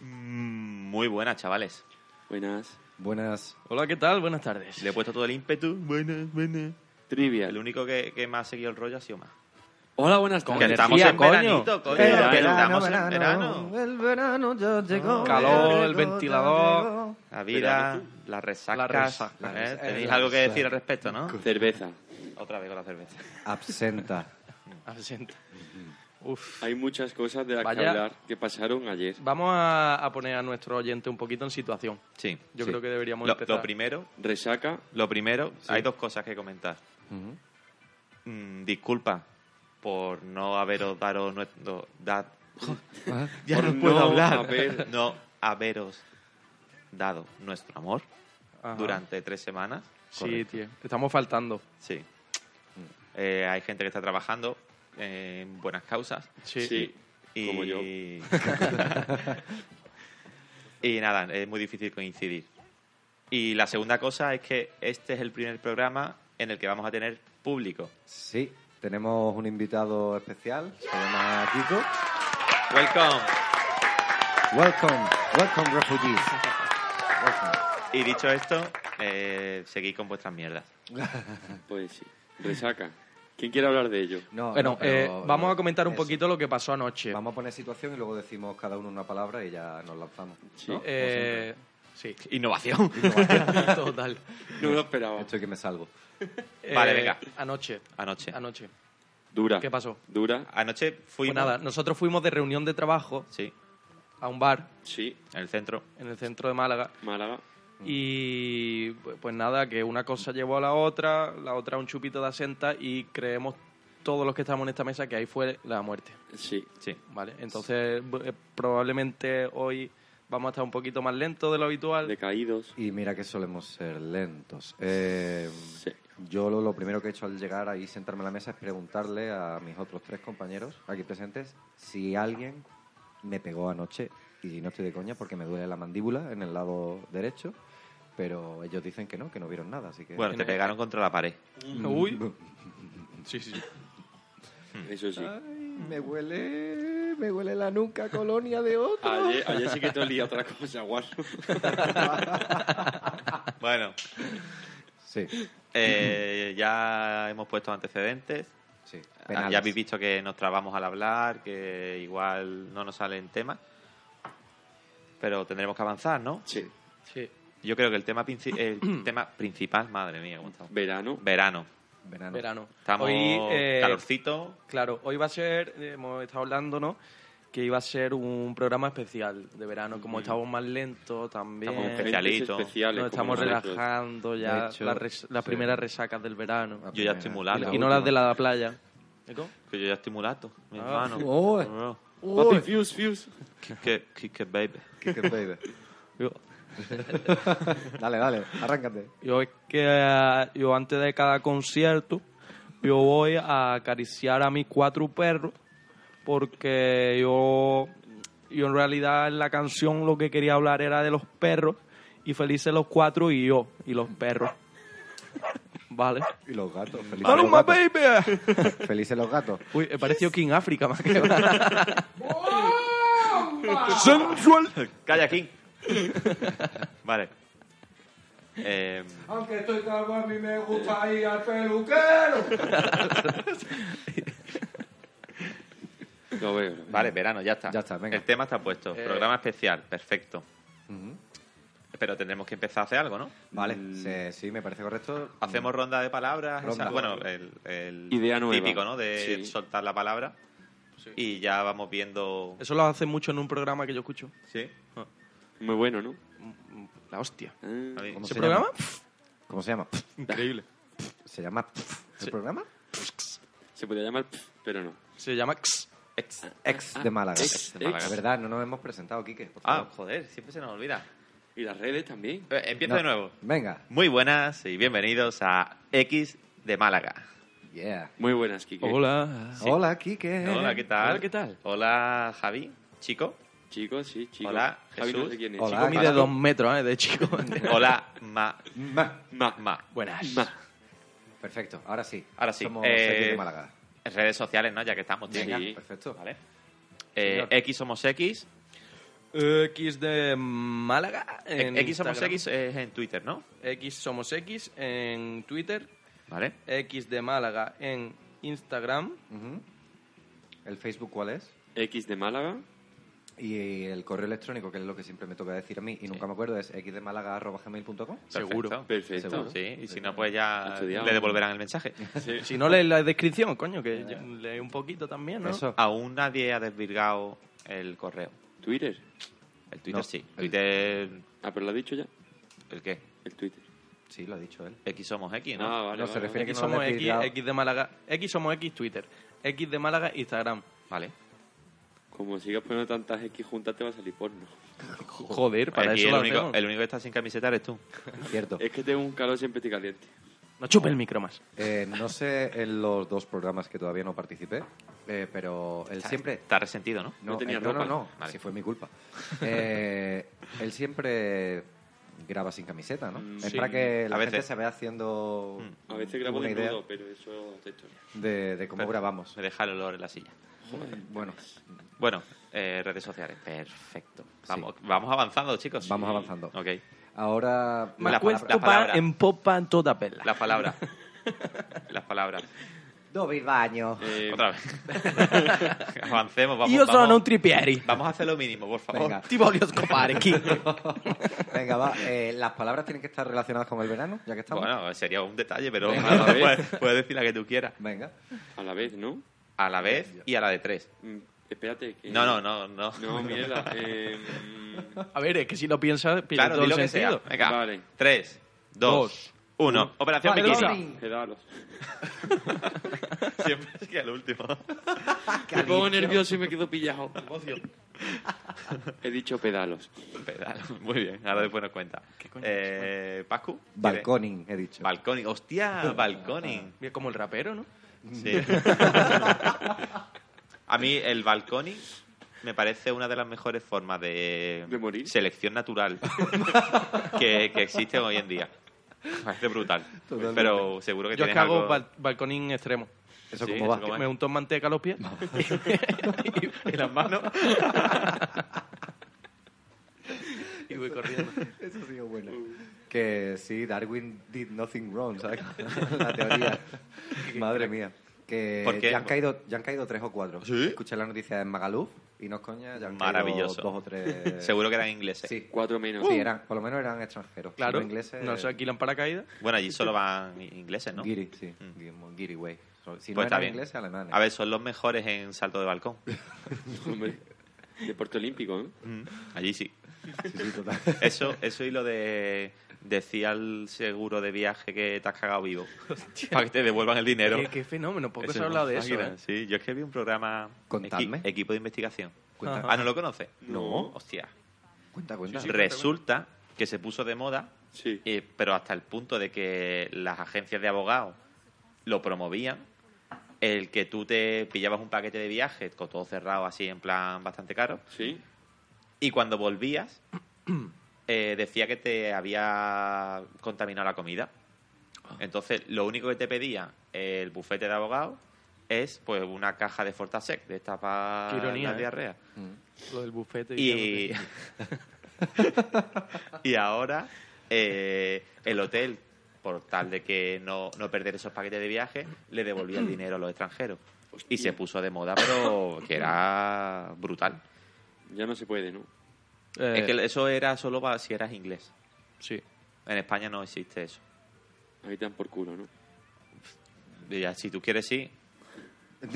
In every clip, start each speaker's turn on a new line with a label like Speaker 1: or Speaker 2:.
Speaker 1: Mm, Muy buenas, chavales.
Speaker 2: Buenas.
Speaker 3: Buenas. Hola, ¿qué tal? Buenas tardes.
Speaker 1: Le he puesto todo el ímpetu. Buenas, buenas.
Speaker 2: Trivia.
Speaker 1: El único que, que me ha seguido el rollo ha sido más.
Speaker 2: Hola, buenas
Speaker 1: Que
Speaker 2: tardes.
Speaker 1: estamos en
Speaker 3: coño.
Speaker 1: veranito, coño.
Speaker 2: Verano,
Speaker 1: que estamos en verano.
Speaker 4: El verano ya llegó.
Speaker 3: Calor, el
Speaker 4: llegó, ya
Speaker 3: ventilador.
Speaker 4: llegó.
Speaker 1: La vida,
Speaker 2: Verano
Speaker 1: las resacas.
Speaker 3: La resaca.
Speaker 1: ¿eh?
Speaker 3: La
Speaker 1: Tenéis
Speaker 3: resaca.
Speaker 1: algo que decir al respecto, ¿no?
Speaker 2: Cerveza.
Speaker 1: Otra vez con la cerveza.
Speaker 4: Absenta.
Speaker 3: Absenta. Ah, Uf.
Speaker 2: Hay muchas cosas de las que
Speaker 3: Vaya.
Speaker 2: hablar que pasaron ayer.
Speaker 3: Vamos a, a poner a nuestro oyente un poquito en situación.
Speaker 1: Sí.
Speaker 3: Yo
Speaker 1: sí.
Speaker 3: creo que deberíamos
Speaker 1: Lo-
Speaker 3: empezar.
Speaker 1: lo primero,
Speaker 2: Resaca.
Speaker 1: Lo primero, hay dos cosas que comentar. Mm, disculpa por no haberos dado nuestro... da- Ah, ya
Speaker 2: Por
Speaker 1: no puedo
Speaker 2: no
Speaker 1: hablar.
Speaker 2: haber-
Speaker 1: No haberos dado nuestro amor
Speaker 3: Ajá.
Speaker 1: durante tres semanas.
Speaker 3: Sí, tío. Te estamos faltando.
Speaker 1: Sí. Eh, hay gente que está trabajando eh, en buenas causas.
Speaker 3: Sí.
Speaker 2: Sí.
Speaker 1: Y...
Speaker 2: Como yo.
Speaker 1: y nada, es muy difícil coincidir. Y la segunda cosa es que este es el primer programa en el que vamos a tener público.
Speaker 4: Sí, tenemos un invitado especial. Se llama Kiko.
Speaker 1: Welcome.
Speaker 4: Welcome, welcome refugees. Welcome.
Speaker 1: Y dicho esto, eh, seguid con vuestras mierdas.
Speaker 2: Pues sí. Resaca. ¿Quién quiere hablar de ello?
Speaker 4: No,
Speaker 3: bueno,
Speaker 4: no, pero-
Speaker 3: eh, vamos a comentar un
Speaker 4: eso.
Speaker 3: poquito lo que pasó anoche.
Speaker 4: Vamos a poner situación y luego decimos cada uno una palabra y ya nos lanzamos.
Speaker 2: Sí.
Speaker 4: ¿no?
Speaker 3: Eh, sí.
Speaker 1: Innovación.
Speaker 3: Total.
Speaker 2: No me lo esperaba.
Speaker 4: Estoy que me salgo.
Speaker 1: Vale,
Speaker 3: Eh,
Speaker 1: venga.
Speaker 3: Anoche.
Speaker 1: Anoche.
Speaker 3: Anoche.
Speaker 2: Dura.
Speaker 3: ¿Qué pasó?
Speaker 2: Dura.
Speaker 1: Anoche
Speaker 3: Pues
Speaker 1: fuimos.
Speaker 3: nada, nosotros fuimos de reunión de trabajo
Speaker 1: Sí,
Speaker 3: a un bar
Speaker 2: Sí.
Speaker 1: en el centro.
Speaker 3: en el centro de Málaga
Speaker 2: Málaga.
Speaker 3: Mm. Y pues pues nada, que una cosa llevó a la otra, la otra un chupito de asenta y creemos todos los que estamos en esta mesa que ahí fue la muerte,
Speaker 2: Sí.
Speaker 1: Sí.
Speaker 3: ¿vale? Entonces b- eh, probablemente hoy vamos a estar un poquito más lento de lo habitual.
Speaker 2: Decaídos.
Speaker 4: Y mira que solemos ser lentos. Eh,
Speaker 2: Sí.
Speaker 4: Yo lo, lo primero que he hecho al llegar ahí, sentarme a la mesa, es preguntarle a mis otros tres compañeros aquí presentes si alguien me pegó anoche. Y no estoy de coña porque me duele la mandíbula en el lado derecho, pero ellos dicen que no, que no vieron nada, así que...
Speaker 1: Bueno, te pegaron contra la pared.
Speaker 3: Mm. Uy. Sí, sí.
Speaker 2: Eso sí.
Speaker 4: me huele, me huele la nuca colonia de otro.
Speaker 2: Ayer, ayer sí que te olía otra cosa, guau.
Speaker 1: Bueno,
Speaker 4: Sí,
Speaker 1: eh, ya hemos puesto antecedentes.
Speaker 4: sí.
Speaker 1: Ah, Ya
Speaker 4: penales.
Speaker 1: habéis visto que nos trabamos al hablar, que igual no nos salen temas. Pero tendremos que avanzar, ¿no?
Speaker 2: Sí.
Speaker 3: Sí.
Speaker 1: Yo creo que el tema, princi- el tema principal, madre mía, ¿cómo estamos?
Speaker 2: Verano.
Speaker 1: Verano.
Speaker 4: Verano.
Speaker 3: Verano.
Speaker 1: Estamos
Speaker 3: Hoy, eh,
Speaker 1: calorcito.
Speaker 3: Claro, hoy va a ser, eh, hemos estado hablando, ¿no? Que iba a ser un programa especial de verano, como estamos más lentos también.
Speaker 1: Estamos un especial.
Speaker 2: Mentes
Speaker 1: Especialito.
Speaker 2: especiales.
Speaker 3: eh, Nos
Speaker 2: como
Speaker 3: estamos
Speaker 2: nosotros.
Speaker 3: relajando ya
Speaker 4: De hecho,
Speaker 3: las, res- las
Speaker 4: sí.
Speaker 3: primeras resacas del verano.
Speaker 1: Yo
Speaker 4: La
Speaker 1: ya
Speaker 4: primera.
Speaker 1: estoy muy largo.
Speaker 3: y no las de la playa.
Speaker 1: Que yo ya estoy mulato, mi
Speaker 3: Ah.
Speaker 1: hermano.
Speaker 4: Oh.
Speaker 1: Bro.
Speaker 2: Papi, fuse, fuse.
Speaker 1: Kike, Kike baby.
Speaker 4: Kick it, baby.
Speaker 3: Yo,
Speaker 4: Dale, dale, arráncate.
Speaker 3: yo es que eh, yo antes de cada concierto yo voy a acariciar a mis cuatro perros porque yo yo en realidad en la canción lo que quería hablar era de los perros y felices los cuatro y yo y los perros. Vale.
Speaker 4: Y los gatos. Felices los
Speaker 3: ¡Paloma,
Speaker 4: gatos.
Speaker 3: baby!
Speaker 4: Felices los gatos.
Speaker 3: Uy, he parecido King África más que nada. Sensual.
Speaker 1: Calla aquí. vale. Eh,
Speaker 5: Aunque estoy calvo, a mí me gusta ir al peluquero.
Speaker 2: Lo veo. lo veo.
Speaker 1: vale, verano, ya está.
Speaker 4: Ya está, venga.
Speaker 1: El tema está puesto.
Speaker 3: Eh.
Speaker 1: Programa especial, perfecto. Pero tendremos que empezar a hacer algo, ¿no?
Speaker 4: Vale, se- sí, me parece correcto.
Speaker 1: Hacemos ronda de palabras.
Speaker 4: Ronda.
Speaker 1: esa- bueno, el, el
Speaker 2: Idea nueva.
Speaker 1: típico, ¿no? De
Speaker 2: Sí.
Speaker 1: soltar la palabra. Y ya vamos viendo.
Speaker 3: Eso lo hacen mucho en un programa que yo escucho.
Speaker 1: Sí.
Speaker 2: Muy bueno, ¿no?
Speaker 3: La hostia.
Speaker 2: Ah,
Speaker 1: Ahí.
Speaker 4: ¿Cómo
Speaker 3: ¿Ese
Speaker 4: se
Speaker 3: programa?
Speaker 4: llama? ¿Cómo se llama?
Speaker 3: Increíble.
Speaker 4: ¿Se llama el programa?
Speaker 1: Ah,
Speaker 2: Se podría llamar, pf, pero no. Ah,
Speaker 3: Se llama X.
Speaker 1: Ex.
Speaker 4: Ex de Málaga.
Speaker 2: Ex
Speaker 4: Es
Speaker 2: de Málaga.
Speaker 4: verdad, no nos hemos presentado, Quique. por
Speaker 1: Ah,
Speaker 4: favor.
Speaker 1: joder, siempre se nos olvida.
Speaker 2: Y las redes también.
Speaker 1: Eh, Empieza
Speaker 4: No.
Speaker 1: de nuevo.
Speaker 4: Venga.
Speaker 1: Muy buenas y bienvenidos a X de Málaga.
Speaker 4: Yeah.
Speaker 2: Muy buenas, Kike.
Speaker 3: Hola.
Speaker 4: Hola, Quique.
Speaker 1: Hola, ¿qué tal?
Speaker 3: Hola, ¿qué tal?
Speaker 1: Hola, Javi, chico.
Speaker 2: Chicos, sí, chicos.
Speaker 1: Hola,
Speaker 2: Javi no
Speaker 1: Jesús.
Speaker 2: sé quién es.
Speaker 4: Hola.
Speaker 3: Chico mide
Speaker 4: Paco.
Speaker 3: dos metros, ¿eh? De chico.
Speaker 1: Hola, ma,
Speaker 4: Ma-
Speaker 2: Ma.
Speaker 1: ma.
Speaker 3: Buenas.
Speaker 2: Ma.
Speaker 4: Mm, Perfecto, ahora sí.
Speaker 1: Ahora sí,
Speaker 4: Somos
Speaker 1: eh,
Speaker 4: X de Málaga.
Speaker 1: Redes sociales, ¿no? Ya que estamos, tío.
Speaker 2: Sí.
Speaker 4: Venga, perfecto.
Speaker 1: Vale. Eh,
Speaker 4: Señor.
Speaker 1: X somos X.
Speaker 6: X de Málaga. en
Speaker 1: eh, X somos
Speaker 6: Instagram.
Speaker 1: X es en Twitter, ¿no?
Speaker 6: X somos X en Twitter.
Speaker 1: ¿Vale?
Speaker 6: X de Málaga en Instagram.
Speaker 4: Ujú. ¿El Facebook cuál es?
Speaker 2: X de Málaga.
Speaker 4: Y el correo electrónico, que es lo que siempre me toca decir a mí y nunca me acuerdo, es xdemalaga.gmail.com.
Speaker 6: Seguro.
Speaker 2: Perfecto.
Speaker 1: Seguro, Sí, y si no, pues ya
Speaker 2: Estudiamos.
Speaker 1: le devolverán el mensaje.
Speaker 2: Sí.
Speaker 6: Si no, lees la descripción, coño, que yo- lee un poquito también, ¿no?
Speaker 4: Eso.
Speaker 1: Aún nadie ha desvirgado el correo.
Speaker 2: Twitter.
Speaker 1: El Twitter
Speaker 4: No.
Speaker 1: sí. Twitter...
Speaker 2: Ah, pero lo ha dicho ya.
Speaker 1: ¿El qué?
Speaker 2: El Twitter.
Speaker 4: Sí, lo ha dicho él.
Speaker 1: X somos X,
Speaker 2: Ah,
Speaker 1: ¿no?
Speaker 2: vale.
Speaker 4: no, se
Speaker 2: vale,
Speaker 4: refiere
Speaker 2: vale.
Speaker 4: que
Speaker 6: X
Speaker 4: no
Speaker 6: somos
Speaker 4: le he
Speaker 6: X,
Speaker 4: pillado.
Speaker 6: X de Málaga. X somos X Twitter. X de Málaga Instagram.
Speaker 1: Vale.
Speaker 2: Como sigas poniendo tantas X juntas, te va a salir porno.
Speaker 6: Joder, para
Speaker 1: Aquí
Speaker 6: eso
Speaker 1: el
Speaker 6: lo
Speaker 1: único,
Speaker 6: hacemos.
Speaker 1: el único que está sin camiseta eres tú.
Speaker 4: Cierto.
Speaker 2: Es que tengo un calor siempre estoy caliente.
Speaker 6: No chupe el micro más.
Speaker 4: Eh, no sé en los dos programas que todavía no participé, eh, pero él siempre...
Speaker 1: Está resentido, ¿no?
Speaker 4: No,
Speaker 2: No tenía
Speaker 4: eh, no,
Speaker 2: ropa.
Speaker 4: no, no,
Speaker 1: Vale.
Speaker 4: si fue mi culpa. Eh, él siempre graba sin camiseta, ¿no?
Speaker 2: Mm,
Speaker 4: es
Speaker 6: sí.
Speaker 4: para que la
Speaker 1: A
Speaker 4: gente
Speaker 1: veces. Mm,
Speaker 4: se vaya haciendo
Speaker 2: A veces grabo
Speaker 4: una idea
Speaker 2: desnudo, pero eso es otra historia.
Speaker 4: de, de cómo
Speaker 1: Pero- eh,
Speaker 4: grabamos.
Speaker 1: Me deja el olor en la silla.
Speaker 4: Bueno,
Speaker 1: Bueno, eh, redes sociales. Perfecto. Vamos, vamos avanzando, chicos.
Speaker 4: Vamos avanzando.
Speaker 1: Ok.
Speaker 4: ahora...
Speaker 1: Me
Speaker 6: Me
Speaker 1: la-
Speaker 6: cuento
Speaker 1: la
Speaker 6: pa-
Speaker 1: palabra.
Speaker 6: en popa en toda perla.
Speaker 1: Las palabras. Las palabras.
Speaker 4: Doble baño.
Speaker 2: Eh,
Speaker 1: Otra vez. Avancemos, vamos.
Speaker 6: Y yo
Speaker 1: vamos,
Speaker 6: sono un tripieri.
Speaker 1: Vamos a hacer lo mínimo, por favor.
Speaker 4: Venga.
Speaker 6: Ti voglio scopare, chi?
Speaker 4: Venga, va. eh, las palabras tienen que estar relacionadas con el verano, ya que estamos.
Speaker 1: Bueno, sería un detalle, pero
Speaker 2: Venga,
Speaker 1: nada,
Speaker 2: a ver.
Speaker 1: puedes, puedes decir la que tú quieras.
Speaker 4: Venga.
Speaker 2: Eh, a la vez, ¿no?
Speaker 1: A la vez y a la de tres.
Speaker 2: Mm, espérate. que-
Speaker 1: No, no, no, no.
Speaker 2: No, mierda. eh, mm,
Speaker 6: A ver, es que si lo piensas, pierde
Speaker 1: Claro,
Speaker 6: todo
Speaker 1: di
Speaker 6: el
Speaker 1: lo que sea.
Speaker 6: sentido.
Speaker 1: Venga.
Speaker 2: Vale.
Speaker 1: Tres, dos,
Speaker 6: Dos,
Speaker 1: uno. Operación
Speaker 6: Perdón.
Speaker 1: Bikini.
Speaker 2: pedalos.
Speaker 1: Siempre es que al último.
Speaker 2: Me pongo nervioso y me quedo pillado. He dicho pedalos.
Speaker 1: Pedal. Muy bien, ahora después nos cuenta. Eh, ¿Pascu?
Speaker 4: Balconing, he dicho.
Speaker 1: Balconing. Hostia, balconing.
Speaker 6: Es Como el rapero, ¿no?
Speaker 1: Sí. A mí el balconing me parece una de las mejores formas de,
Speaker 2: ¿De morir?
Speaker 1: selección natural que, que existe hoy en día. Me parece brutal.
Speaker 4: Totalmente.
Speaker 1: Pero seguro que
Speaker 6: Yo es
Speaker 1: tienes
Speaker 6: que hago
Speaker 1: algo...
Speaker 6: bal- balconín extremo.
Speaker 4: Eso
Speaker 1: Sí,
Speaker 4: como
Speaker 1: eso
Speaker 4: va.
Speaker 1: ¿Cómo es?
Speaker 6: Me unto en manteca a los pies. y,
Speaker 1: en las manos.
Speaker 6: y voy corriendo.
Speaker 4: Eso ha sido bueno. Que sí, Darwin did nothing wrong, ¿sabes? la teoría. Madre mía. Que
Speaker 1: ¿Por qué?
Speaker 4: Ya, han caído, ya han caído tres o cuatro.
Speaker 1: ¿Sí?
Speaker 4: Escuché la noticia en Magaluf y no es coña, ya han
Speaker 1: Maravilloso.
Speaker 4: caído dos o tres.
Speaker 1: Seguro que Uh. eran ingleses.
Speaker 4: Sí.
Speaker 2: Cuatro menos.
Speaker 4: Sí, eran, por lo menos eran extranjeros. Si
Speaker 6: Claro.
Speaker 4: no ingleses.
Speaker 6: No se alquilan paracaídas.
Speaker 1: Bueno, allí solo van ingleses, ¿no? Mm.
Speaker 4: Guiri, sí. Guiri, güey. Si no
Speaker 1: Pues está
Speaker 4: eran
Speaker 1: bien.
Speaker 4: ingleses, alemanes.
Speaker 1: A ver, son los mejores en salto de balcón.
Speaker 4: Uh.
Speaker 2: Hombre. Deporte olímpico, ¿eh?
Speaker 1: Mm, Allí sí.
Speaker 4: Sí, sí, total.
Speaker 1: Eso, eso y lo de decía al seguro de viaje que te has cagado vivo. Para que te devuelvan el dinero.
Speaker 6: qué, qué fenómeno. Poco
Speaker 1: Eso
Speaker 6: se
Speaker 1: es
Speaker 6: ha hablado de eso.
Speaker 1: máquina,
Speaker 6: ¿eh?
Speaker 1: Sí, yo es que vi un programa.
Speaker 4: Contadme.
Speaker 1: equi- equipo de investigación.
Speaker 4: Cuenta-
Speaker 6: Ajá.
Speaker 1: Ah, ¿no lo conoce?
Speaker 2: No.
Speaker 1: Hostia.
Speaker 4: Cuenta, cuenta.
Speaker 1: Resulta que se puso de moda,
Speaker 2: Sí.
Speaker 1: eh, pero hasta el punto de que las agencias de abogados lo promovían. El que tú te pillabas un paquete de viaje con todo cerrado, así en plan bastante caro.
Speaker 2: Sí.
Speaker 1: Y cuando volvías, eh, decía que te había contaminado la comida.
Speaker 6: Ah.
Speaker 1: Entonces, lo único que te pedía el bufete de abogado es pues una caja de Fortasec, de esta
Speaker 6: Qué
Speaker 1: para
Speaker 6: ironía,
Speaker 1: la
Speaker 6: ¿eh?
Speaker 1: diarrea.
Speaker 6: Lo del bufete.
Speaker 1: Y, y ahora eh, el hotel, por tal de que no, no perder esos paquetes de viaje, le devolvía el dinero a los extranjeros. Y se puso de moda, pero que era brutal.
Speaker 2: Ya no se puede, ¿no?
Speaker 6: Eh,
Speaker 1: Es que eso era solo para si eras inglés.
Speaker 6: Sí.
Speaker 1: En España no existe eso.
Speaker 2: Ahí te dan por culo, ¿no?
Speaker 1: Y ya, si tú quieres, sí.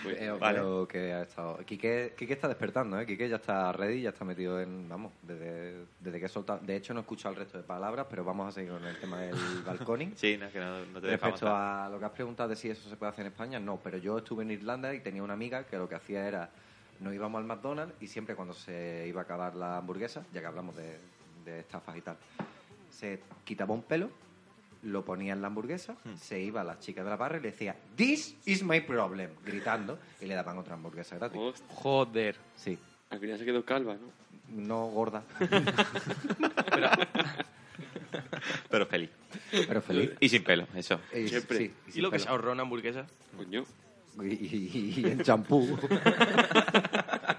Speaker 2: Pues,
Speaker 4: Eh,
Speaker 1: Vale.
Speaker 4: pero que ha estado. Quique, Quique está despertando, ¿eh? Quique ya está ready, ya está metido en. Vamos, desde, desde que he soltado. De hecho, no he escuchado el resto de palabras, pero vamos a seguir con el tema del balconing.
Speaker 1: Sí, no, que no, no te dejamos.
Speaker 4: Respecto a lo que has preguntado de si eso se puede hacer en España, no, pero yo estuve en Irlanda y tenía una amiga que lo que hacía era, nos íbamos al McDonald's y siempre cuando se iba a acabar la hamburguesa, ya que hablamos de, de estafas y tal, se quitaba un pelo, lo ponía en la hamburguesa, se iba a la chica de la barra y le decía, This is my problem, gritando, y le daban otra hamburguesa gratis.
Speaker 2: hostia,
Speaker 6: Joder.
Speaker 4: Sí,
Speaker 2: al final se quedó calva, ¿no?
Speaker 4: no gorda,
Speaker 1: Pero feliz.
Speaker 4: pero feliz.
Speaker 1: Y sin pelo, eso.
Speaker 4: Eh,
Speaker 2: Siempre.
Speaker 4: sí,
Speaker 6: ¿Y lo que
Speaker 4: pero- Mm.
Speaker 6: se ahorró una hamburguesa?
Speaker 2: Coño.
Speaker 4: y, y- y en champú.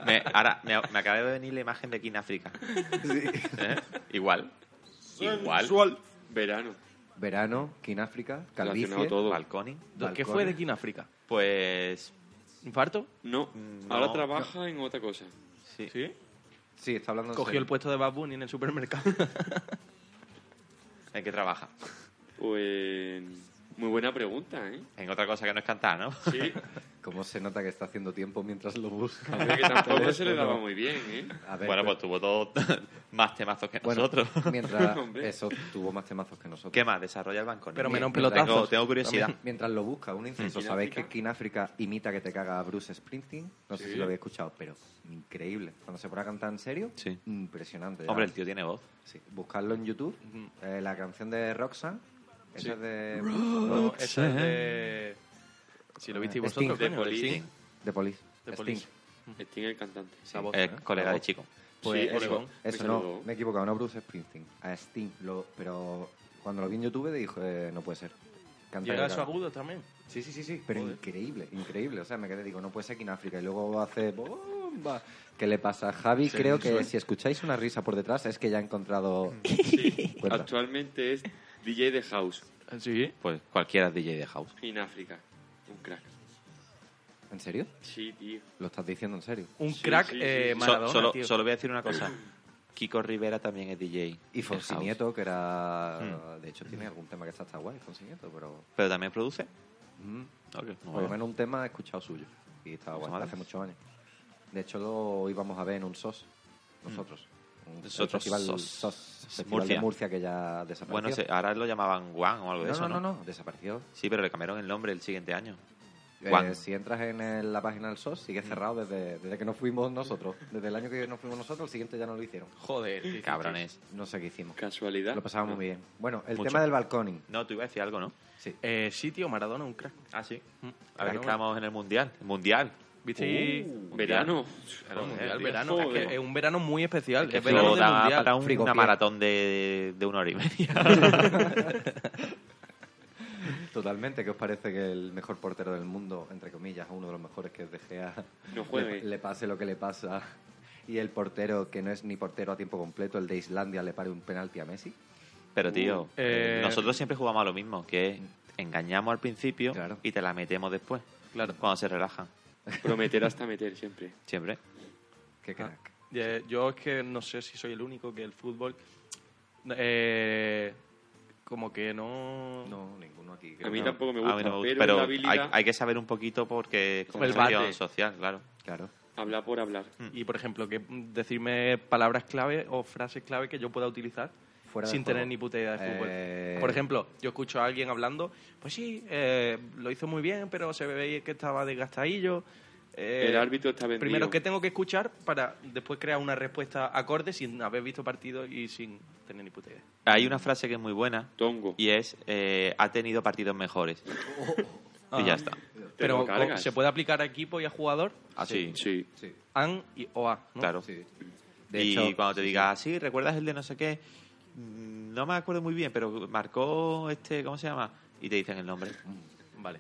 Speaker 1: Me, ahora me, me acaba de venir la imagen de King África. ¿Eh? Igual. Igual.
Speaker 2: Verano.
Speaker 4: Verano, Kináfrica, calvicie.
Speaker 2: Relacionado todo.
Speaker 1: Balconing.
Speaker 3: ¿Qué
Speaker 4: Balcones.
Speaker 3: fue de King África?
Speaker 1: Pues.
Speaker 3: ¿Infarto?
Speaker 2: No,
Speaker 4: Mm,
Speaker 1: No.
Speaker 2: ahora trabaja en otra cosa.
Speaker 1: Sí.
Speaker 3: Sí.
Speaker 4: Sí, está hablando en
Speaker 3: Cogió
Speaker 4: serio.
Speaker 3: el puesto de Bad Bunny en el supermercado.
Speaker 1: ¿En qué trabaja?
Speaker 2: Pues. Muy buena pregunta, ¿eh?
Speaker 1: En otra cosa que no es cantar, ¿no?
Speaker 2: Sí.
Speaker 4: ¿Cómo se nota que está haciendo tiempo mientras lo busca?
Speaker 2: A ver, que tampoco se le
Speaker 4: Teléfono.
Speaker 2: daba muy bien, ¿eh?
Speaker 4: A ver,
Speaker 1: bueno,
Speaker 4: pero-
Speaker 1: pues tuvo todos más temazos que
Speaker 4: bueno,
Speaker 1: nosotros.
Speaker 4: mientras
Speaker 2: Hombre.
Speaker 4: eso tuvo más temazos que nosotros.
Speaker 1: ¿Qué más? Desarrolla el balcón.
Speaker 3: Pero
Speaker 4: menos
Speaker 1: Tengo,
Speaker 3: pelotazos.
Speaker 1: tengo curiosidad.
Speaker 4: También, mientras lo busca un inciso,
Speaker 2: Mm.
Speaker 4: ¿sabéis
Speaker 2: Kináfrica.
Speaker 4: que Kináfrica imita que te caga a Bruce Springsteen? No sé
Speaker 2: Sí.
Speaker 4: si lo habéis escuchado, pero increíble. Cuando se pone a cantar en serio,
Speaker 1: Sí.
Speaker 4: impresionante.
Speaker 1: Hombre, el tío tiene voz.
Speaker 4: Sí, buscarlo en YouTube. Eh, la canción de Roxanne. Esa es de...
Speaker 1: Oh,
Speaker 3: No, eso es de... Si lo visteis
Speaker 4: De
Speaker 3: vosotros,
Speaker 4: Sting.
Speaker 3: coño, de
Speaker 2: Police.
Speaker 3: Sting.
Speaker 4: De Police.
Speaker 3: De
Speaker 4: Sting.
Speaker 3: Police.
Speaker 2: Sting el cantante.
Speaker 3: La voz,
Speaker 1: Eh,
Speaker 3: ¿no?
Speaker 1: colega
Speaker 4: La
Speaker 1: de
Speaker 4: voz.
Speaker 1: chico.
Speaker 4: Pues
Speaker 2: Sí,
Speaker 4: eso,
Speaker 2: Oregón.
Speaker 4: eso
Speaker 2: Me
Speaker 4: no,
Speaker 2: saludó.
Speaker 4: me he equivocado, no Bruce Springsteen, a Sting. Lo, pero cuando lo vi en YouTube dije, eh, no puede ser. Canta
Speaker 3: Llega
Speaker 4: que
Speaker 3: su
Speaker 4: caga.
Speaker 3: agudo también.
Speaker 4: Sí, sí, sí, sí. Pero
Speaker 3: Joder.
Speaker 4: increíble, increíble. O sea, me quedé, digo, no puede ser que en África. Y luego hace bomba. ¿Qué le pasa a Javi? Creo que si escucháis una risa por detrás es que ya ha encontrado... Cuenta.
Speaker 2: Actualmente es DJ de House
Speaker 3: Ah, Sí.
Speaker 1: Pues cualquiera es DJ de House.
Speaker 2: en África. Un crack.
Speaker 4: ¿En serio?
Speaker 2: Sí, tío.
Speaker 4: ¿Lo estás diciendo en serio?
Speaker 3: Un
Speaker 2: Sí,
Speaker 3: crack
Speaker 2: sí, sí,
Speaker 3: eh,
Speaker 2: sí.
Speaker 1: So-
Speaker 3: Maradona,
Speaker 1: solo,
Speaker 3: tío.
Speaker 1: solo voy a decir una cosa. Kiko Rivera también es DJ.
Speaker 4: Y
Speaker 1: de
Speaker 4: Fonsi
Speaker 1: house.
Speaker 4: Nieto, que era... De hecho, tiene algún tema que está, está guay, Fonsi Nieto, pero...
Speaker 1: Pero también produce.
Speaker 4: mm,
Speaker 1: Ok, no
Speaker 4: Por lo
Speaker 1: veo.
Speaker 4: menos un tema he escuchado suyo. Y estaba
Speaker 1: Pues
Speaker 4: guay,
Speaker 1: madre.
Speaker 4: hace muchos años. De hecho, lo íbamos a ver en un SOS, nosotros. Un, el
Speaker 1: Mm. Nosotros
Speaker 4: festival
Speaker 1: SOS.
Speaker 4: SOS, el festival
Speaker 1: Murcia.
Speaker 4: de Murcia que ya desapareció.
Speaker 1: Bueno, se- ahora lo llamaban Juan o algo
Speaker 4: no,
Speaker 1: de eso,
Speaker 4: no,
Speaker 1: ¿no?
Speaker 4: no, no, desapareció.
Speaker 1: Sí, pero le cambiaron el nombre el siguiente año.
Speaker 4: Eh,
Speaker 1: Juan.
Speaker 4: si entras en el- la página del SOS,
Speaker 1: Mm.
Speaker 4: sigue cerrado desde, desde que nos fuimos nosotros. Desde el año que nos fuimos nosotros, el siguiente ya no lo hicieron.
Speaker 3: Joder.
Speaker 1: Cabrones.
Speaker 4: No sé qué hicimos.
Speaker 2: Casualidad.
Speaker 4: Lo pasábamos muy bien. Bueno, el
Speaker 1: Mm. Mucho.
Speaker 4: tema del balconing.
Speaker 1: No, tú ibas a decir algo, ¿no?
Speaker 4: Sí.
Speaker 3: Eh, sí, tío, Maradona un crack. Mm.
Speaker 1: Ah, sí. A
Speaker 3: Claro.
Speaker 1: ver, que estábamos en el Mundial. El Mundial.
Speaker 3: ¿Viste?
Speaker 2: Verano.
Speaker 1: Claro,
Speaker 3: Mundial,
Speaker 1: eh, Uh, tío.
Speaker 3: verano.
Speaker 2: Joder.
Speaker 3: Es, que es un verano muy especial. Es,
Speaker 1: Que
Speaker 3: verano
Speaker 1: eso
Speaker 3: de
Speaker 1: da
Speaker 3: mundial.
Speaker 1: para un- una
Speaker 4: Frigopié.
Speaker 1: maratón de, de una hora y media.
Speaker 4: Totalmente. ¿Qué os parece que el mejor portero del mundo, entre comillas, uno de los mejores que es De Gea,
Speaker 2: No juegue.
Speaker 4: Le, le pase lo que le pasa? Y el portero, que no es ni portero a tiempo completo, el de Islandia, le pare un penalti a Messi.
Speaker 1: Pero, tío,
Speaker 3: Eh, Mm.
Speaker 1: nosotros siempre jugamos a lo mismo, que es engañamos al principio
Speaker 4: Claro.
Speaker 1: y te la metemos después.
Speaker 3: Claro.
Speaker 1: Cuando se relajan.
Speaker 2: Prometer hasta meter siempre.
Speaker 1: Siempre.
Speaker 4: Qué crack.
Speaker 3: Eh, Yo es que no sé si soy el único que el fútbol... eh, como que no...
Speaker 4: No, ninguno aquí. creo
Speaker 2: A mí
Speaker 4: que-
Speaker 2: tampoco me
Speaker 1: A
Speaker 2: gusta,
Speaker 1: mí no me gusta,
Speaker 2: pero,
Speaker 1: pero
Speaker 2: la
Speaker 1: hay,
Speaker 2: habilidad
Speaker 1: hay que saber un poquito porque es
Speaker 2: Como el
Speaker 1: comunicación
Speaker 2: bate.
Speaker 1: social, claro.
Speaker 4: Claro.
Speaker 2: hablar por hablar.
Speaker 3: Y, por ejemplo, que mm, decirme palabras clave o frases clave que yo pueda utilizar
Speaker 4: Fuera de
Speaker 3: sin
Speaker 4: juego.
Speaker 3: tener ni puta idea de fútbol.
Speaker 4: Eh,
Speaker 3: Por ejemplo, yo escucho a alguien hablando, pues sí, eh, lo hizo muy bien, pero se veía que estaba desgastadillo. Eh,
Speaker 2: El árbitro está vendido.
Speaker 3: Primero, ¿qué tengo que escuchar para después crear una respuesta acorde sin haber visto partido y sin tener ni puta idea?
Speaker 1: Hay una frase que es muy buena
Speaker 2: Tongo.
Speaker 1: y es, eh, ha tenido partidos mejores. y ya está.
Speaker 3: Pero
Speaker 2: lo cargas.
Speaker 3: se puede aplicar a equipo y a jugador,
Speaker 1: Así,
Speaker 2: Sí.
Speaker 4: Sí,
Speaker 3: an y o a. ¿no?
Speaker 1: claro.
Speaker 4: sí. De
Speaker 1: Y
Speaker 4: hecho-
Speaker 1: cuando te diga, sí, ¿recuerdas el de no sé qué? Mm, No me acuerdo muy bien, pero marcó este, ¿cómo se llama? Y te dicen el nombre.
Speaker 3: Vale.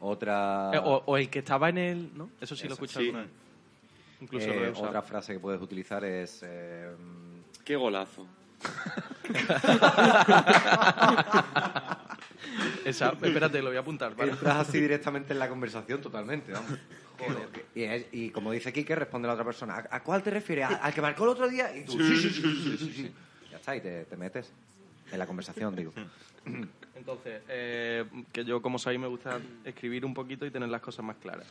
Speaker 4: Otra...
Speaker 3: Eh, o, o el que estaba en el. ¿no? Eso sí lo he
Speaker 4: Ah. Eso,
Speaker 3: escuchado
Speaker 2: sí.
Speaker 3: alguna vez. Incluso
Speaker 4: eh,
Speaker 3: lo he usado.
Speaker 4: otra frase que puedes utilizar es... eh,
Speaker 2: Qué golazo.
Speaker 3: Esa, espérate, lo voy a apuntar. para-
Speaker 4: Entras así directamente en la conversación totalmente, vamos. Y, es- y como dice Kike, responde la otra persona. ¿A, a cuál te refieres? ¿A- ¿Al que marcó el otro día? Y tú, sí, sí, sí, sí, sí, sí. Ya está, y te, te metes en la conversación, digo.
Speaker 3: Entonces, eh, que yo, como sabéis, me gusta escribir un poquito y tener las cosas más claras.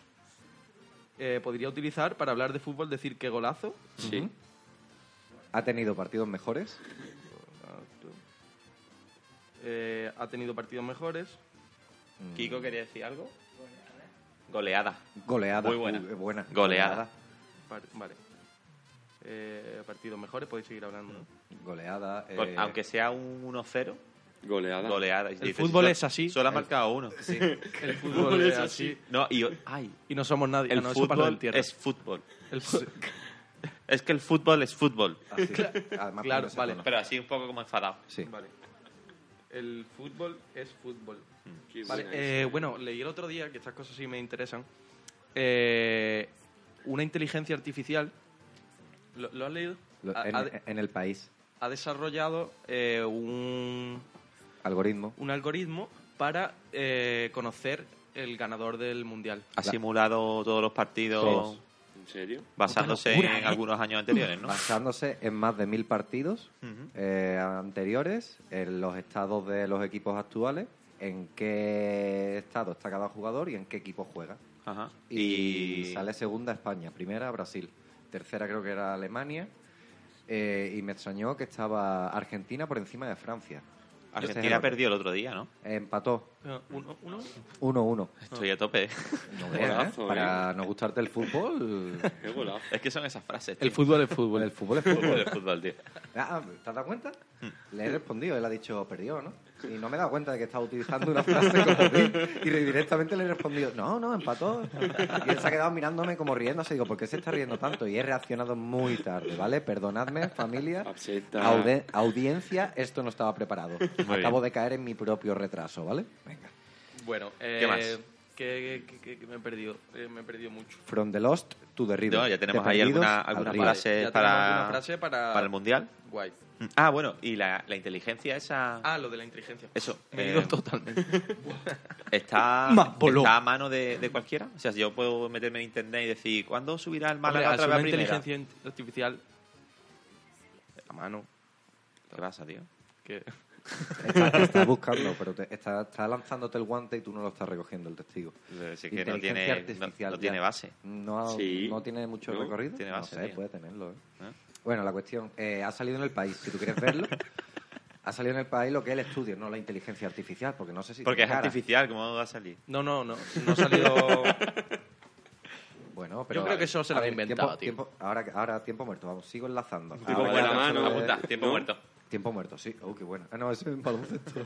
Speaker 3: Eh, podría utilizar para hablar de fútbol decir que golazo.
Speaker 2: Sí.
Speaker 4: ¿Ha tenido partidos mejores?
Speaker 3: Eh, ha tenido partidos mejores. Kiko quería decir algo.
Speaker 1: Goleada.
Speaker 4: Goleada.
Speaker 1: Muy buena.
Speaker 4: Uh, buena.
Speaker 1: Goleada.
Speaker 3: Par- vale. Eh, partidos mejores, podéis seguir hablando. ¿no?
Speaker 4: Goleada. eh,
Speaker 1: Gol- Aunque sea un 1-0,
Speaker 2: Goleada.
Speaker 1: goleada. Y
Speaker 3: El
Speaker 1: dices,
Speaker 3: fútbol
Speaker 1: "Yo-
Speaker 3: es así".
Speaker 1: Solo ha marcado uno.
Speaker 3: El fútbol es así.
Speaker 1: No, y, ay,
Speaker 3: Y no somos nadie. Ah,
Speaker 1: el
Speaker 3: no, eso para lo
Speaker 1: fútbol
Speaker 3: del tierra.
Speaker 1: es fútbol.
Speaker 3: El fu-
Speaker 1: Es que el fútbol es fútbol.
Speaker 4: así, ah,
Speaker 3: Claro,
Speaker 4: además poniéndose
Speaker 3: vale.
Speaker 4: tono.
Speaker 1: Pero así un poco como enfadado.
Speaker 4: Sí.
Speaker 3: vale.
Speaker 7: el fútbol es fútbol.
Speaker 2: Qué
Speaker 3: Vale,
Speaker 2: buena
Speaker 3: eh, bueno, leí el otro día, que estas cosas sí me interesan, eh, una inteligencia artificial, ¿lo, lo has leído?
Speaker 4: Lo-
Speaker 3: Ha,
Speaker 4: en,
Speaker 3: ha-
Speaker 4: en el país.
Speaker 3: ha desarrollado eh, un,
Speaker 4: Algoritmo.
Speaker 3: un algoritmo para eh, conocer el ganador del mundial.
Speaker 1: Ha simulado todos los partidos
Speaker 4: Todos.
Speaker 2: es. ¿En serio?
Speaker 1: basándose en
Speaker 3: ¿eh?
Speaker 1: algunos años anteriores, ¿no?
Speaker 4: Basándose en más de mil partidos
Speaker 1: Ujú.
Speaker 4: eh, anteriores, en los estados de los equipos actuales, en qué estado está cada jugador y en qué equipo juega.
Speaker 1: Ajá.
Speaker 4: y sale segunda España, primera Brasil, tercera creo que era Alemania eh, y me extrañó que estaba Argentina por encima de Francia. Ese es
Speaker 3: este
Speaker 1: Argentina
Speaker 4: el-
Speaker 1: perdió el otro día, ¿no?
Speaker 3: Ah.
Speaker 4: Empató
Speaker 3: Eh, uno- uno-
Speaker 4: 1-1.
Speaker 1: Estoy a tope.
Speaker 4: No
Speaker 2: Qué
Speaker 4: veas, ¿eh?
Speaker 2: golazo, ¿eh?
Speaker 4: Para no gustarte el fútbol,
Speaker 2: Qué golazo.
Speaker 1: es que son esas frases. tío.
Speaker 3: El fútbol es fútbol.
Speaker 4: el fútbol es
Speaker 1: fútbol
Speaker 4: fútbol.
Speaker 1: de fútbol, tío.
Speaker 4: Ah, ¿Te has dado cuenta?
Speaker 1: Hmm.
Speaker 4: Le he respondido, él ha dicho perdió, ¿no? Y no me he dado cuenta de que estaba utilizando una frase como ti y re- directamente le he respondido, no, no, empató. Y él se ha quedado mirándome como riéndose, digo, ¿por qué se está riendo tanto? Y he reaccionado muy tarde, ¿vale? Perdonadme, familia.
Speaker 2: Absenta.
Speaker 4: Aude- audiencia, esto no estaba preparado.
Speaker 1: bien.
Speaker 4: Acabo de caer en mi propio retraso, ¿vale? Venga.
Speaker 3: Bueno, eh,
Speaker 1: ¿Qué más?
Speaker 3: que- que- que- que me he perdido, eh, me he perdido mucho.
Speaker 4: From the lost to the river.
Speaker 1: No, ya tenemos
Speaker 4: De
Speaker 1: ahí
Speaker 4: perdidos
Speaker 1: alguna,
Speaker 4: al
Speaker 1: alguna
Speaker 4: río.
Speaker 1: frase,
Speaker 3: Ya tenemos
Speaker 1: para,
Speaker 3: alguna frase para-
Speaker 1: el mundial.
Speaker 3: Guay.
Speaker 1: Ah, bueno, y la, la inteligencia esa.
Speaker 3: Ah, lo de la inteligencia.
Speaker 1: Eso,
Speaker 3: Me he
Speaker 1: eh,
Speaker 3: ido totalmente.
Speaker 1: está,
Speaker 3: Más bolón.
Speaker 1: está a mano de, de cualquiera. O sea, yo puedo meterme en internet y decir, ¿cuándo subirá el
Speaker 3: Hombre,
Speaker 1: Málaga
Speaker 3: al ser
Speaker 1: otra vez
Speaker 3: una
Speaker 1: a primera?
Speaker 3: inteligencia in- artificial a mano
Speaker 1: ¿Qué pasa, tío?
Speaker 3: que
Speaker 4: Está, está buscando, pero te- está, está lanzándote el guante y tú no lo estás recogiendo el testigo.
Speaker 1: Si es que no
Speaker 4: Inteligencia
Speaker 1: tiene, no,
Speaker 4: artificial,
Speaker 1: no
Speaker 4: ya.
Speaker 1: tiene base.
Speaker 4: No,
Speaker 2: Sí.
Speaker 4: no tiene mucho
Speaker 2: No,
Speaker 4: recorrido.
Speaker 1: tiene base,
Speaker 4: no sé,
Speaker 1: tío.
Speaker 4: puede tenerlo. ¿eh?
Speaker 1: ¿Eh?
Speaker 4: Bueno, la cuestión, eh, ha salido en el país, si tú quieres verlo. ha salido en el país lo que es el estudio, no la inteligencia artificial, porque no sé si.
Speaker 1: Porque es
Speaker 4: tiene cara.
Speaker 1: artificial, ¿cómo va a salir?
Speaker 3: no no no no ha salido
Speaker 4: Bueno, pero.
Speaker 3: Yo creo que eso se lo han
Speaker 4: a ver,
Speaker 3: inventado,
Speaker 4: tiempo- tiempo- ahora, ahora, tiempo muerto, vamos, sigo enlazando.
Speaker 2: Tiempo
Speaker 4: Ahora
Speaker 2: muerto,
Speaker 4: ya
Speaker 2: la
Speaker 4: no se
Speaker 2: mano,
Speaker 4: lo de-
Speaker 1: Ah, Apunta, tiempo
Speaker 2: ¿no?
Speaker 1: muerto.
Speaker 4: Tiempo muerto, sí. Oh, qué bueno. Ah, no, eso es en baloncesto.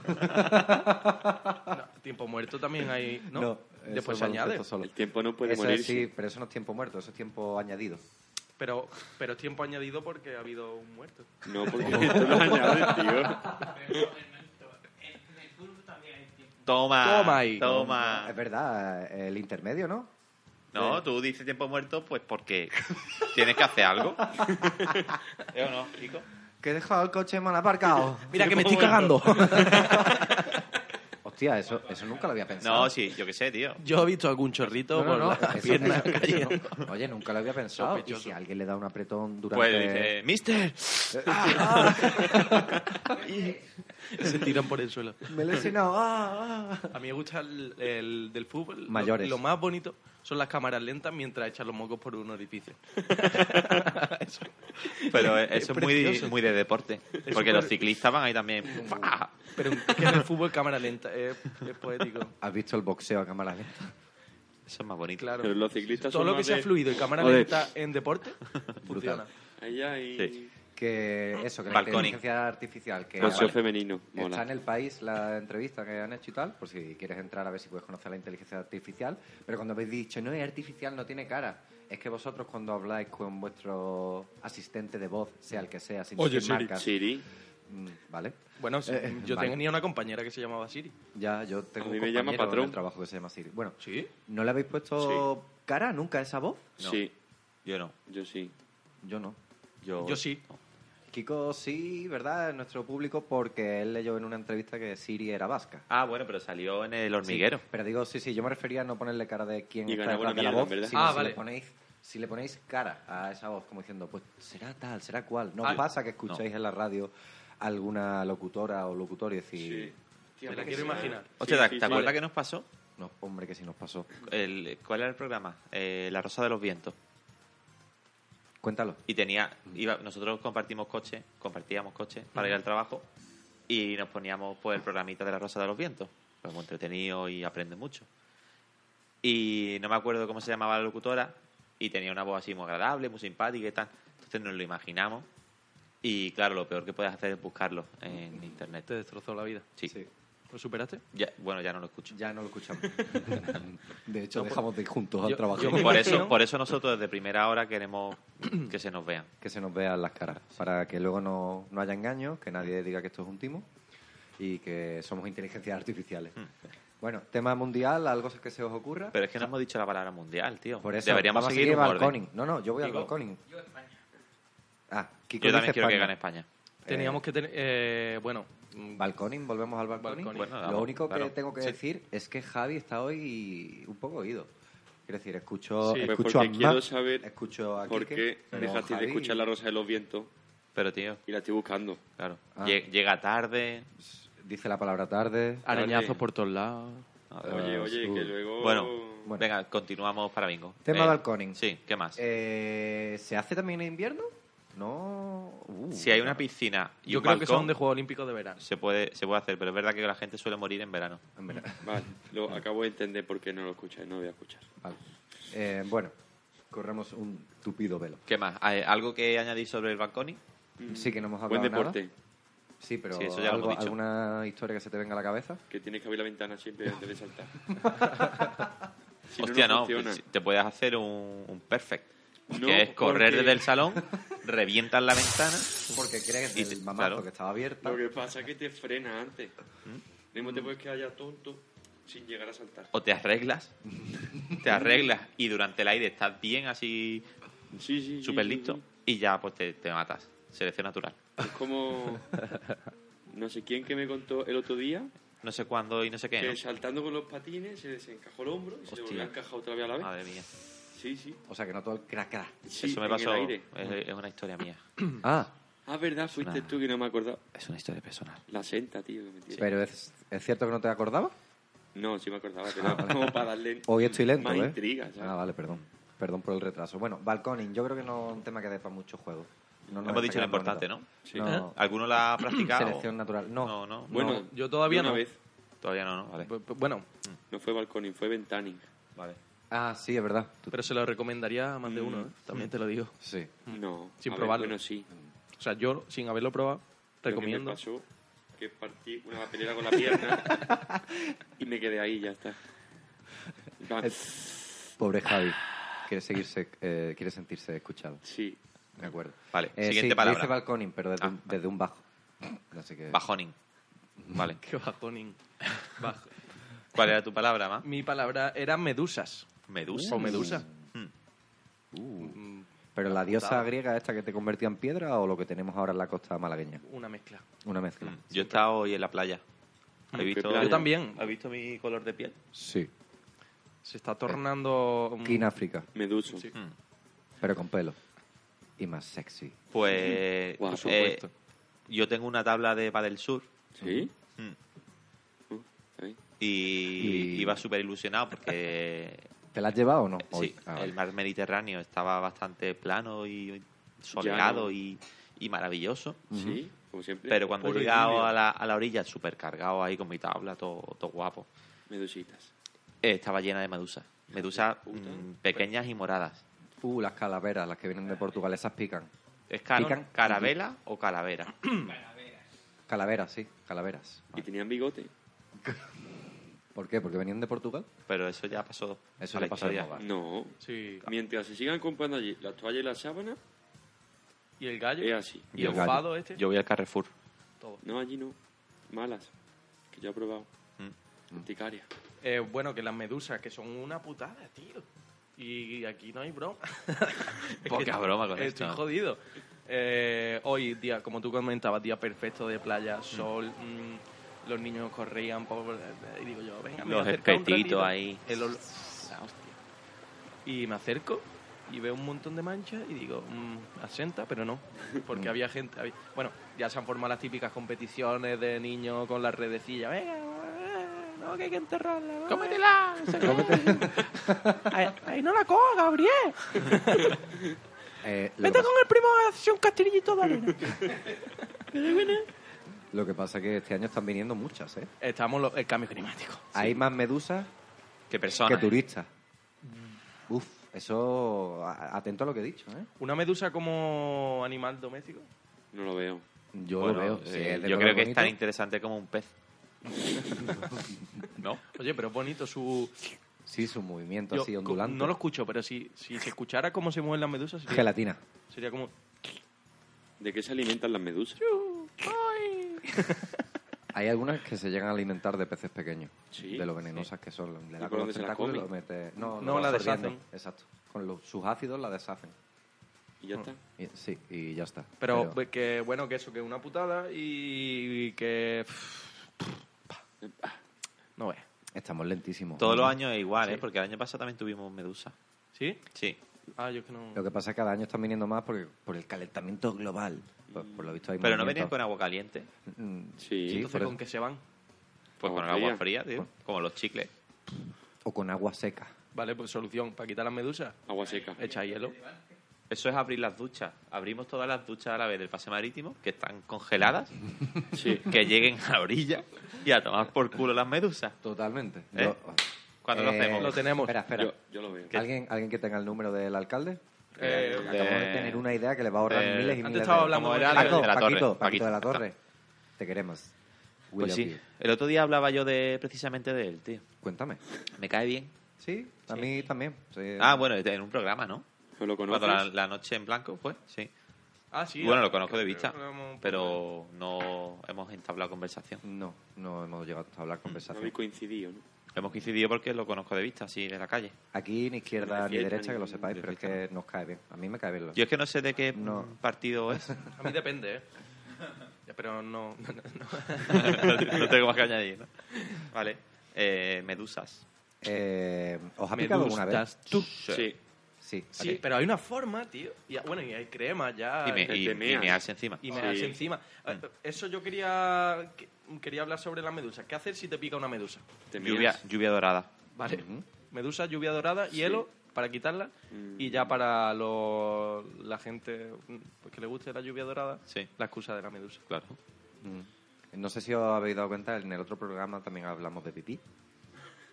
Speaker 3: tiempo muerto también hay no,
Speaker 4: eso
Speaker 3: después
Speaker 4: es
Speaker 3: se añade
Speaker 4: baloncesto solo.
Speaker 2: El tiempo no puede
Speaker 4: Eso es-
Speaker 2: morir.
Speaker 4: sí, pero eso no es tiempo muerto, eso es tiempo añadido.
Speaker 3: pero pero es tiempo añadido porque ha habido un muerto
Speaker 2: No, porque esto lo añades, tío.
Speaker 1: Toma.
Speaker 3: Toma ahí.
Speaker 1: Toma.
Speaker 4: Es verdad, el intermedio, ¿no?
Speaker 1: No, tú dices tiempo muerto, pues porque tienes que hacer algo. ¿Eh o no, Kiko?
Speaker 4: Que he dejado el coche mal aparcado.
Speaker 3: mira que me
Speaker 1: Tiempo
Speaker 3: estoy cagando
Speaker 4: Hostia, eso, eso nunca lo había pensado.
Speaker 1: No, sí, yo qué sé, tío.
Speaker 3: yo he visto algún chorrito por la
Speaker 4: eso-
Speaker 3: pierna
Speaker 4: eso- eso
Speaker 3: cayendo.
Speaker 4: no. Oye, nunca lo había pensado. Y si alguien le da un apretón durante...
Speaker 1: Pues dice, Mister,
Speaker 3: se tiran por el suelo
Speaker 4: Me he lesionado. ah, ah".
Speaker 3: a mí me gusta el, el del fútbol lo-
Speaker 4: Mayores.
Speaker 3: lo, más bonito son las cámaras lentas mientras echan los mocos por un orificio Eso.
Speaker 1: Pero eso es muy,
Speaker 3: precioso.
Speaker 1: muy de deporte.
Speaker 3: Es
Speaker 1: Porque los
Speaker 3: súper-
Speaker 1: ciclistas van ahí también. ¡fa!
Speaker 3: pero es que en el fútbol cámara lenta es- es poético
Speaker 4: ¿Has visto el boxeo a cámara lenta?
Speaker 1: Eso es más bonito.
Speaker 3: Claro.
Speaker 2: Pero los ciclistas
Speaker 3: Todo
Speaker 2: son
Speaker 3: lo que
Speaker 2: más
Speaker 3: sea
Speaker 2: de-
Speaker 3: fluido y cámara
Speaker 2: Joder.
Speaker 3: lenta en deporte funciona.
Speaker 2: Ahí hay...
Speaker 1: Sí.
Speaker 4: Que eso, que
Speaker 1: Balcony.
Speaker 4: la inteligencia artificial... Que
Speaker 2: Paseo
Speaker 4: ahora
Speaker 2: femenino.
Speaker 4: Está
Speaker 2: Mola.
Speaker 4: en el país la entrevista que han hecho y tal, por si quieres entrar a ver si puedes conocer la inteligencia artificial. Pero cuando habéis dicho, no, es artificial, no tiene cara. Es que vosotros cuando habláis con vuestro asistente de voz, sea el que sea, sin
Speaker 2: Oye,
Speaker 4: decir
Speaker 2: Siri.
Speaker 4: marcas,
Speaker 2: Siri.
Speaker 4: mm, ¿vale?
Speaker 3: Bueno, sí,
Speaker 4: Eh,
Speaker 3: yo
Speaker 4: vale.
Speaker 3: tenía una compañera que se llamaba Siri.
Speaker 4: Ya, yo tengo
Speaker 2: A mí
Speaker 4: un
Speaker 2: me llama
Speaker 4: compañero en
Speaker 2: patrón.
Speaker 4: el trabajo que se llama Siri. Bueno,
Speaker 3: ¿Sí?
Speaker 4: ¿no le habéis puesto cara nunca a esa voz?
Speaker 1: No.
Speaker 2: Sí,
Speaker 1: Yo no.
Speaker 2: yo sí.
Speaker 4: Yo no.
Speaker 1: Yo,
Speaker 3: Yo sí.
Speaker 4: Kiko sí, ¿verdad? En nuestro público, porque él leyó en una entrevista que Siri era vasca.
Speaker 1: Ah, bueno, pero salió en el hormiguero.
Speaker 4: Sí, pero digo, sí, sí, yo me refería a no ponerle cara de quién
Speaker 2: Y
Speaker 4: está
Speaker 2: ganaba
Speaker 4: detrás
Speaker 2: la
Speaker 4: de la
Speaker 2: mierda,
Speaker 4: voz,
Speaker 2: ¿verdad?
Speaker 4: sino
Speaker 3: Ah,
Speaker 4: si,
Speaker 3: vale.
Speaker 4: le ponéis, si le ponéis cara a esa voz, como diciendo, pues será tal, será cual. ¿No
Speaker 3: Ah,
Speaker 4: pasa que escucháis en la radio alguna locutora o locutor y decís,
Speaker 3: Me la quiero imaginar.
Speaker 1: Hostia,
Speaker 2: Sí,
Speaker 1: ¿te-
Speaker 2: sí,
Speaker 1: ¿te
Speaker 2: sí.
Speaker 1: acuerdas que nos pasó?
Speaker 4: no, hombre, que si nos pasó?
Speaker 1: El- ¿Cuál era el programa? Eh, la Rosa de los Vientos.
Speaker 4: Cuéntalo.
Speaker 1: y tenía iba, nosotros compartimos coche compartíamos coche para ir al trabajo y nos poníamos pues el programita de la rosa de los vientos pues muy entretenido y aprendes mucho y no me acuerdo cómo se llamaba la locutora y tenía una voz así muy agradable muy simpática y tal entonces nos lo imaginamos y claro lo peor que puedes hacer es buscarlo en
Speaker 3: Te
Speaker 1: internet
Speaker 3: destrozó la vida.
Speaker 1: sí,
Speaker 3: ¿Lo superaste?
Speaker 1: Ya- bueno ya no lo escucho
Speaker 4: Ya no lo escuchamos. de hecho, dejamos de ir juntos al
Speaker 3: pues, yo-
Speaker 4: trabajo.
Speaker 3: yo-
Speaker 1: por eso por eso nosotros desde primera hora queremos que se nos vean
Speaker 4: Que se nos vean las caras, para que luego no, no haya engaños, que nadie diga que esto es un timo. y que somos inteligencias artificiales.
Speaker 3: Hmm.
Speaker 4: Bueno, tema mundial, algo que se os ocurra.
Speaker 1: Pero es que no hemos dicho la palabra mundial, tío.
Speaker 4: Por eso
Speaker 1: Deberíamos
Speaker 4: vamos a
Speaker 1: seguir un orden.
Speaker 4: balconing. No, no, yo voy
Speaker 1: Digo,
Speaker 4: al balconing. Yo Ah, Kiko
Speaker 1: Yo también
Speaker 4: dice
Speaker 1: quiero que
Speaker 4: España.
Speaker 1: gane España.
Speaker 3: Teníamos que tener. eh, bueno,
Speaker 4: Balconing, volvemos al balconing.
Speaker 3: Balconing.
Speaker 1: Bueno,
Speaker 4: Lo
Speaker 1: vamos,
Speaker 4: único que
Speaker 1: claro.
Speaker 4: tengo que
Speaker 1: Sí.
Speaker 4: decir es que Javi está hoy un poco oído. Quiero decir, escucho,
Speaker 2: Sí, pues
Speaker 4: escucho a
Speaker 2: porque quiero
Speaker 4: Mac,
Speaker 2: saber
Speaker 4: escucho a
Speaker 2: ¿Por
Speaker 4: Quique,
Speaker 2: qué
Speaker 4: pero
Speaker 2: dejaste de
Speaker 4: Javi-
Speaker 2: escuchar La Rosa de los Vientos
Speaker 1: Pero, tío,
Speaker 2: y la estoy buscando?
Speaker 1: claro.
Speaker 4: Ah.
Speaker 1: Lle- Llega tarde.
Speaker 4: Dice la palabra tarde. Uh.
Speaker 3: arañazos por todos lados.
Speaker 2: Ah,
Speaker 4: Ah,
Speaker 2: Oye, oye,
Speaker 4: sí.
Speaker 2: que luego...
Speaker 1: Bueno,
Speaker 4: Bueno.
Speaker 1: venga, continuamos para bingo. Eh,
Speaker 4: Tema balconing.
Speaker 1: Sí, ¿qué más?
Speaker 4: Eh, ¿Se hace también en invierno? No. Uh,
Speaker 1: si hay una piscina y
Speaker 3: Yo
Speaker 1: un
Speaker 3: creo que
Speaker 1: balcón,
Speaker 3: son de Juegos Olímpicos de verano.
Speaker 1: se puede, se puede hacer, pero es verdad que la gente suele morir en verano.
Speaker 4: en verano.
Speaker 2: Vale, lo acabo de entender por qué no lo escucháis, no lo voy a escuchar.
Speaker 4: Vale. Eh, bueno, corremos un tupido velo.
Speaker 1: ¿Qué más? ¿Hay ¿Algo que añadir sobre el balconing?
Speaker 4: Sí, que no hemos hablado
Speaker 2: Buen
Speaker 4: nada.
Speaker 2: deporte,
Speaker 4: Sí, pero
Speaker 1: Sí, eso ya lo
Speaker 4: algo-
Speaker 1: hemos dicho.
Speaker 4: ¿alguna historia que se te venga a la cabeza?
Speaker 2: que tienes que abrir la ventana siempre antes de saltar. Si
Speaker 1: Hostia, no,
Speaker 2: funciona.
Speaker 1: pues, te puedes hacer un, un perfect.
Speaker 2: No,
Speaker 1: que es correr
Speaker 2: porque-
Speaker 1: desde el salón, revientas la ventana.
Speaker 4: Porque crees
Speaker 1: Y
Speaker 4: que el
Speaker 1: te-
Speaker 4: mamazo
Speaker 1: claro.
Speaker 4: que estaba abierta.
Speaker 2: Lo que pasa es que te frena antes.
Speaker 1: ¿Mm?
Speaker 2: Mismo te puedes quedar ya tonto sin llegar a saltar.
Speaker 1: O te arreglas, te arreglas y durante el aire estás bien así,
Speaker 2: Sí, sí, sí.
Speaker 1: súper
Speaker 2: sí,
Speaker 1: listo,
Speaker 2: sí.
Speaker 1: y ya pues te, te matas. Selección natural.
Speaker 2: Es como... No sé quién que me contó el otro día
Speaker 1: No sé cuándo y no sé qué.
Speaker 2: que
Speaker 1: ¿no?
Speaker 2: saltando con los patines se desencajó el hombro y se
Speaker 1: Hostia.
Speaker 2: le volvió a encajar otra vez a la vez.
Speaker 1: Madre mía.
Speaker 2: Sí, sí.
Speaker 4: O sea, que no todo el crack crack.
Speaker 2: Sí,
Speaker 1: Eso me
Speaker 2: en el
Speaker 1: pasó.
Speaker 2: aire.
Speaker 1: Es, es una historia mía.
Speaker 4: Ah,
Speaker 2: Ah, verdad, fuiste
Speaker 1: una-
Speaker 2: tú que no me acordaba.
Speaker 1: Es una historia personal.
Speaker 2: La senta, tío, que me tiene.
Speaker 4: pero es, ¿es cierto que no te acordabas?
Speaker 2: No, sí me acordaba, pero como para darle
Speaker 4: Hoy estoy lento,
Speaker 2: más
Speaker 4: ¿eh?
Speaker 2: intriga, ¿sabes?
Speaker 4: Ah, vale, perdón. Perdón por el retraso. Bueno, balconing, yo creo que no es un tema que dé para mucho juego. No
Speaker 1: Hemos
Speaker 4: nos está
Speaker 1: dicho lo
Speaker 4: quedando
Speaker 1: importante,
Speaker 4: nada.
Speaker 1: ¿no?
Speaker 2: Sí.
Speaker 4: No. Ah,
Speaker 1: ¿Alguno la ha practicado?
Speaker 4: Selección natural. No.
Speaker 1: No, no.
Speaker 2: Bueno,
Speaker 3: No, yo todavía
Speaker 2: de una
Speaker 3: no.
Speaker 2: vez.
Speaker 1: Todavía no, ¿no? Vale.
Speaker 3: P- p- Bueno,
Speaker 2: No fue balconing, fue ventaning.
Speaker 1: vale.
Speaker 4: Ah, sí, es verdad. Tú-
Speaker 3: pero se lo recomendaría a más de uno, ¿eh? también te lo digo.
Speaker 4: Sí.
Speaker 2: No.
Speaker 3: Mm. Sin
Speaker 2: a ver,
Speaker 3: probarlo.
Speaker 2: bueno, sí.
Speaker 3: O sea, yo sin haberlo probado, recomiendo.
Speaker 2: Lo que me pasó que partí una papelera con la pierna y me quedé ahí, ya está. En plan,
Speaker 4: Pobre Javi. Quiere, seguirse, eh, quiere sentirse escuchado.
Speaker 2: Sí.
Speaker 4: De acuerdo.
Speaker 1: Vale,
Speaker 4: Eh,
Speaker 1: siguiente
Speaker 4: sí,
Speaker 1: palabra.
Speaker 4: Dice balconing, pero desde,
Speaker 1: Ah,
Speaker 4: un, desde un bajo. Así que...
Speaker 1: Bajoning. Vale.
Speaker 3: Qué bajonín. Baj-
Speaker 1: ¿Cuál era tu palabra, ma?
Speaker 3: Mi palabra era medusas.
Speaker 1: Medusa.
Speaker 3: O medusa.
Speaker 4: Uh. Pero la diosa
Speaker 3: putada.
Speaker 4: griega esta que te convertía en piedra o lo que tenemos ahora en la costa malagueña.
Speaker 3: Una mezcla.
Speaker 4: Una mezcla.
Speaker 1: Yo he estado hoy en la playa. ¿Has
Speaker 2: ¿Qué
Speaker 1: visto?
Speaker 2: playa?
Speaker 3: Yo también.
Speaker 1: ¿Has visto mi color de piel?
Speaker 4: Sí.
Speaker 3: Se está tornando. mm,
Speaker 4: King África,
Speaker 2: Meduso.
Speaker 3: Sí.
Speaker 4: pero con pelo. Y más sexy.
Speaker 1: Pues. eh,
Speaker 2: Guau, por supuesto.
Speaker 1: yo tengo una tabla de Padel Sur
Speaker 2: ¿Sí?
Speaker 1: Mm.
Speaker 2: Uh, está bien.
Speaker 1: y,
Speaker 4: Y-
Speaker 1: iba súper ilusionado porque.
Speaker 4: ¿Te la has llevado o no?
Speaker 1: sí,
Speaker 4: Hoy. Ah, vale.
Speaker 1: el mar Mediterráneo estaba bastante plano y
Speaker 2: Llano.
Speaker 1: soleado y, y maravilloso.
Speaker 2: Sí, como siempre.
Speaker 1: Pero cuando he
Speaker 2: Puro
Speaker 1: llegado
Speaker 2: idilio.
Speaker 1: a la, a la orilla, súper cargado ahí con mi tabla, todo, todo guapo,
Speaker 2: Medusitas.
Speaker 1: eh, estaba llena de medusas. Medusas
Speaker 2: Puta.
Speaker 1: mm, pequeñas y moradas.
Speaker 4: Uh, las calaveras, las que vienen de Portugal, esas pican.
Speaker 1: ¿Es car-
Speaker 4: Pican.
Speaker 1: carabela o calavera?
Speaker 4: Calaveras, sí, calaveras.
Speaker 2: Y tenían bigote.
Speaker 4: ¿Por qué? ¿Porque venían de Portugal?
Speaker 1: Pero eso ya pasó.
Speaker 4: Eso
Speaker 1: a la
Speaker 4: ya pasó de
Speaker 1: historia.
Speaker 4: moda. Vale.
Speaker 2: No.
Speaker 3: Sí.
Speaker 2: Mientras se sigan comprando allí las toallas y las sábanas,
Speaker 3: ¿Y el gallo?
Speaker 2: es así.
Speaker 3: ¿Y el
Speaker 4: el gallo.
Speaker 3: fado este?
Speaker 1: Yo voy al Carrefour.
Speaker 3: Todo.
Speaker 2: No, allí no. Malas. Que yo he probado.
Speaker 3: Mm.
Speaker 2: Anticaria.
Speaker 3: Eh, bueno, que las medusas, que son una putada, tío. Y aquí no hay broma. Es
Speaker 1: Poca broma con
Speaker 3: estoy
Speaker 1: esto.
Speaker 3: jodido. Eh, hoy, día, como tú comentabas, día perfecto de playa, sol. mm, los niños corrían por... Y digo yo, venga, me
Speaker 1: Los
Speaker 3: voy a acercar un
Speaker 1: espetitos
Speaker 3: ratito.
Speaker 1: ahí.
Speaker 3: El ol- La hostia. Y me acerco y veo un montón de manchas y digo, mm, asenta, pero no. Porque había gente... había- Bueno, ya se han formado las típicas competiciones de niños con las redecillas. Venga, eh, no, que hay que enterrarla. ¿no? ¡Cómetela! ahí, ahí no la coja, Gabriel.
Speaker 4: Eh, lo,
Speaker 3: Vete
Speaker 4: que
Speaker 3: con el primo a hacer un castillito de arena.
Speaker 4: pasa, lo que pasa es que este año están viniendo muchas, ¿eh?
Speaker 3: Estamos lo- el cambio climático.
Speaker 4: Hay más medusas
Speaker 1: ¿Qué persona? ¿eh?
Speaker 4: que turistas. Uf, eso... a- Atento a lo que he dicho, ¿eh?
Speaker 3: ¿Una medusa como animal doméstico?
Speaker 2: No lo veo.
Speaker 4: Yo
Speaker 1: Bueno,
Speaker 4: lo veo.
Speaker 1: eh,
Speaker 4: sí, es de
Speaker 1: yo
Speaker 4: color
Speaker 1: creo que es tan
Speaker 4: bonito.
Speaker 1: interesante como un pez. ¿No?
Speaker 3: Oye, pero es bonito su...
Speaker 4: Sí, su movimiento
Speaker 3: yo
Speaker 4: así
Speaker 3: co-
Speaker 4: ondulante.
Speaker 3: no lo escucho, pero si, si se escuchara cómo se mueven las medusas, sería,
Speaker 4: Gelatina.
Speaker 3: sería como...
Speaker 2: ¿De qué se alimentan las medusas?
Speaker 4: Hay algunas que se llegan a alimentar de peces pequeños,
Speaker 2: Sí,
Speaker 4: de lo venenosas que son. Le da
Speaker 2: por
Speaker 4: con
Speaker 2: dónde
Speaker 4: los
Speaker 2: se la
Speaker 4: tentáculos y
Speaker 2: comen?
Speaker 4: lo mete... No,
Speaker 3: No,
Speaker 4: lo
Speaker 3: la
Speaker 4: va sorbiendo.
Speaker 3: deshacen.
Speaker 4: Exacto. Con los- sus ácidos la deshacen.
Speaker 2: Y ya
Speaker 3: Mm.
Speaker 2: está.
Speaker 4: Y- sí, y ya está.
Speaker 3: Pero, que bueno, que eso, que es una putada y que... No es.
Speaker 4: Estamos lentísimos.
Speaker 1: Todos los
Speaker 4: Hombre.
Speaker 1: años es igual, ¿eh? Porque el año pasado también tuvimos medusa.
Speaker 3: ¿Sí?
Speaker 1: Sí.
Speaker 3: Ah, yo es que no...
Speaker 4: Lo que pasa es que cada año están viniendo más porque, por el calentamiento global. Por, por lo visto hay
Speaker 1: Pero no venían
Speaker 4: movimientos.
Speaker 1: con agua caliente.
Speaker 4: Mm,
Speaker 2: Sí,
Speaker 4: sí,
Speaker 3: Entonces,
Speaker 4: por
Speaker 3: ¿con
Speaker 4: eso.
Speaker 3: qué se van?
Speaker 1: Pues
Speaker 2: Agua
Speaker 1: con el agua
Speaker 2: fría.
Speaker 1: fría, tío. Como los chicles.
Speaker 4: O con agua seca.
Speaker 3: Vale, pues solución, para quitar las medusas,
Speaker 2: Agua seca.
Speaker 3: echa hielo.
Speaker 1: Eso es abrir las duchas. Abrimos todas las duchas a la vez del pase marítimo, que están congeladas,
Speaker 2: Sí.
Speaker 1: que lleguen a la orilla y a tomar por culo las medusas.
Speaker 4: Totalmente.
Speaker 1: ¿Eh? Cuando
Speaker 4: Eh,
Speaker 1: lo hacemos.
Speaker 3: lo tenemos.
Speaker 4: Espera, espera.
Speaker 2: Yo, yo lo veo.
Speaker 4: ¿Alguien, ¿alguien que tenga el número del alcalde?
Speaker 3: Eh,
Speaker 4: Acabamos de tener una idea que le va a ahorrar
Speaker 1: eh,
Speaker 4: miles y
Speaker 3: antes
Speaker 4: miles
Speaker 3: estaba
Speaker 4: de
Speaker 3: hablando
Speaker 1: ¿Cómo
Speaker 3: de-
Speaker 1: era?
Speaker 4: Paco,
Speaker 1: de la
Speaker 4: Paquito,
Speaker 1: torre.
Speaker 4: Paquito de la
Speaker 1: Paquito.
Speaker 4: Torre. Te queremos. We
Speaker 1: Pues
Speaker 4: love
Speaker 1: sí.
Speaker 4: you.
Speaker 1: El otro día hablaba yo de precisamente de él, tío.
Speaker 4: Cuéntame.
Speaker 1: Me cae bien.
Speaker 4: Sí, a mí también. Sí.
Speaker 1: Ah, bueno, en un programa, ¿no?
Speaker 2: ¿No lo
Speaker 1: Cuando
Speaker 2: conoces?
Speaker 1: la, la noche en blanco, pues, sí.
Speaker 3: Ah, sí.
Speaker 1: bueno,
Speaker 3: ah,
Speaker 1: lo conozco de vista,
Speaker 3: programa-
Speaker 1: pero no hemos entablado conversación.
Speaker 4: No, no hemos llegado a hablar
Speaker 2: No
Speaker 4: conversación.
Speaker 2: habéis coincidido, ¿no?
Speaker 1: Hemos coincidido porque lo conozco de vista, así, de la calle.
Speaker 4: Aquí ni izquierda
Speaker 2: Ni
Speaker 4: ni
Speaker 2: derecha,
Speaker 4: derecha, que lo
Speaker 2: ni-
Speaker 4: sepáis,
Speaker 1: ni
Speaker 4: pero es que nos cae bien. A mí me cae bien. lo-
Speaker 1: Yo es que no sé de qué
Speaker 4: No.
Speaker 1: mm, partido es.
Speaker 3: A mí depende, ¿eh? Ya, Pero no...
Speaker 1: no tengo más que añadir, ¿no? Vale. Eh, medusas.
Speaker 4: Eh, ¿Os ha picado alguna vez?
Speaker 3: tú.
Speaker 1: Sí.
Speaker 4: Sí.
Speaker 3: Sí,
Speaker 4: Ok.
Speaker 3: pero hay una forma, tío. Y, bueno, y hay crema ya.
Speaker 1: Y me,
Speaker 2: te
Speaker 1: y, y
Speaker 2: meas.
Speaker 1: me hace encima.
Speaker 3: Ah, y me
Speaker 2: Sí. Mm.
Speaker 3: das encima. Eh, Eso yo quería que- quería hablar sobre las medusas. ¿Qué hacer si te pica una medusa?
Speaker 2: Te
Speaker 1: Lluvia,
Speaker 2: miras.
Speaker 1: lluvia dorada.
Speaker 3: Vale. Medusa, lluvia dorada, hielo para quitarla.
Speaker 2: Mm.
Speaker 3: Y ya para los- la gente mm, pues, que le guste la lluvia dorada,
Speaker 1: Sí.
Speaker 3: la excusa de la medusa.
Speaker 1: Claro.
Speaker 4: No sé si os habéis dado cuenta, en el otro programa también hablamos de pipí.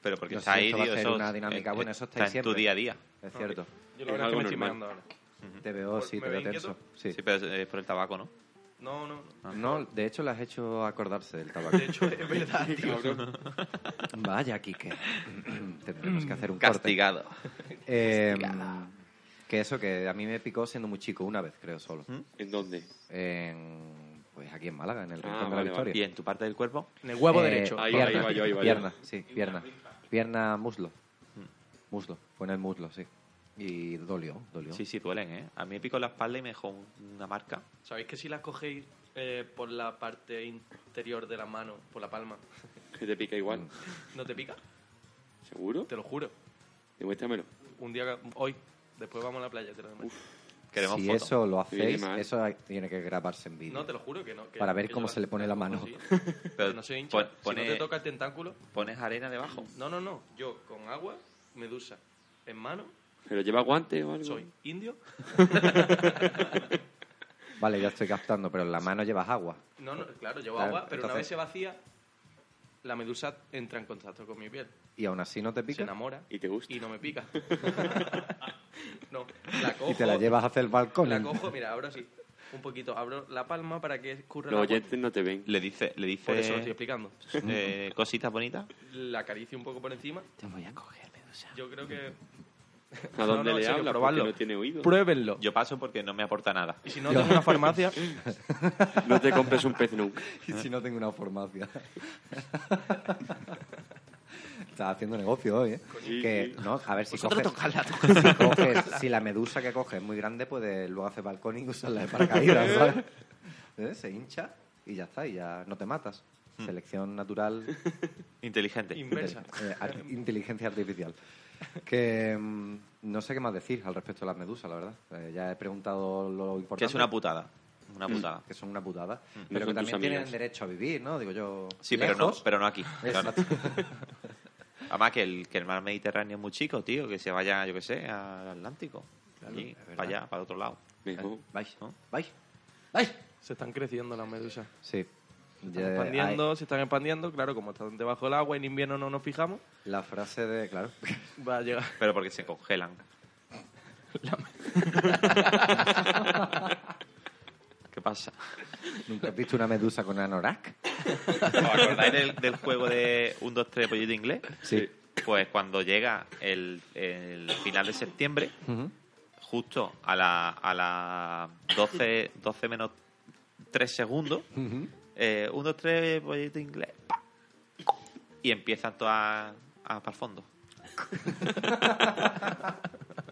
Speaker 1: Pero porque
Speaker 4: No
Speaker 1: está
Speaker 4: sé,
Speaker 1: ahí,
Speaker 4: esto va a
Speaker 1: tío,
Speaker 4: ser
Speaker 1: eso
Speaker 4: una dinámica.
Speaker 1: eh,
Speaker 4: Bueno,
Speaker 1: eh,
Speaker 4: eso
Speaker 1: está
Speaker 4: estáis
Speaker 1: en tu
Speaker 4: siempre.
Speaker 1: día a día.
Speaker 4: Es cierto.
Speaker 3: Yo
Speaker 2: Es
Speaker 3: la verdad es que
Speaker 2: algo
Speaker 3: me estoy
Speaker 2: normal.
Speaker 3: meando ahora.
Speaker 4: Te veo,
Speaker 3: Por-
Speaker 4: sí,
Speaker 3: ¿me
Speaker 4: te veo
Speaker 3: ven
Speaker 4: tenso. Sí.
Speaker 1: Sí. pero es- es por el tabaco, ¿no?
Speaker 3: No, no.
Speaker 4: No, de hecho las has hecho acordarse del tabaco.
Speaker 3: De hecho, es verdad, tío.
Speaker 4: Vaya, Quique. Tendremos que hacer un corte.
Speaker 1: Castigado.
Speaker 4: Eh, que eso, que a mí me picó siendo muy chico, una vez creo solo.
Speaker 2: ¿En dónde?
Speaker 4: En- pues aquí en Málaga, en el
Speaker 2: Ah,
Speaker 4: Rincón de la
Speaker 2: vale, vale.
Speaker 4: Victoria.
Speaker 1: ¿Y en tu parte del cuerpo?
Speaker 3: En el huevo
Speaker 4: Eh,
Speaker 3: derecho.
Speaker 2: Ahí va,
Speaker 4: pierna,
Speaker 2: ahí va, yo, ahí va, yo.
Speaker 4: pierna, sí, pierna. Pierna, muslo. Muslo, fue en el muslo, sí. Y dolió, dolió.
Speaker 1: Sí, sí, duelen, ¿eh? A mí me picó en la espalda y me dejó un- una marca.
Speaker 3: ¿Sabéis que si las cogéis eh, por la parte interior de la mano, por la palma,
Speaker 2: Que te pica igual.
Speaker 3: no te pica?
Speaker 2: ¿Seguro?
Speaker 3: Mm. Te lo juro.
Speaker 2: Demuéstramelo.
Speaker 3: Un día, hoy, después vamos a la playa, te lo demuestro.
Speaker 1: Queremos
Speaker 4: si
Speaker 1: foto.
Speaker 4: eso lo
Speaker 2: Viene
Speaker 4: hacéis,
Speaker 2: mal.
Speaker 4: eso hay- tiene que grabarse en vídeo.
Speaker 3: No, te lo juro que no. que-
Speaker 4: Para ver
Speaker 3: que
Speaker 4: cómo
Speaker 3: yo
Speaker 4: se le pone la mano.
Speaker 3: Sí.
Speaker 1: Pero
Speaker 3: Que no soy hincha.
Speaker 1: pon-
Speaker 3: Si
Speaker 1: pone-
Speaker 3: no te toca el tentáculo...
Speaker 1: ¿Pones arena debajo?
Speaker 3: No, no, no. Yo con agua, medusa en mano,
Speaker 2: ¿Pero lleva guantes o algo?
Speaker 3: soy indio.
Speaker 4: Vale, ya estoy captando, pero en la mano llevas agua.
Speaker 3: No, no, claro, llevo
Speaker 4: Claro,
Speaker 3: agua, pero una
Speaker 4: entonces-
Speaker 3: vez se vacía, la medusa entra en contacto con mi piel.
Speaker 4: Y aún así no te
Speaker 3: Se
Speaker 4: pica.
Speaker 3: enamora
Speaker 2: ¿Y te gusta?
Speaker 3: y no me pica. no, la cojo.
Speaker 4: Y te la llevas hacia el balcón.
Speaker 3: La cojo, mira, ahora sí. Un poquito, abro la palma para que escurra
Speaker 2: Los
Speaker 3: el agua.
Speaker 2: oyentes no te ven.
Speaker 1: Le dice, le dice
Speaker 3: Por eso lo estoy explicando.
Speaker 1: eh, cositas bonitas.
Speaker 3: La acaricio un poco por encima.
Speaker 1: Te voy a coger, medusa.
Speaker 3: Yo creo que...
Speaker 2: ¿A
Speaker 3: No,
Speaker 2: dónde
Speaker 3: no, en
Speaker 2: le
Speaker 3: serio,
Speaker 2: hablas? Porque
Speaker 3: probadlo.
Speaker 2: no tiene oído.
Speaker 3: Pruébenlo.
Speaker 1: Yo paso porque no me aporta nada.
Speaker 3: Y si no, tengo una farmacia...
Speaker 2: No te compres un pez nunca.
Speaker 4: Y si no tengo una farmacia. Estás haciendo negocio hoy, ¿eh?
Speaker 2: Sí,
Speaker 4: que,
Speaker 2: sí.
Speaker 4: no, a ver si coges, si coges- si la medusa que coges es muy grande, puedes luego hacer balcón y usarla de paracaídas, ¿sabes? ¿Eh? Se hincha y ya está, y ya no te matas.
Speaker 1: Hmm.
Speaker 4: Selección natural,
Speaker 1: Inteligente.
Speaker 3: Inversa.
Speaker 4: eh, ar- inteligencia artificial. Que mm, no sé qué más decir al respecto de las medusas, la verdad. Eh, ya he preguntado lo
Speaker 1: que
Speaker 4: importante.
Speaker 1: es una putada.
Speaker 4: Mm.
Speaker 1: Una putada.
Speaker 4: que son una
Speaker 1: Mm.
Speaker 4: putada.
Speaker 2: No
Speaker 4: Pero
Speaker 2: son
Speaker 4: que
Speaker 2: tus
Speaker 4: también tienen
Speaker 2: amigas.
Speaker 4: derecho a vivir, ¿no? Digo yo.
Speaker 1: Sí, pero no,
Speaker 4: lejos.
Speaker 1: pero no aquí. claro.
Speaker 4: Exacto.
Speaker 1: Además que el, que el mar Mediterráneo es muy chico, tío, que se vaya, yo qué sé, al Atlántico. Allí,
Speaker 4: es verdad.
Speaker 1: para allá, para el otro lado.
Speaker 2: Mejor.
Speaker 4: Vais,
Speaker 1: ¿No?
Speaker 4: vais, vais.
Speaker 3: Se están creciendo las medusas.
Speaker 4: Sí.
Speaker 3: Se
Speaker 4: Ya,
Speaker 3: están expandiendo, se están expandiendo. Claro, como están debajo del agua, en invierno no nos fijamos.
Speaker 4: ay, la frase de, claro,
Speaker 3: Va a llegar.
Speaker 1: Pero porque se congelan. ¿Qué pasa?
Speaker 4: nunca has visto una medusa con anorak.
Speaker 1: ¿Os acordáis del, del juego de 1, 2, 3 pollito inglés?
Speaker 4: Sí.
Speaker 1: Pues cuando llega el, el final de septiembre,
Speaker 4: Ujú.
Speaker 1: justo a las a la 12, 12 menos 3 segundos, eh, un, dos, tres, pollito inglés. pa. Y empiezan todas a, para el fondo.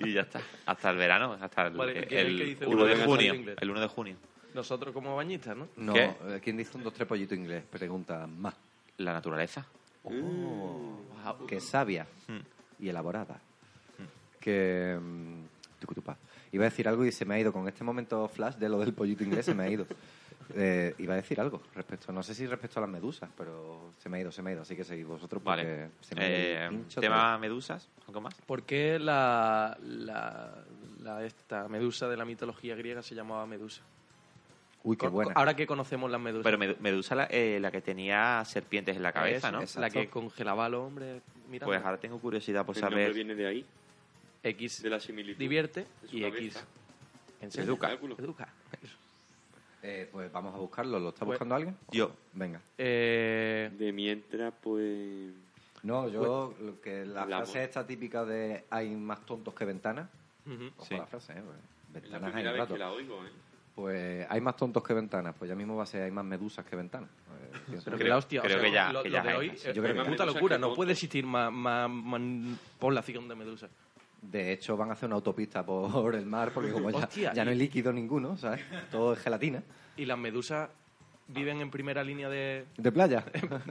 Speaker 1: y ya está. Hasta el verano, hasta el,
Speaker 3: Vale, ¿quién es el
Speaker 1: el,
Speaker 3: que dice
Speaker 1: 1 de
Speaker 3: Urban Accent
Speaker 1: junio.
Speaker 3: English?
Speaker 1: El 1 de junio.
Speaker 3: Nosotros como bañistas, ¿no?
Speaker 4: No,
Speaker 1: ¿Qué?
Speaker 4: eh, ¿quién dice un dos tres pollito inglés? Pregunta más.
Speaker 1: La naturaleza. Wow.
Speaker 4: que es sabia y elaborada. Que. mm, tucutupa. Iba a decir algo y se me ha ido con este momento flash de lo del pollito inglés, se me ha ido. Eh, iba a decir algo respecto, no sé si respecto a las medusas, pero se me ha ido, se me ha ido, así que seguid vosotros porque
Speaker 1: Vale.
Speaker 4: se me ha ido el
Speaker 1: Eh,
Speaker 4: pincho
Speaker 1: tema medusas, algo más.
Speaker 3: ¿Por qué la, la, la- esta medusa de la mitología griega se llamaba medusa?
Speaker 4: todo. Uy, qué
Speaker 3: Co-
Speaker 4: buena.
Speaker 3: Ahora que conocemos las medusas.
Speaker 1: Pero Medu- Medusa, la, eh, la que tenía serpientes en la cabeza, ¿no?
Speaker 4: Esa.
Speaker 3: La
Speaker 4: Exacto.
Speaker 3: que congelaba a los hombres. Mira,
Speaker 1: Pues ahora tengo curiosidad por
Speaker 2: el nombre
Speaker 1: saber.
Speaker 2: viene de ahí,
Speaker 3: X
Speaker 2: de la similitud.
Speaker 3: divierte
Speaker 2: de su
Speaker 3: y
Speaker 2: cabeza.
Speaker 3: X enseña.
Speaker 2: Educa. Cálculo.
Speaker 3: Educa.
Speaker 4: Eh, pues vamos a buscarlo, ¿lo está
Speaker 3: Pues-
Speaker 4: buscando alguien?
Speaker 1: Yo,
Speaker 4: Venga.
Speaker 3: Eh,
Speaker 2: De mientras, pues...
Speaker 4: No, yo, lo que la
Speaker 2: Hablamos.
Speaker 4: frase esta típica de hay más tontos que ventanas.
Speaker 3: ujú.
Speaker 4: Ojo
Speaker 1: Sí.
Speaker 4: a la frase, ¿eh? Pues,
Speaker 2: Es la
Speaker 4: Ventanas hay
Speaker 2: primera
Speaker 4: un
Speaker 2: vez
Speaker 4: rato.
Speaker 2: que la oigo, ¿eh?
Speaker 4: Pues hay más tontos que ventanas, pues ya mismo va a ser hay más medusas que ventanas. Eh, pienso
Speaker 3: Pero
Speaker 4: yo.
Speaker 3: que la hostia,
Speaker 1: creo
Speaker 3: o sea,
Speaker 1: que ya-
Speaker 3: lo,
Speaker 1: que
Speaker 3: lo
Speaker 1: ya
Speaker 3: de
Speaker 1: hay
Speaker 3: hoy
Speaker 1: más.
Speaker 3: es
Speaker 4: Yo creo
Speaker 3: una
Speaker 4: que ya.
Speaker 3: puta
Speaker 2: Medusas
Speaker 3: locura.
Speaker 2: que
Speaker 3: No
Speaker 2: tonto.
Speaker 3: puede existir más, más- más población de medusas.
Speaker 4: De hecho, van a hacer una autopista por el mar porque como ya,
Speaker 3: Hostia,
Speaker 4: ya no
Speaker 3: y-
Speaker 4: hay líquido ninguno, ¿sabes? Todo es gelatina.
Speaker 3: Y las medusas viven en primera línea de...
Speaker 4: De playa.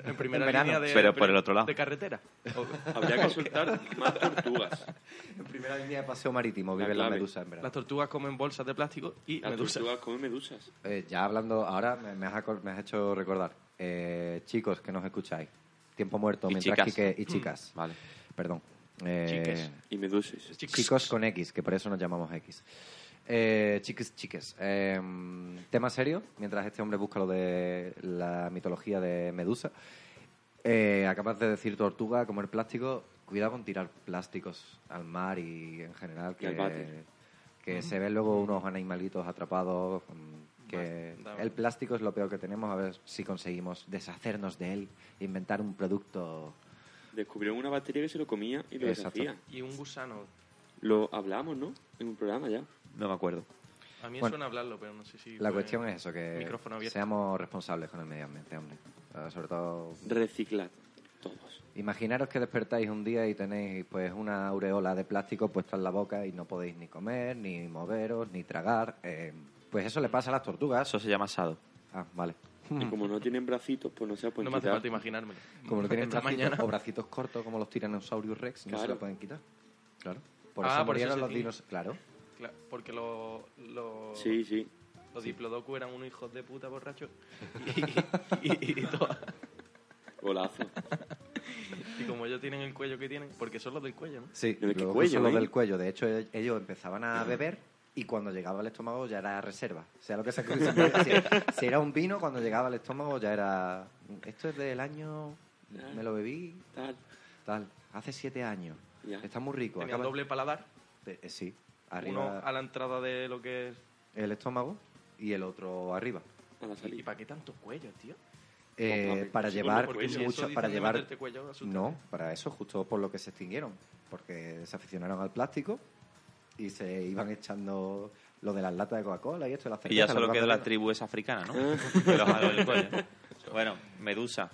Speaker 3: En primera
Speaker 4: En verano.
Speaker 3: línea de...
Speaker 1: Pero por el otro lado.
Speaker 3: De carretera.
Speaker 2: Habría que soltar más tortugas.
Speaker 4: En primera línea de paseo marítimo
Speaker 2: La
Speaker 4: viven las
Speaker 2: clave.
Speaker 4: medusas en verano.
Speaker 3: Las tortugas comen bolsas de plástico y
Speaker 2: Las
Speaker 3: medusas.
Speaker 2: tortugas comen medusas.
Speaker 4: Eh, ya hablando, ahora me, me has, acor- me has hecho recordar. Eh, chicos que nos escucháis. Tiempo muerto,
Speaker 1: Y
Speaker 4: mientras
Speaker 1: chicas. Mm.
Speaker 4: Quique- y chicas.
Speaker 1: vale.
Speaker 4: Perdón. Eh,
Speaker 3: Chiques.
Speaker 2: Y medusas.
Speaker 3: Chicos.
Speaker 4: Chicos con X, que por eso nos llamamos X. Eh, chiques, chiques. eh, tema serio, mientras este hombre busca lo de la mitología de Medusa. Eh, acabas de decir tortuga, comer plástico. Cuidado con tirar plásticos al mar y en general
Speaker 2: Y al
Speaker 4: que,
Speaker 2: váter.
Speaker 4: que se ven luego unos animalitos atrapados. mm, Que
Speaker 3: Bastante.
Speaker 4: el plástico es lo peor que tenemos. A ver si conseguimos deshacernos de él, inventar un producto.
Speaker 2: Descubrieron una batería que se lo comía y lo
Speaker 4: Exacto.
Speaker 2: deshacía.
Speaker 3: Y un gusano.
Speaker 2: Lo hablamos, ¿no? En un programa ya.
Speaker 1: No me acuerdo.
Speaker 3: A mí me
Speaker 4: Bueno,
Speaker 3: suena hablarlo, pero no sé si...
Speaker 4: La
Speaker 3: fue-
Speaker 4: cuestión es eso, que
Speaker 3: Micrófono abierto.
Speaker 4: seamos responsables con el medio ambiente, hombre. Eh, sobre todo,
Speaker 2: Reciclad. Todos.
Speaker 4: imaginaros que despertáis un día y tenéis pues una aureola de plástico puesta en la boca y no podéis ni comer, ni moveros, ni tragar. Eh, pues eso le pasa a las tortugas.
Speaker 1: Eso se llama asado.
Speaker 4: Ah, vale.
Speaker 2: Y como no tienen bracitos, pues no se la pueden
Speaker 3: No me hace
Speaker 2: quitar.
Speaker 3: falta imaginármelo.
Speaker 4: Como no tienen
Speaker 3: Esta
Speaker 4: bracitos,
Speaker 3: mañana...
Speaker 4: o bracitos cortos como los tiranosaurios rex, no se
Speaker 2: Claro.
Speaker 4: lo pueden quitar. Claro. Por
Speaker 3: Ah, por eso
Speaker 4: eso murieron
Speaker 3: se
Speaker 4: los
Speaker 3: tiñe.
Speaker 4: dinosaurios. Claro.
Speaker 3: Claro, porque los los
Speaker 2: Sí, sí.
Speaker 3: los diplodocus eran unos hijos de puta borrachos. Y, y- y todo.
Speaker 2: Golazo.
Speaker 3: Y como ellos tienen el cuello que tienen, porque son los del cuello, ¿no?
Speaker 4: Sí,
Speaker 2: Pero qué
Speaker 4: los
Speaker 2: cuello,
Speaker 4: solo
Speaker 2: ¿eh?
Speaker 4: del cuello. De hecho, e- ellos empezaban a beber y cuando llegaba al estómago ya era reserva. O sea, lo que se se- si, era- si era un vino, cuando llegaba al estómago ya era... Esto es del año... Me lo bebí,
Speaker 2: Tal.
Speaker 4: tal. Hace siete años.
Speaker 2: Ya.
Speaker 4: Está muy rico.
Speaker 3: Tenían
Speaker 4: pues acaba-
Speaker 3: doble paladar,
Speaker 4: Eh, eh, sí.
Speaker 3: uno a
Speaker 4: Arriba
Speaker 3: la entrada de lo que es...
Speaker 4: el estómago y el otro arriba.
Speaker 2: A la
Speaker 3: ¿Y,
Speaker 2: salida.
Speaker 3: para qué tantos cuellos, tío?
Speaker 4: Eh,
Speaker 2: Hombre,
Speaker 4: para
Speaker 2: sí,
Speaker 4: llevar
Speaker 2: porque si eso
Speaker 4: mucho...
Speaker 3: dicen
Speaker 4: Para
Speaker 3: de
Speaker 4: llevar...
Speaker 3: meterte cuello, asusta.
Speaker 4: No, para eso, justo por lo que se extinguieron. Porque se aficionaron al plástico y se iban echando lo de las latas de Coca-Cola y esto de las
Speaker 1: Y ya
Speaker 4: cervezas,
Speaker 1: solo
Speaker 4: los
Speaker 1: quedó
Speaker 4: grandes
Speaker 1: la tribu esa africana, ¿no? Que los jaló del cuello. Bueno, medusa.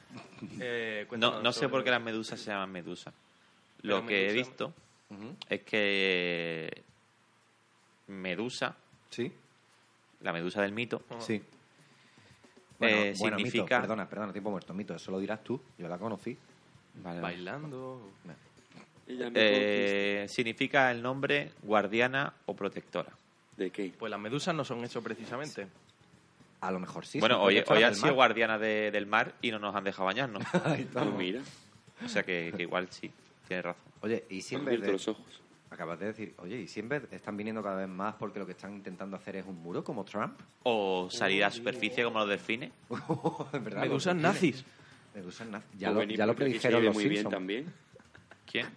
Speaker 3: Eh,
Speaker 1: No,
Speaker 3: cuéntanos
Speaker 1: no sé
Speaker 3: sobre-
Speaker 1: por qué las medusas se llaman medusa. Lo
Speaker 3: Pero
Speaker 1: que he
Speaker 3: medusa-
Speaker 1: visto
Speaker 4: Ujú.
Speaker 1: es que medusa,
Speaker 4: Sí,
Speaker 1: la medusa del mito,
Speaker 3: Ah.
Speaker 4: sí. Bueno,
Speaker 1: eh,
Speaker 4: bueno, mito,
Speaker 1: significa...
Speaker 4: perdona, perdona, tiempo muerto, mito, eso lo dirás tú, yo la conocí.
Speaker 1: Vale, vale.
Speaker 3: Bailando...
Speaker 2: Ella me
Speaker 1: Eh, significa el nombre guardiana o protectora.
Speaker 2: conquista. ¿De qué?
Speaker 3: Pues las medusas no son eso precisamente.
Speaker 4: A lo mejor sí.
Speaker 1: bueno,
Speaker 4: son
Speaker 1: hoy,
Speaker 4: protectoras
Speaker 1: hoy han
Speaker 4: del
Speaker 1: sido
Speaker 4: mar.
Speaker 1: guardianas de- del mar y no nos han dejado bañarnos.
Speaker 4: Ahí estamos.
Speaker 2: Pues mira.
Speaker 1: o sea que, que igual sí, tienes razón.
Speaker 4: Oye, y si
Speaker 2: Han
Speaker 4: en vez
Speaker 2: abierto
Speaker 4: de-
Speaker 2: los ojos.
Speaker 4: Acabas de decir, oye, y si en vez están viniendo cada vez más porque lo que están intentando hacer es un muro como Trump.
Speaker 1: O salir a superficie como los delfines.
Speaker 4: en verdad,
Speaker 3: medusas
Speaker 4: los-
Speaker 3: nazis.
Speaker 4: Medusas nazis. Ya
Speaker 2: Pues
Speaker 4: lo,
Speaker 2: venid
Speaker 4: ya lo
Speaker 2: porque aquí se
Speaker 4: predijeron
Speaker 2: vive
Speaker 4: los
Speaker 2: muy bien
Speaker 4: Simpsons.
Speaker 2: también.
Speaker 1: ¿Quién?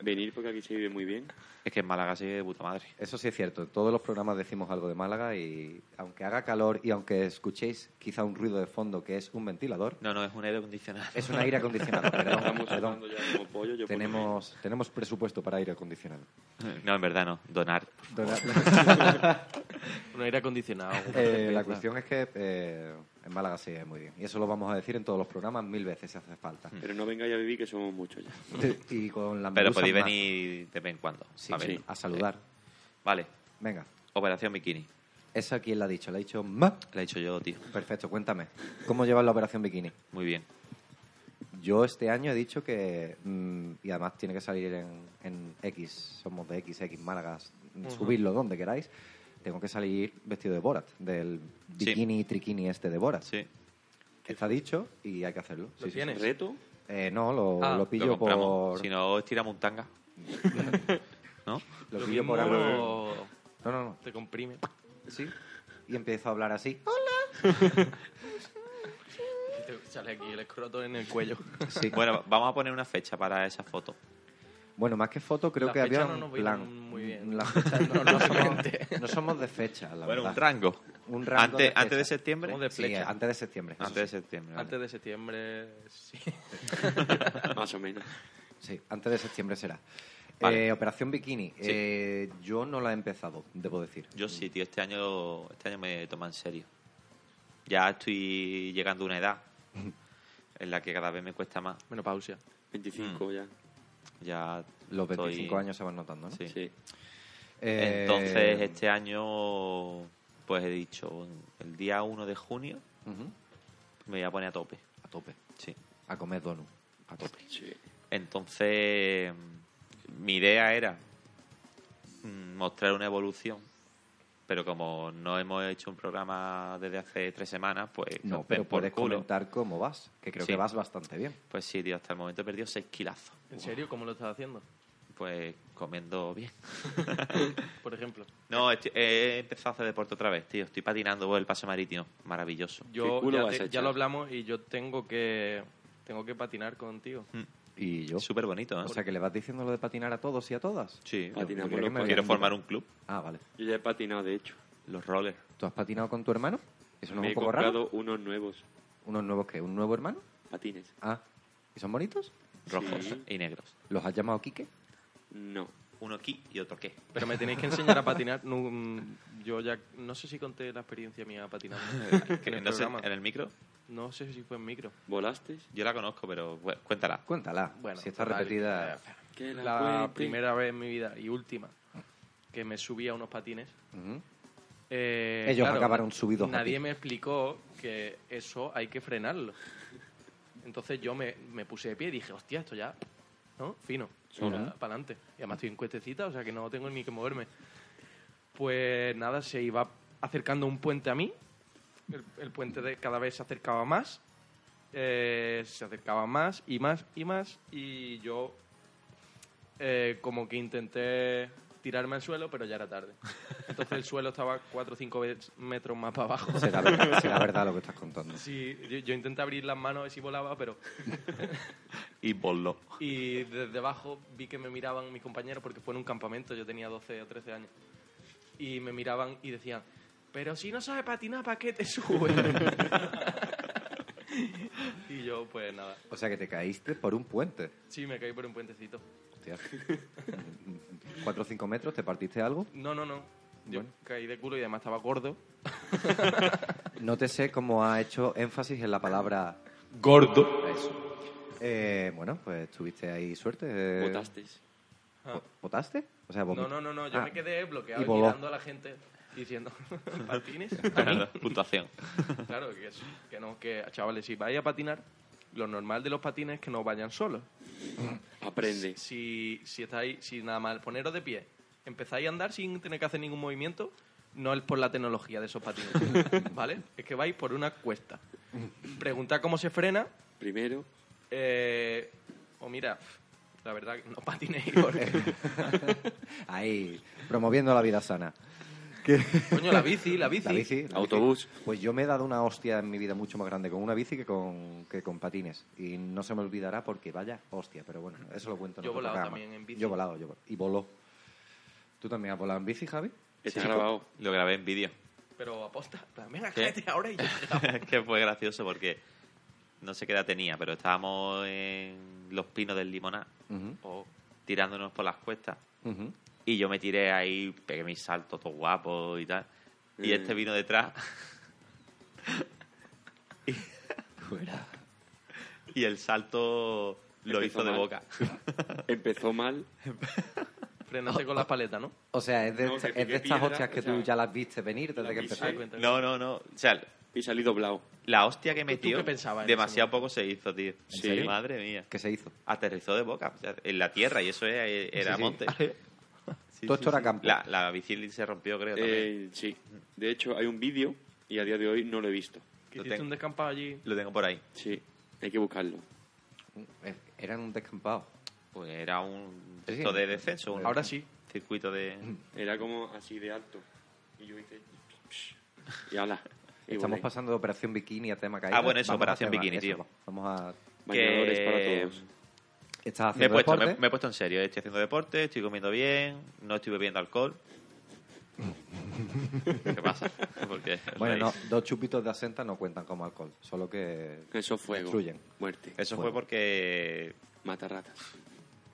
Speaker 2: Venir porque aquí se vive muy bien.
Speaker 1: Es que en Málaga se vive de puta madre.
Speaker 4: Eso sí es cierto. Todos los programas decimos algo de Málaga y aunque haga calor y aunque escuchéis quizá un ruido de fondo que es un ventilador,
Speaker 1: No, no, es un aire acondicionado.
Speaker 4: es un aire acondicionado. Perdón,
Speaker 2: Estamos
Speaker 4: perdón.
Speaker 2: hablando ya como pollo. Yo por lo
Speaker 4: Tenemos, tenemos presupuesto para aire acondicionado.
Speaker 1: No, en verdad no. Donar.
Speaker 4: Dona-
Speaker 3: Un aire acondicionado.
Speaker 4: Eh, la cuestión es que eh, En Málaga se vive muy bien. Y eso lo vamos a decir en todos los programas mil veces si hace falta.
Speaker 2: Pero no vengáis a vivir, que somos muchos ya.
Speaker 4: y con las
Speaker 1: Mm. Pero
Speaker 4: medusas
Speaker 1: podéis
Speaker 4: más.
Speaker 1: venir de vez en cuando.
Speaker 4: Sí,
Speaker 1: a ver.
Speaker 4: sí, a saludar.
Speaker 1: Vale,
Speaker 4: Venga,
Speaker 1: Operación Bikini.
Speaker 4: ¿esa quién la ha dicho? ¿La ha dicho Ma?
Speaker 1: La he hecho yo, tío.
Speaker 4: Perfecto, cuéntame. ¿Cómo llevas la operación bikini?
Speaker 1: Muy bien.
Speaker 4: Yo este año he dicho que, mm, y además tiene que salir en, en X, somos de X, X Málaga, mm, subidlo donde queráis, tengo que salir vestido de Borat, del
Speaker 1: Sí.
Speaker 4: bikini triquini este de Borat.
Speaker 1: Sí.
Speaker 4: Está dicho y hay que hacerlo.
Speaker 3: ¿Lo
Speaker 4: Sí, sí,
Speaker 3: tienes?
Speaker 2: ¿Reto?
Speaker 4: sí. Eh, no, lo,
Speaker 6: Ah,
Speaker 4: lo
Speaker 1: Lo
Speaker 4: pillo
Speaker 1: compramos.
Speaker 4: por...
Speaker 1: Si no, estiramos un tanga. ¿No?
Speaker 4: Lo,
Speaker 3: Lo
Speaker 4: pillo
Speaker 3: mismo
Speaker 4: por... algo.
Speaker 3: lo-
Speaker 4: No, no, no.
Speaker 3: te comprime.
Speaker 4: Sí. Y empiezo a hablar así.
Speaker 3: Y te sale aquí el escroto en el cuello.
Speaker 4: Sí.
Speaker 1: Bueno, vamos a poner una fecha para esa foto.
Speaker 4: Bueno, más que foto, creo
Speaker 3: Las
Speaker 4: que había
Speaker 3: fechas no
Speaker 4: un
Speaker 3: nos vienen
Speaker 4: plan.
Speaker 3: muy bien.
Speaker 4: Las fechas no, no somos,
Speaker 3: Normalmente.
Speaker 4: no somos de fecha, la
Speaker 1: bueno, un
Speaker 4: verdad.
Speaker 1: rango.
Speaker 4: Un rango
Speaker 1: antes,
Speaker 4: de
Speaker 1: antes de
Speaker 4: fecha.
Speaker 1: septiembre.
Speaker 3: Somos de
Speaker 4: Sí,
Speaker 3: flecha.
Speaker 4: antes de septiembre.
Speaker 1: Antes de septiembre. vale.
Speaker 3: Antes de septiembre, sí.
Speaker 2: Más o menos.
Speaker 4: Sí, antes de septiembre será.
Speaker 1: Vale.
Speaker 4: Eh, Operación Bikini. Eh, yo no la he empezado, debo decir.
Speaker 1: Yo sí, tío, este año, este año me toma en serio. Ya estoy llegando a una edad en la que cada vez me cuesta más.
Speaker 3: Menopausia.
Speaker 2: 25
Speaker 3: Hmm.
Speaker 2: ya.
Speaker 1: Ya
Speaker 4: Los 25
Speaker 1: estoy-
Speaker 4: años se van notando, ¿no?
Speaker 1: Sí.
Speaker 2: Sí.
Speaker 4: Eh,
Speaker 1: Entonces, este año, pues he dicho, el día 1 de junio
Speaker 4: ujú,
Speaker 1: me voy a poner a tope.
Speaker 4: a tope.
Speaker 1: Sí,
Speaker 4: A comer donut.
Speaker 1: a tope.
Speaker 2: Sí.
Speaker 1: Entonces, mi idea era mm, mostrar una evolución, pero como no hemos hecho un programa desde hace tres semanas, pues
Speaker 4: No,
Speaker 1: ven
Speaker 4: pero
Speaker 1: por
Speaker 4: puedes
Speaker 1: culo.
Speaker 4: comentar cómo vas, que creo
Speaker 1: Sí.
Speaker 4: que vas bastante bien.
Speaker 1: Pues sí, tío, hasta el momento he perdido seis kilazos.
Speaker 3: ¿En serio? ¿Cómo lo estás haciendo?
Speaker 1: Pues comiendo bien.
Speaker 3: Por ejemplo.
Speaker 1: No, estoy- he empezado a hacer deporte otra vez, tío. Estoy patinando por el paso marítimo. Maravilloso.
Speaker 2: ¿Qué
Speaker 3: Yo
Speaker 2: culo
Speaker 3: ya,
Speaker 2: vas
Speaker 3: te-
Speaker 2: a
Speaker 3: ya
Speaker 2: echar?
Speaker 3: lo hablamos y yo tengo que tengo que patinar contigo.
Speaker 4: Y yo.
Speaker 1: Súper bonito, ¿eh?
Speaker 4: O sea, que le vas diciendo lo de patinar a todos y a todas.
Speaker 1: sí,
Speaker 4: Yo- yo
Speaker 2: Patinamos
Speaker 4: creía que
Speaker 2: los
Speaker 4: me habías
Speaker 1: quiero
Speaker 4: dicho-
Speaker 1: formar un club.
Speaker 4: Ah, vale.
Speaker 2: Yo ya he patinado, de hecho.
Speaker 1: Los rollers.
Speaker 4: ¿Tú has patinado con tu hermano? ¿Eso no es
Speaker 2: Me
Speaker 4: un
Speaker 2: he
Speaker 4: poco raro?
Speaker 2: comprado unos nuevos
Speaker 4: ¿Unos nuevos qué? ¿Un nuevo hermano?
Speaker 2: patines.
Speaker 4: Ah. ¿Y son bonitos?
Speaker 1: Rojos
Speaker 2: Sí.
Speaker 1: y negros.
Speaker 4: ¿Los has llamado Quique?
Speaker 2: No.
Speaker 1: Uno aquí y otro aquí.
Speaker 3: Pero me tenéis que enseñar a patinar. No, mm, yo ya no sé si conté la experiencia mía patinando.
Speaker 1: Eh, Que
Speaker 3: en el
Speaker 1: no sé,
Speaker 3: programa.
Speaker 1: en el micro.
Speaker 3: No sé si fue en micro.
Speaker 2: ¿Volaste?
Speaker 1: Yo la conozco, pero bueno, cuéntala.
Speaker 4: Cuéntala.
Speaker 3: Bueno,
Speaker 4: si está
Speaker 3: total, eh,
Speaker 4: repetida.
Speaker 2: Que la,
Speaker 3: La
Speaker 2: cuente.
Speaker 3: primera vez en mi vida y última que me subí a unos patines.
Speaker 4: Ujú.
Speaker 3: eh,
Speaker 4: Ellos
Speaker 3: claro,
Speaker 4: acabaron subidos a
Speaker 3: Nadie
Speaker 4: ti.
Speaker 3: me explicó que eso hay que frenarlo. Entonces yo me, me puse de pie y dije, hostia, esto ya, ¿no? Fino, para adelante. Y además estoy en cuestecita, o sea que no tengo ni que moverme. Pues nada, se iba acercando un puente a mí. El, el puente de, cada vez se acercaba más. eh, se acercaba más y más y más. Y yo eh, como que intenté tirarme al suelo, pero ya era tarde. Entonces el suelo estaba 4 o 5 metros más para abajo.
Speaker 4: Será verdad, será verdad lo que estás contando.
Speaker 3: Sí, yo, yo intenté abrir las manos a ver si volaba, pero...
Speaker 1: Y voló.
Speaker 3: Y desde abajo vi que me miraban mis compañeros porque fue en un campamento, yo tenía 12 o 13 años. Y me miraban y decían, pero si no sabes patinar, ¿para qué te subes? y yo, pues nada,
Speaker 4: O sea, que te caíste por un puente.
Speaker 3: sí, me caí por un puentecito.
Speaker 4: Hostia. ¿Cuatro o cinco metros? ¿Te partiste algo?
Speaker 3: No, no, no. Yo
Speaker 4: Bueno.
Speaker 3: caí de culo y además estaba gordo.
Speaker 4: No te sé cómo ha hecho énfasis en la palabra
Speaker 6: Gordo.
Speaker 4: eso. Eh, bueno, pues tuviste ahí suerte. eh,
Speaker 2: Botaste.
Speaker 4: ¿Vo- ¿Votaste? O sea,
Speaker 3: No,
Speaker 4: vomit-
Speaker 3: no, no, no, yo
Speaker 4: Ah,
Speaker 3: me quedé bloqueado
Speaker 4: y
Speaker 3: y
Speaker 4: voló.
Speaker 3: mirando a la gente diciendo, ¿patines? a mí?".
Speaker 1: Claro, puntuación.
Speaker 3: Claro, que, es- que no, que chavales, si vais a patinar, lo normal de los patines es que no vayan solos.
Speaker 2: Aprende.
Speaker 3: Si, si estáis, si nada más poneros de pie, empezáis a andar sin tener que hacer ningún movimiento, no es por la tecnología de esos patines, ¿vale? Es que vais por una cuesta. Preguntad cómo se frena,
Speaker 2: Primero.
Speaker 3: eh, o mira, la verdad que no patinéis porque...
Speaker 4: Ahí, promoviendo la vida sana.
Speaker 3: Coño, la bici, la bici.
Speaker 4: La bici. la
Speaker 2: Autobús.
Speaker 4: bici. Pues yo me he dado una hostia en mi vida mucho más grande con una bici que con, que con patines. Y no se me olvidará porque vaya hostia, pero bueno, eso lo cuento en
Speaker 3: Yo he
Speaker 4: otro
Speaker 3: volado
Speaker 4: programa.
Speaker 3: también en bici.
Speaker 4: Yo he volado, yo he volado. Y voló. ¿Tú también has volado en bici, Javi?
Speaker 2: Está grabado.
Speaker 1: Lo grabé en vídeo.
Speaker 3: Pero aposta, en plan, venga,
Speaker 1: ¿Qué?
Speaker 3: cállate ahora y ya.
Speaker 1: Es que fue gracioso porque no sé qué edad tenía, pero estábamos en los pinos del limonar
Speaker 4: Ujú,
Speaker 3: oh,
Speaker 1: o tirándonos por las cuestas.
Speaker 4: ujú.
Speaker 1: Y yo me tiré ahí, pegué mi salto todo guapo y tal. Y
Speaker 2: Mm.
Speaker 1: este vino detrás
Speaker 4: fuera.
Speaker 1: Y el salto lo
Speaker 2: Empezó
Speaker 1: hizo de
Speaker 2: mal.
Speaker 1: boca.
Speaker 2: Empezó mal.
Speaker 3: Frenaste con la paleta, ¿no?
Speaker 4: O sea, es de,
Speaker 2: No,
Speaker 4: esta-
Speaker 2: que
Speaker 4: es de
Speaker 2: pique
Speaker 4: estas
Speaker 2: piedra,
Speaker 4: hostias que
Speaker 2: o sea,
Speaker 4: tú ya las viste venir desde
Speaker 2: las
Speaker 4: que
Speaker 2: viste.
Speaker 4: empezaste.
Speaker 1: No, no, no. O sea,
Speaker 2: Y salí doblado.
Speaker 1: la hostia que
Speaker 3: ¿Tú- tú
Speaker 1: metió,
Speaker 3: qué pensabas en
Speaker 1: demasiado
Speaker 3: ese
Speaker 1: poco se hizo, tío.
Speaker 2: Sí. serio?
Speaker 1: madre mía.
Speaker 4: ¿Qué se hizo?
Speaker 1: Aterrizó de boca, o sea, en la tierra, y eso era, era
Speaker 4: Sí, sí.
Speaker 1: monte. Sí,
Speaker 4: Todo
Speaker 1: sí,
Speaker 4: esto era
Speaker 1: sí.
Speaker 4: campo.
Speaker 1: La, la bici se rompió, creo, también.
Speaker 2: Eh, sí. De hecho, hay un vídeo y a día de hoy no lo he visto.
Speaker 3: Que
Speaker 1: Lo
Speaker 3: hiciste
Speaker 1: tengo.
Speaker 3: un descampado allí.
Speaker 1: Lo tengo por ahí.
Speaker 2: Sí. Hay que buscarlo.
Speaker 4: Eh, Eran un descampado.
Speaker 1: Pues era un
Speaker 4: Sí, sí.
Speaker 1: esto de descenso, un
Speaker 3: Ahora sí.
Speaker 1: circuito de...
Speaker 2: Era como así de alto. Y yo hice... Y ala. Y
Speaker 4: Estamos
Speaker 2: volé.
Speaker 4: pasando de Operación Bikini a tema caída.
Speaker 1: Ah, bueno, eso,
Speaker 4: Vamos
Speaker 1: Operación
Speaker 4: hacia-
Speaker 1: Bikini,
Speaker 4: eso,
Speaker 1: tío.
Speaker 4: va- Vamos a...
Speaker 2: Bañadores
Speaker 1: que-
Speaker 2: para todos.
Speaker 4: Estás
Speaker 1: Me he,
Speaker 4: haciendo
Speaker 1: puesto, me,
Speaker 4: deporte.
Speaker 1: me he puesto en serio, estoy haciendo deporte, estoy comiendo bien, no estoy bebiendo alcohol. ¿Qué pasa? Porque
Speaker 4: Bueno, no, dos chupitos de asenta no cuentan como alcohol, solo que...
Speaker 2: Eso es fuego.
Speaker 4: Destruyen.
Speaker 2: Muerte.
Speaker 1: Eso fue
Speaker 4: Bueno.
Speaker 1: porque,
Speaker 2: Mata ratas.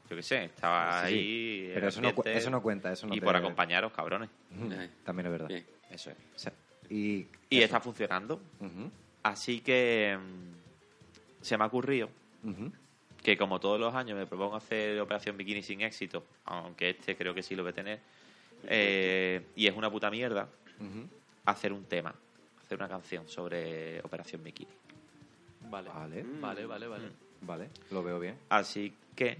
Speaker 1: yo qué sé, estaba
Speaker 4: Sí, sí.
Speaker 1: ahí... el
Speaker 4: Pero eso no, cu-
Speaker 1: ambiente,
Speaker 4: eso no cuenta, eso no
Speaker 1: Y
Speaker 4: te-
Speaker 1: por acompañaros, cabrones.
Speaker 2: Eh,
Speaker 4: También es verdad.
Speaker 2: Bien.
Speaker 1: Eso es.
Speaker 4: O sea, y...
Speaker 1: Y está funcionando.
Speaker 4: Ujú,
Speaker 1: Así que mm, se me ha ocurrido
Speaker 4: ujú.
Speaker 1: que como todos los años me propongo hacer Operación Bikini sin éxito, aunque este creo que sí lo voy a tener, eh, y es una puta mierda, hacer un tema, hacer una canción sobre Operación Bikini.
Speaker 3: Vale.
Speaker 4: Vale. Mm.
Speaker 3: Vale, vale, vale.
Speaker 4: Vale, lo veo bien.
Speaker 1: Así que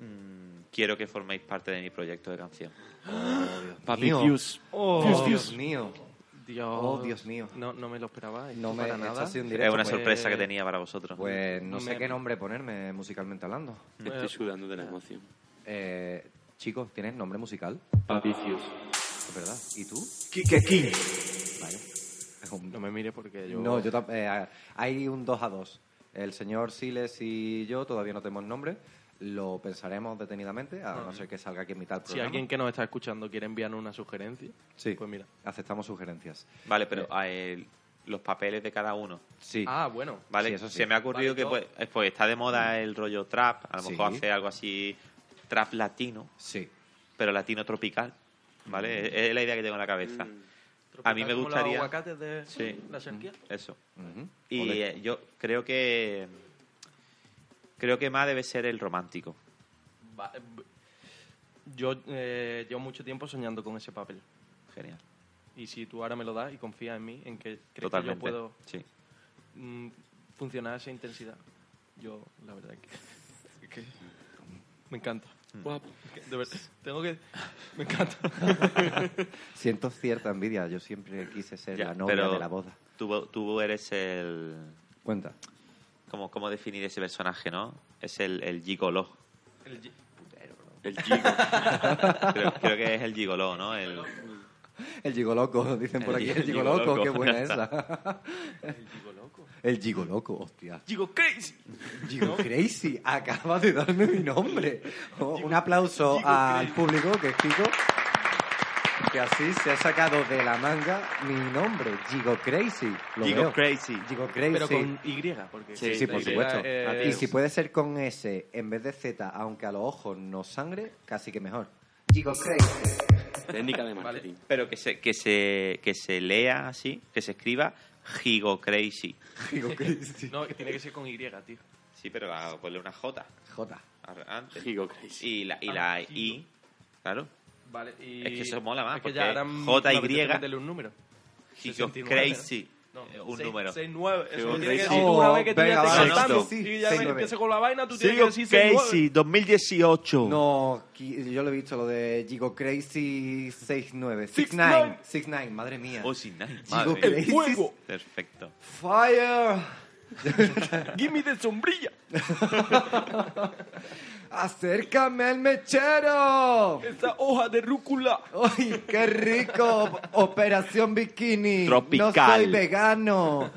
Speaker 1: mm, quiero que forméis parte de mi proyecto de canción.
Speaker 4: Papi Dios. Oh, Dios, mío.
Speaker 3: Dios.
Speaker 4: Oh, Dios mío.
Speaker 3: No, no me lo esperaba. esto
Speaker 4: No me
Speaker 3: para
Speaker 4: esto
Speaker 3: nada.
Speaker 4: ha sido un
Speaker 1: Es
Speaker 4: directo,
Speaker 1: una
Speaker 4: pues-
Speaker 1: sorpresa que tenía para vosotros.
Speaker 4: Pues no sé
Speaker 3: Me-
Speaker 4: qué nombre ponerme eh, musicalmente hablando.
Speaker 2: Estoy sudando de la emoción.
Speaker 4: Eh, chicos, ¿tienes nombre musical?
Speaker 2: Papicius.
Speaker 4: Es verdad. ¿Y tú?
Speaker 5: Quique King.
Speaker 4: Vale. Es un-
Speaker 3: No me mires porque yo...
Speaker 4: No, yo tam- eh, hay un 2 a 2. El señor Siles y yo todavía no tenemos nombre. Lo pensaremos detenidamente, a no ser que salga aquí en mitad del
Speaker 3: Si
Speaker 4: programa.
Speaker 3: alguien que nos está escuchando quiere enviarnos una sugerencia,
Speaker 4: Sí.
Speaker 3: pues mira.
Speaker 4: Aceptamos sugerencias.
Speaker 1: Vale,
Speaker 4: eh,
Speaker 1: pero a el- los papeles de cada uno.
Speaker 4: Sí.
Speaker 3: Ah, bueno.
Speaker 1: ¿Vale?
Speaker 4: Sí, eso sí.
Speaker 1: Se me ha ocurrido
Speaker 3: Vale,
Speaker 1: que
Speaker 3: todo.
Speaker 1: pues, eh, pues está de moda el rollo trap, a lo
Speaker 4: Sí.
Speaker 1: mejor hacer algo así trap latino,
Speaker 4: Sí.
Speaker 1: pero latino tropical, ¿vale?
Speaker 4: Mm.
Speaker 1: Es- Es la idea que tengo en la cabeza. A mí me
Speaker 3: Como los
Speaker 1: gustaría-
Speaker 3: aguacates de
Speaker 1: Sí.
Speaker 3: la Serquía.
Speaker 1: Eso.
Speaker 4: Ujú.
Speaker 1: Y
Speaker 4: Ole.
Speaker 1: eh, yo creo que creo que más debe ser el romántico.
Speaker 3: Va- eh, b- Yo eh, llevo mucho tiempo soñando con ese papel.
Speaker 1: Genial.
Speaker 3: Y si tú ahora me lo das y confías en mí, en que crees
Speaker 1: Totalmente.
Speaker 3: que yo puedo
Speaker 1: Sí.
Speaker 3: mm, funcionar a esa intensidad, yo la verdad que, que me encanta.
Speaker 1: Mm.
Speaker 2: Guapo.
Speaker 3: De verdad, tengo que... Me encanta.
Speaker 4: Siento cierta envidia. Yo siempre quise ser
Speaker 1: Ya,
Speaker 4: la novia
Speaker 1: pero
Speaker 4: de la boda.
Speaker 1: Tú, tú eres el
Speaker 4: Cuenta.
Speaker 1: ¿cómo, cómo definir ese personaje, ¿no? Es el, el gigoló.
Speaker 3: El ye-
Speaker 2: El chico.
Speaker 1: Creo, creo que es el gigoló, ¿no? El,
Speaker 4: El gigoloco, dicen por
Speaker 1: El
Speaker 4: aquí.
Speaker 1: gi-
Speaker 4: El
Speaker 1: el gigoloco,
Speaker 4: gigoloco, qué buena
Speaker 1: ya
Speaker 4: esa.
Speaker 3: el chico loco.
Speaker 4: El gigoloco, hostia.
Speaker 3: Chico crazy.
Speaker 4: Gigo Crazy, acaba de darme mi nombre. Oh, un aplauso al público que es Kiko, que así se ha sacado de la manga mi nombre, Gigo Crazy. Lo
Speaker 1: Gigo
Speaker 4: veo.
Speaker 1: Crazy.
Speaker 4: Gigo Crazy.
Speaker 3: Pero con Y, porque...
Speaker 4: Sí, sí, por
Speaker 3: la
Speaker 4: supuesto.
Speaker 3: idea
Speaker 1: Ah,
Speaker 4: y
Speaker 3: es-
Speaker 4: si puede ser con S en vez de Z, aunque a los ojos no sangre, casi que mejor. Gigo Crazy.
Speaker 2: Técnica de marketing.
Speaker 1: Pero que se, que se que se lea así, que se escriba gigo crazy.
Speaker 4: Gigo Crazy.
Speaker 3: No, tiene que ser con Y, tío.
Speaker 1: Sí, pero ah, ponle una J
Speaker 4: J.
Speaker 1: ar- antes.
Speaker 2: Gigo crazy.
Speaker 1: Y la y
Speaker 3: Ah,
Speaker 1: la I, claro.
Speaker 3: Vale, y...
Speaker 1: Es que eso mola más,
Speaker 3: es que
Speaker 1: porque
Speaker 3: ya ahora m-
Speaker 1: J y
Speaker 3: me apetece
Speaker 1: griega.
Speaker 3: meterle un número.
Speaker 1: Gigo
Speaker 3: 69,
Speaker 1: crazy.
Speaker 3: No,
Speaker 1: Eh, un
Speaker 3: seis-
Speaker 1: número.
Speaker 3: seis, nueve. Eso
Speaker 2: Gigo
Speaker 3: tiene que
Speaker 2: crazy.
Speaker 3: decir una vez que tú
Speaker 4: Venga,
Speaker 3: ya
Speaker 1: Oh, va,
Speaker 3: estés saltando.
Speaker 4: anoto.
Speaker 3: Y ya
Speaker 4: Seis,
Speaker 3: ves que
Speaker 4: nueve.
Speaker 3: empieza con la vaina, tú tienes que
Speaker 1: Gigo
Speaker 3: decir seis, nueve.
Speaker 1: crazy 2018.
Speaker 4: No, qui- yo lo he visto, lo de Gigo Crazy 69. 69.
Speaker 3: 69.
Speaker 4: 69, madre mía.
Speaker 1: Oh, sin nada.
Speaker 4: Gigo
Speaker 1: Madre mía.
Speaker 4: Crazy.
Speaker 3: Fuego.
Speaker 1: Perfecto.
Speaker 4: Fire.
Speaker 3: Give me the sombrilla.
Speaker 4: Acércame al mechero.
Speaker 3: Esa hoja de rúcula.
Speaker 4: ¡Ay, qué rico! Operación Bikini.
Speaker 1: Tropical.
Speaker 4: No soy vegano.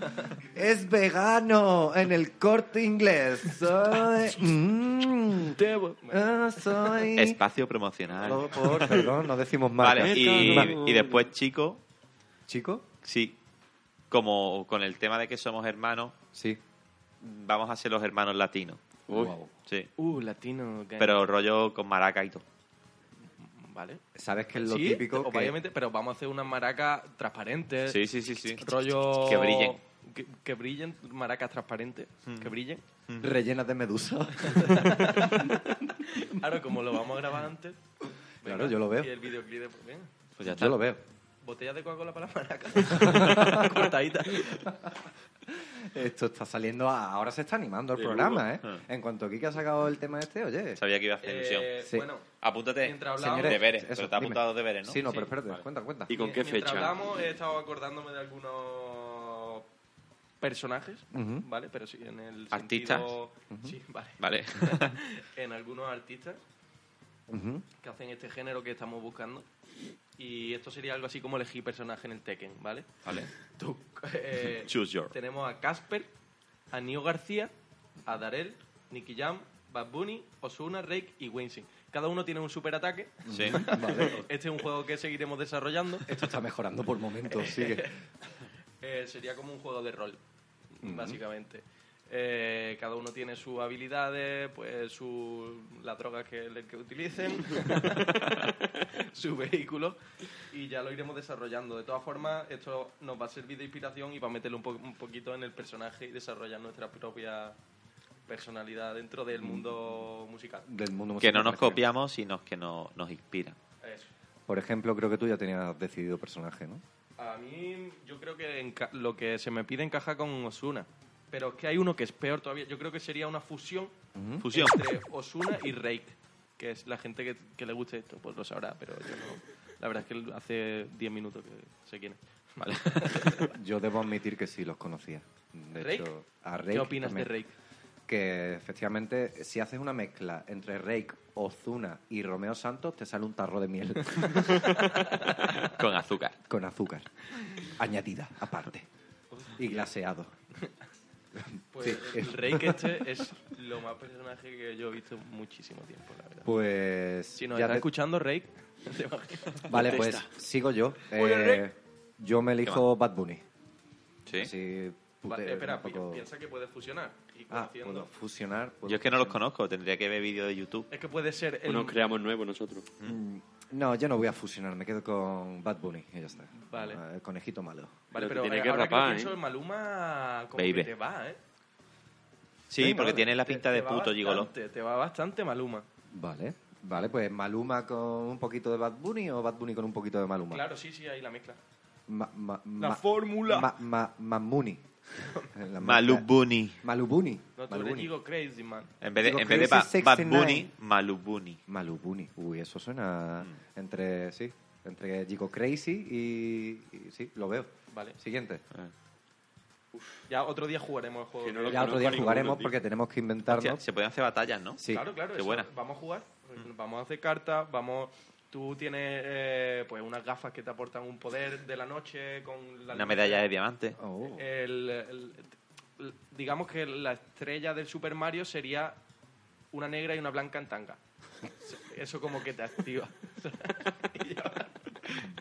Speaker 4: Es vegano en el corte inglés. Soy. Mm.
Speaker 3: Debo-
Speaker 4: Ah, soy. Oh,
Speaker 1: Espacio promocional.
Speaker 4: Por favor, perdón, no decimos más.
Speaker 1: Vale, y, y después, chico,
Speaker 4: ¿Chico?
Speaker 1: sí, como con el tema de que somos hermanos,
Speaker 4: Sí.
Speaker 1: vamos a ser los hermanos latinos.
Speaker 2: Uy.
Speaker 4: Wow.
Speaker 1: Sí.
Speaker 3: Uh, latino. gang.
Speaker 1: Pero rollo con maraca y todo.
Speaker 3: Vale.
Speaker 4: ¿Sabes qué es lo
Speaker 3: Sí,
Speaker 4: típico? que-
Speaker 3: Obviamente, pero vamos a hacer unas maracas transparentes.
Speaker 1: Sí, sí, sí, sí.
Speaker 3: Eh, Rollo...
Speaker 1: Que brillen.
Speaker 3: que, que brillen, maracas transparentes, que brillen.
Speaker 4: Rellena de medusa.
Speaker 3: Ahora, como lo vamos a grabar antes.
Speaker 4: Claro, yo lo veo.
Speaker 3: Y el videoclip de. Venga,
Speaker 1: Pues ya está.
Speaker 4: Yo lo veo.
Speaker 3: botella de Coca-Cola para maracas. Cortadita.
Speaker 4: Esto está saliendo. a- Ahora se está animando el
Speaker 2: De
Speaker 4: programa, ¿eh?
Speaker 1: lujo. Ah.
Speaker 4: En cuanto Kike ha sacado el tema este, oye.
Speaker 1: Sabía que iba a hacer ilusión.
Speaker 3: Eh,
Speaker 4: Sí.
Speaker 3: Bueno,
Speaker 1: Apúntate.
Speaker 3: mientras hablábamos-
Speaker 4: Señores,
Speaker 1: deberes.
Speaker 4: eso,
Speaker 1: pero te ha
Speaker 4: dime.
Speaker 1: apuntado deberes, ¿no?
Speaker 4: Sí, no, pero
Speaker 3: Sí.
Speaker 4: espérate,
Speaker 1: Vale.
Speaker 4: cuenta, cuenta.
Speaker 2: ¿Y con
Speaker 3: mi-
Speaker 2: qué
Speaker 3: eh, mientras
Speaker 2: fecha?
Speaker 3: hablamos, he estado acordándome de algunos personajes,
Speaker 4: Ujú.
Speaker 3: ¿vale? Pero sí, en el
Speaker 1: Artistas.
Speaker 3: sentido- Sí, vale.
Speaker 1: Vale.
Speaker 3: en algunos artistas
Speaker 4: Ujú.
Speaker 3: que hacen este género que estamos buscando. Y esto sería algo así como elegir personaje en el Tekken, ¿vale?
Speaker 1: vale.
Speaker 3: Tú, eh,
Speaker 1: Choose your.
Speaker 3: Tenemos a Casper, a Nio García, a Darel, Nicky Jam, Bad Bunny, Osuna, Rake y Winsing. Cada uno tiene un superataque.
Speaker 1: Sí.
Speaker 4: Vale.
Speaker 3: Este es un juego que seguiremos desarrollando.
Speaker 4: Esto está mejorando por momentos, sigue.
Speaker 3: Eh, sería como un juego de rol, básicamente. Eh, cada uno tiene sus habilidades, pues su, las drogas que, le- que utilicen, su vehículo, y ya lo iremos desarrollando. De todas formas, esto nos va a servir de inspiración y para meterlo un, po- un poquito en el personaje y desarrollar nuestra propia personalidad dentro del mundo musical.
Speaker 4: Del
Speaker 1: Que
Speaker 4: mundo musical
Speaker 1: no nos
Speaker 4: comercial.
Speaker 1: copiamos, sino que no, nos inspira.
Speaker 3: Eso.
Speaker 4: Por ejemplo, creo que tú ya tenías decidido personaje, ¿no?
Speaker 3: A mí, yo creo que enca- lo que se me pide encaja con Osuna. Pero es que hay uno que es peor todavía. Yo creo que sería una fusión
Speaker 1: Fusión.
Speaker 3: entre Osuna y Rake. Que es la gente que, que le guste esto, pues lo sabrá. Pero yo no. La verdad es que hace 10 minutos que sé quién es. Vale.
Speaker 4: Yo debo admitir que sí los conocía. De
Speaker 3: ¿Rake?
Speaker 4: hecho, a Rake
Speaker 3: ¿Qué opinas de
Speaker 4: también.
Speaker 3: Rake?
Speaker 4: Que efectivamente, si haces una mezcla entre Rake, Ozuna y Romeo Santos, te sale un tarro de miel
Speaker 1: Con azúcar.
Speaker 4: con azúcar. Añadida, aparte. Y glaseado.
Speaker 3: Pues
Speaker 4: Sí.
Speaker 3: el Rake este es lo más personaje que yo he visto en muchísimo tiempo, la verdad.
Speaker 4: Pues.
Speaker 3: Si nos
Speaker 4: ya
Speaker 3: está
Speaker 4: te-
Speaker 3: escuchando Rake, te imaginas.
Speaker 4: Vale, pues sigo yo. Eh, yo me elijo Bad Bunny.
Speaker 1: Sí.
Speaker 4: Así,
Speaker 3: Va-
Speaker 4: pute-
Speaker 3: espera,
Speaker 4: un poco-
Speaker 3: piensa que puedes fusionar. Y
Speaker 4: Ah,
Speaker 3: conociendo-
Speaker 4: puedo fusionar. puedo
Speaker 1: Yo es que no los
Speaker 4: fusionar.
Speaker 1: conozco. Tendría que ver vídeos de YouTube.
Speaker 3: Es que puede ser
Speaker 2: O
Speaker 3: el,
Speaker 2: nos creamos nuevos nosotros.
Speaker 4: Mm, No, yo no voy a fusionar, me quedo con Bad Bunny y ya está.
Speaker 3: Vale.
Speaker 4: Ah, el conejito malo.
Speaker 3: Vale, pero,
Speaker 2: Pero te tiene
Speaker 3: eh,
Speaker 2: que
Speaker 3: ahora que
Speaker 2: rapar,
Speaker 3: lo pienso,
Speaker 2: ¿eh?
Speaker 3: el Maluma como
Speaker 1: Baby.
Speaker 3: que te va, ¿eh?
Speaker 1: Sí,
Speaker 4: Venga,
Speaker 1: porque
Speaker 4: vale.
Speaker 1: tiene la
Speaker 3: Te-
Speaker 1: pinta
Speaker 3: te
Speaker 1: de
Speaker 3: va
Speaker 1: puto gigolo.
Speaker 3: bastante, Te va bastante Maluma.
Speaker 4: Vale. Vale, pues Maluma con un poquito de Bad Bunny o Bad Bunny con un poquito de Maluma.
Speaker 3: Claro, sí, sí, ahí la mezcla.
Speaker 4: Ma- ma-
Speaker 3: La
Speaker 4: ma-
Speaker 3: fórmula.
Speaker 4: Ma, ma- Mamuni. La-
Speaker 1: Malubuni.
Speaker 4: Malubuni.
Speaker 3: No, tú le
Speaker 4: Malubuni.
Speaker 3: digo Crazy Man.
Speaker 1: En vez de,
Speaker 4: Digo,
Speaker 1: en vez de
Speaker 4: Crazy
Speaker 1: ba- Bad
Speaker 4: 69.
Speaker 1: Bunny, Malubuni.
Speaker 4: Malubuni. Uy, eso suena
Speaker 1: Mm.
Speaker 4: entre, sí, entre Gigo Crazy y, y sí, lo veo.
Speaker 3: Vale.
Speaker 4: Siguiente.
Speaker 3: Ya otro día jugaremos el juego.
Speaker 2: Que no lo-
Speaker 4: Ya otro
Speaker 2: conozco
Speaker 4: día
Speaker 2: a ninguno,
Speaker 4: jugaremos
Speaker 2: tío.
Speaker 4: porque tenemos que
Speaker 1: Hostia,
Speaker 4: inventarnos.
Speaker 1: se pueden hacer batallas, ¿no?
Speaker 4: Sí.
Speaker 3: Claro, claro.
Speaker 1: Qué
Speaker 3: eso,
Speaker 1: buena.
Speaker 3: Vamos a jugar. Vamos a hacer cartas, vamos... Tú tienes eh, pues unas gafas que te aportan un poder de la noche con la
Speaker 1: Una medalla de diamante.
Speaker 3: Eh,
Speaker 4: Oh.
Speaker 3: El- el- el- digamos que la estrella del Super Mario sería una negra y una blanca en tanga. Eso como que te activa.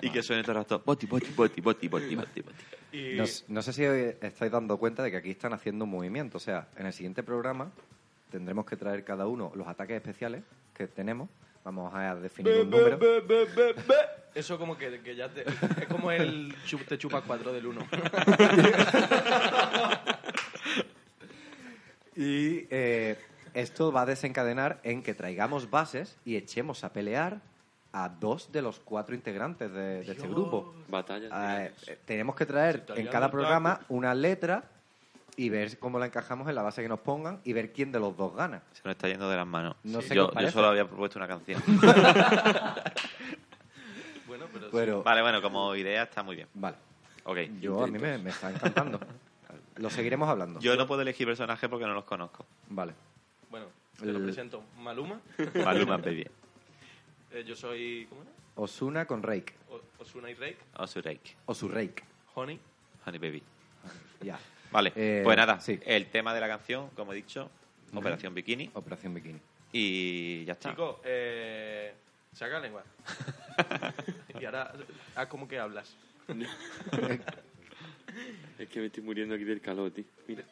Speaker 1: Y que suene todo el rato. Boti, boti, boti, boti, boti, boti, boti.
Speaker 3: Y
Speaker 4: No, s- no sé si eh, estáis dando cuenta de que aquí están haciendo un movimiento. O sea, en el siguiente programa tendremos que traer cada uno los ataques especiales que tenemos. Vamos a definir un número.
Speaker 3: eso como que, que ya te... Es como el chu- te chupa cuatro del uno.
Speaker 4: Y eh, esto va a desencadenar en que traigamos bases y echemos a pelear a dos de los cuatro integrantes de, de este grupo.
Speaker 2: Batallas.
Speaker 4: Ah,
Speaker 2: tío.
Speaker 4: eh, eh, tenemos que traer en cada programa una letra y ver cómo la encajamos en la base que nos pongan y ver quién de los dos gana.
Speaker 1: Se nos está yendo de las manos.
Speaker 4: No sé qué
Speaker 1: yo,
Speaker 4: os
Speaker 1: yo
Speaker 4: parece.
Speaker 1: solo había propuesto una canción.
Speaker 3: Bueno, pero...
Speaker 4: Pero,
Speaker 1: Vale, bueno, como idea está muy bien.
Speaker 4: vale.
Speaker 1: Ok.
Speaker 4: Yo a mí me, me está encantando. Lo seguiremos hablando.
Speaker 1: Yo no puedo elegir personajes porque no los conozco.
Speaker 4: Vale.
Speaker 3: Bueno, te lo
Speaker 4: El-
Speaker 3: presento. Maluma.
Speaker 1: Maluma, baby.
Speaker 3: Eh, yo soy... ¿Cómo era?
Speaker 4: Osuna con Rake.
Speaker 3: O- Ozuna y Rake.
Speaker 1: O su rake.
Speaker 4: O su Rake.
Speaker 3: Honey.
Speaker 1: Honey, baby.
Speaker 4: Ya.
Speaker 1: Vale,
Speaker 4: Eh,
Speaker 1: pues nada.
Speaker 4: sí.
Speaker 1: El tema de la canción, como he dicho,
Speaker 4: Ujú.
Speaker 1: Operación Bikini.
Speaker 4: Operación Bikini.
Speaker 1: Y ya
Speaker 4: Ah.
Speaker 1: está.
Speaker 3: Chico, eh... Saca lengua. y ahora... Ah, como que hablas.
Speaker 2: Es que me estoy muriendo aquí del calor, tío. Mira.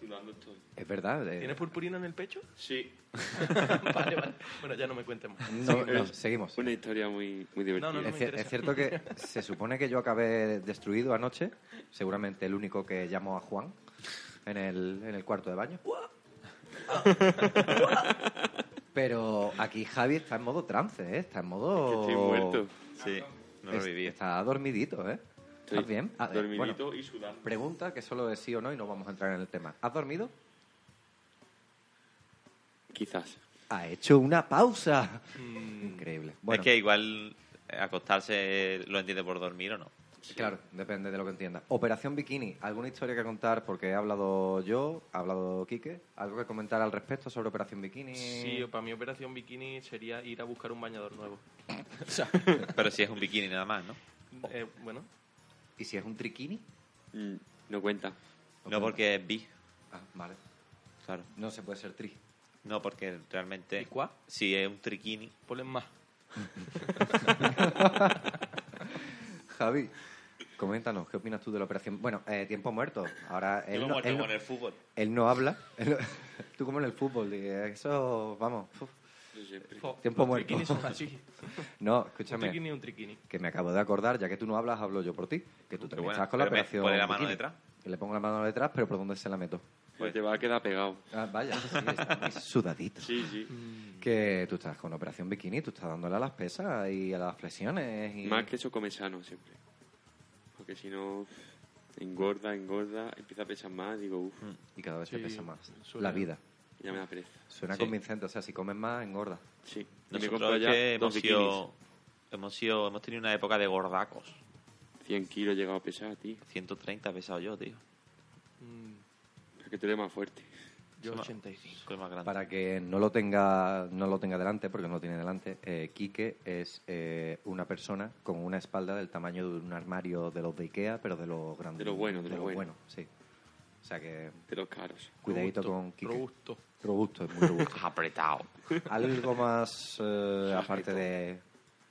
Speaker 2: Sudando estoy.
Speaker 4: Es verdad. eh,
Speaker 3: ¿Tienes purpurina en el pecho?
Speaker 2: Sí.
Speaker 3: vale, vale. Bueno, ya no me cuentes más.
Speaker 4: no, no,
Speaker 2: es-
Speaker 4: seguimos.
Speaker 2: Una historia muy, muy divertida.
Speaker 3: No, no, no.
Speaker 4: Es,
Speaker 3: eh, me
Speaker 4: cier-
Speaker 3: interesa.
Speaker 4: es cierto que se supone que yo acabé destruido anoche, seguramente el único que llamó a Juan en el, en el cuarto de baño. Pero aquí Javi está en modo trance, ¿eh? está en modo...
Speaker 2: Que estoy muerto.
Speaker 1: Sí, no
Speaker 4: Es-
Speaker 1: lo viví.
Speaker 4: Está dormidito, ¿eh?
Speaker 2: Estoy
Speaker 4: ¿Estás bien? Ah, eh,
Speaker 2: dormidito
Speaker 4: bueno,
Speaker 2: y sudando.
Speaker 4: pregunta que solo es sí o no y no vamos a entrar en el tema. ¿Has dormido?
Speaker 2: Quizás.
Speaker 4: Ha hecho una pausa.
Speaker 3: Mm,
Speaker 4: Increíble. Bueno,
Speaker 1: Mm. Es que igual eh, acostarse lo entiende por dormir o no.
Speaker 4: Claro, depende de lo que entienda. Operación Bikini, ¿alguna historia que contar? Porque he hablado yo, ha hablado Quique. ¿Algo que comentar al respecto sobre Operación Bikini?
Speaker 3: Sí, para mi operación bikini sería ir a buscar un bañador nuevo. O sea,
Speaker 1: Pero si es un bikini nada más, ¿no?
Speaker 3: eh, bueno,
Speaker 4: ¿Y si es un triquini?
Speaker 2: Mm, No cuenta.
Speaker 1: No porque es bi,
Speaker 4: Ah, vale.
Speaker 1: claro.
Speaker 4: No se puede ser tri.
Speaker 1: No porque realmente...
Speaker 3: ¿Y cuá?
Speaker 1: Si es un triquini,
Speaker 3: ponle más.
Speaker 4: Javi, coméntanos, ¿qué opinas tú de la operación? Bueno, eh, tiempo muerto. Ahora él no, él no-
Speaker 1: fútbol.
Speaker 4: él no habla. Él no- tú como en el fútbol, di, eso, vamos. uf.
Speaker 2: Yo siempre.
Speaker 3: Jo,
Speaker 4: Tiempo
Speaker 3: Oh, los
Speaker 4: muerto.
Speaker 3: triquinis son así.
Speaker 4: No,
Speaker 3: Un
Speaker 4: escúchame.
Speaker 3: triquini y un triquini.
Speaker 4: que me acabo de acordar, ya que tú no hablas, hablo yo por ti. Que tú
Speaker 1: Qué
Speaker 4: también
Speaker 1: buena.
Speaker 4: estás con la
Speaker 1: Pero me
Speaker 4: operación.
Speaker 1: pone la mano
Speaker 4: bikini.
Speaker 1: detrás.
Speaker 4: Que le pongo la mano detrás, pero ¿por dónde se la meto?
Speaker 2: Pues te va a quedar pegado.
Speaker 4: Ah, vaya, sí, está muy sudadito.
Speaker 2: Sí, sí.
Speaker 4: Que tú estás con operación bikini, tú estás dándole a las pesas y a las flexiones. Y...
Speaker 2: Más que eso come sano siempre. Porque si no, engorda, engorda, empieza a pesar más, digo, uff,
Speaker 4: y cada vez se
Speaker 3: Sí,
Speaker 4: pesa más.
Speaker 3: suena.
Speaker 4: La vida.
Speaker 2: ya me da pereza.
Speaker 4: Suena
Speaker 1: Sí.
Speaker 4: convincente, o sea, si comes más, engorda.
Speaker 2: Sí. Y me
Speaker 1: Nosotros
Speaker 2: compro
Speaker 1: es
Speaker 2: ya
Speaker 1: que
Speaker 2: dos
Speaker 1: hemos
Speaker 2: bikinis.
Speaker 1: sido, hemos sido... Hemos tenido una época de gordacos.
Speaker 2: 100 kilos he llegado a pesar, tío.
Speaker 1: 130 he pesado yo, tío.
Speaker 3: Mm,
Speaker 2: Es que tú eres más fuerte.
Speaker 3: Yo
Speaker 1: Son-
Speaker 3: 85.
Speaker 1: Soy más grande.
Speaker 4: Para que no lo tenga no lo tenga delante, porque no lo tiene delante, eh, Quique es eh, una persona con una espalda del tamaño de un armario de los de Ikea, pero de los grandes.
Speaker 2: De los buenos, de los
Speaker 4: los
Speaker 2: buenos.
Speaker 4: buenos, sí. O sea que
Speaker 2: De los caros.
Speaker 4: cuidadito
Speaker 3: Robusto,
Speaker 4: con Quique.
Speaker 3: Robusto.
Speaker 4: Robusto, es muy robusto.
Speaker 1: Apretado.
Speaker 4: Algo más, eh, aparte de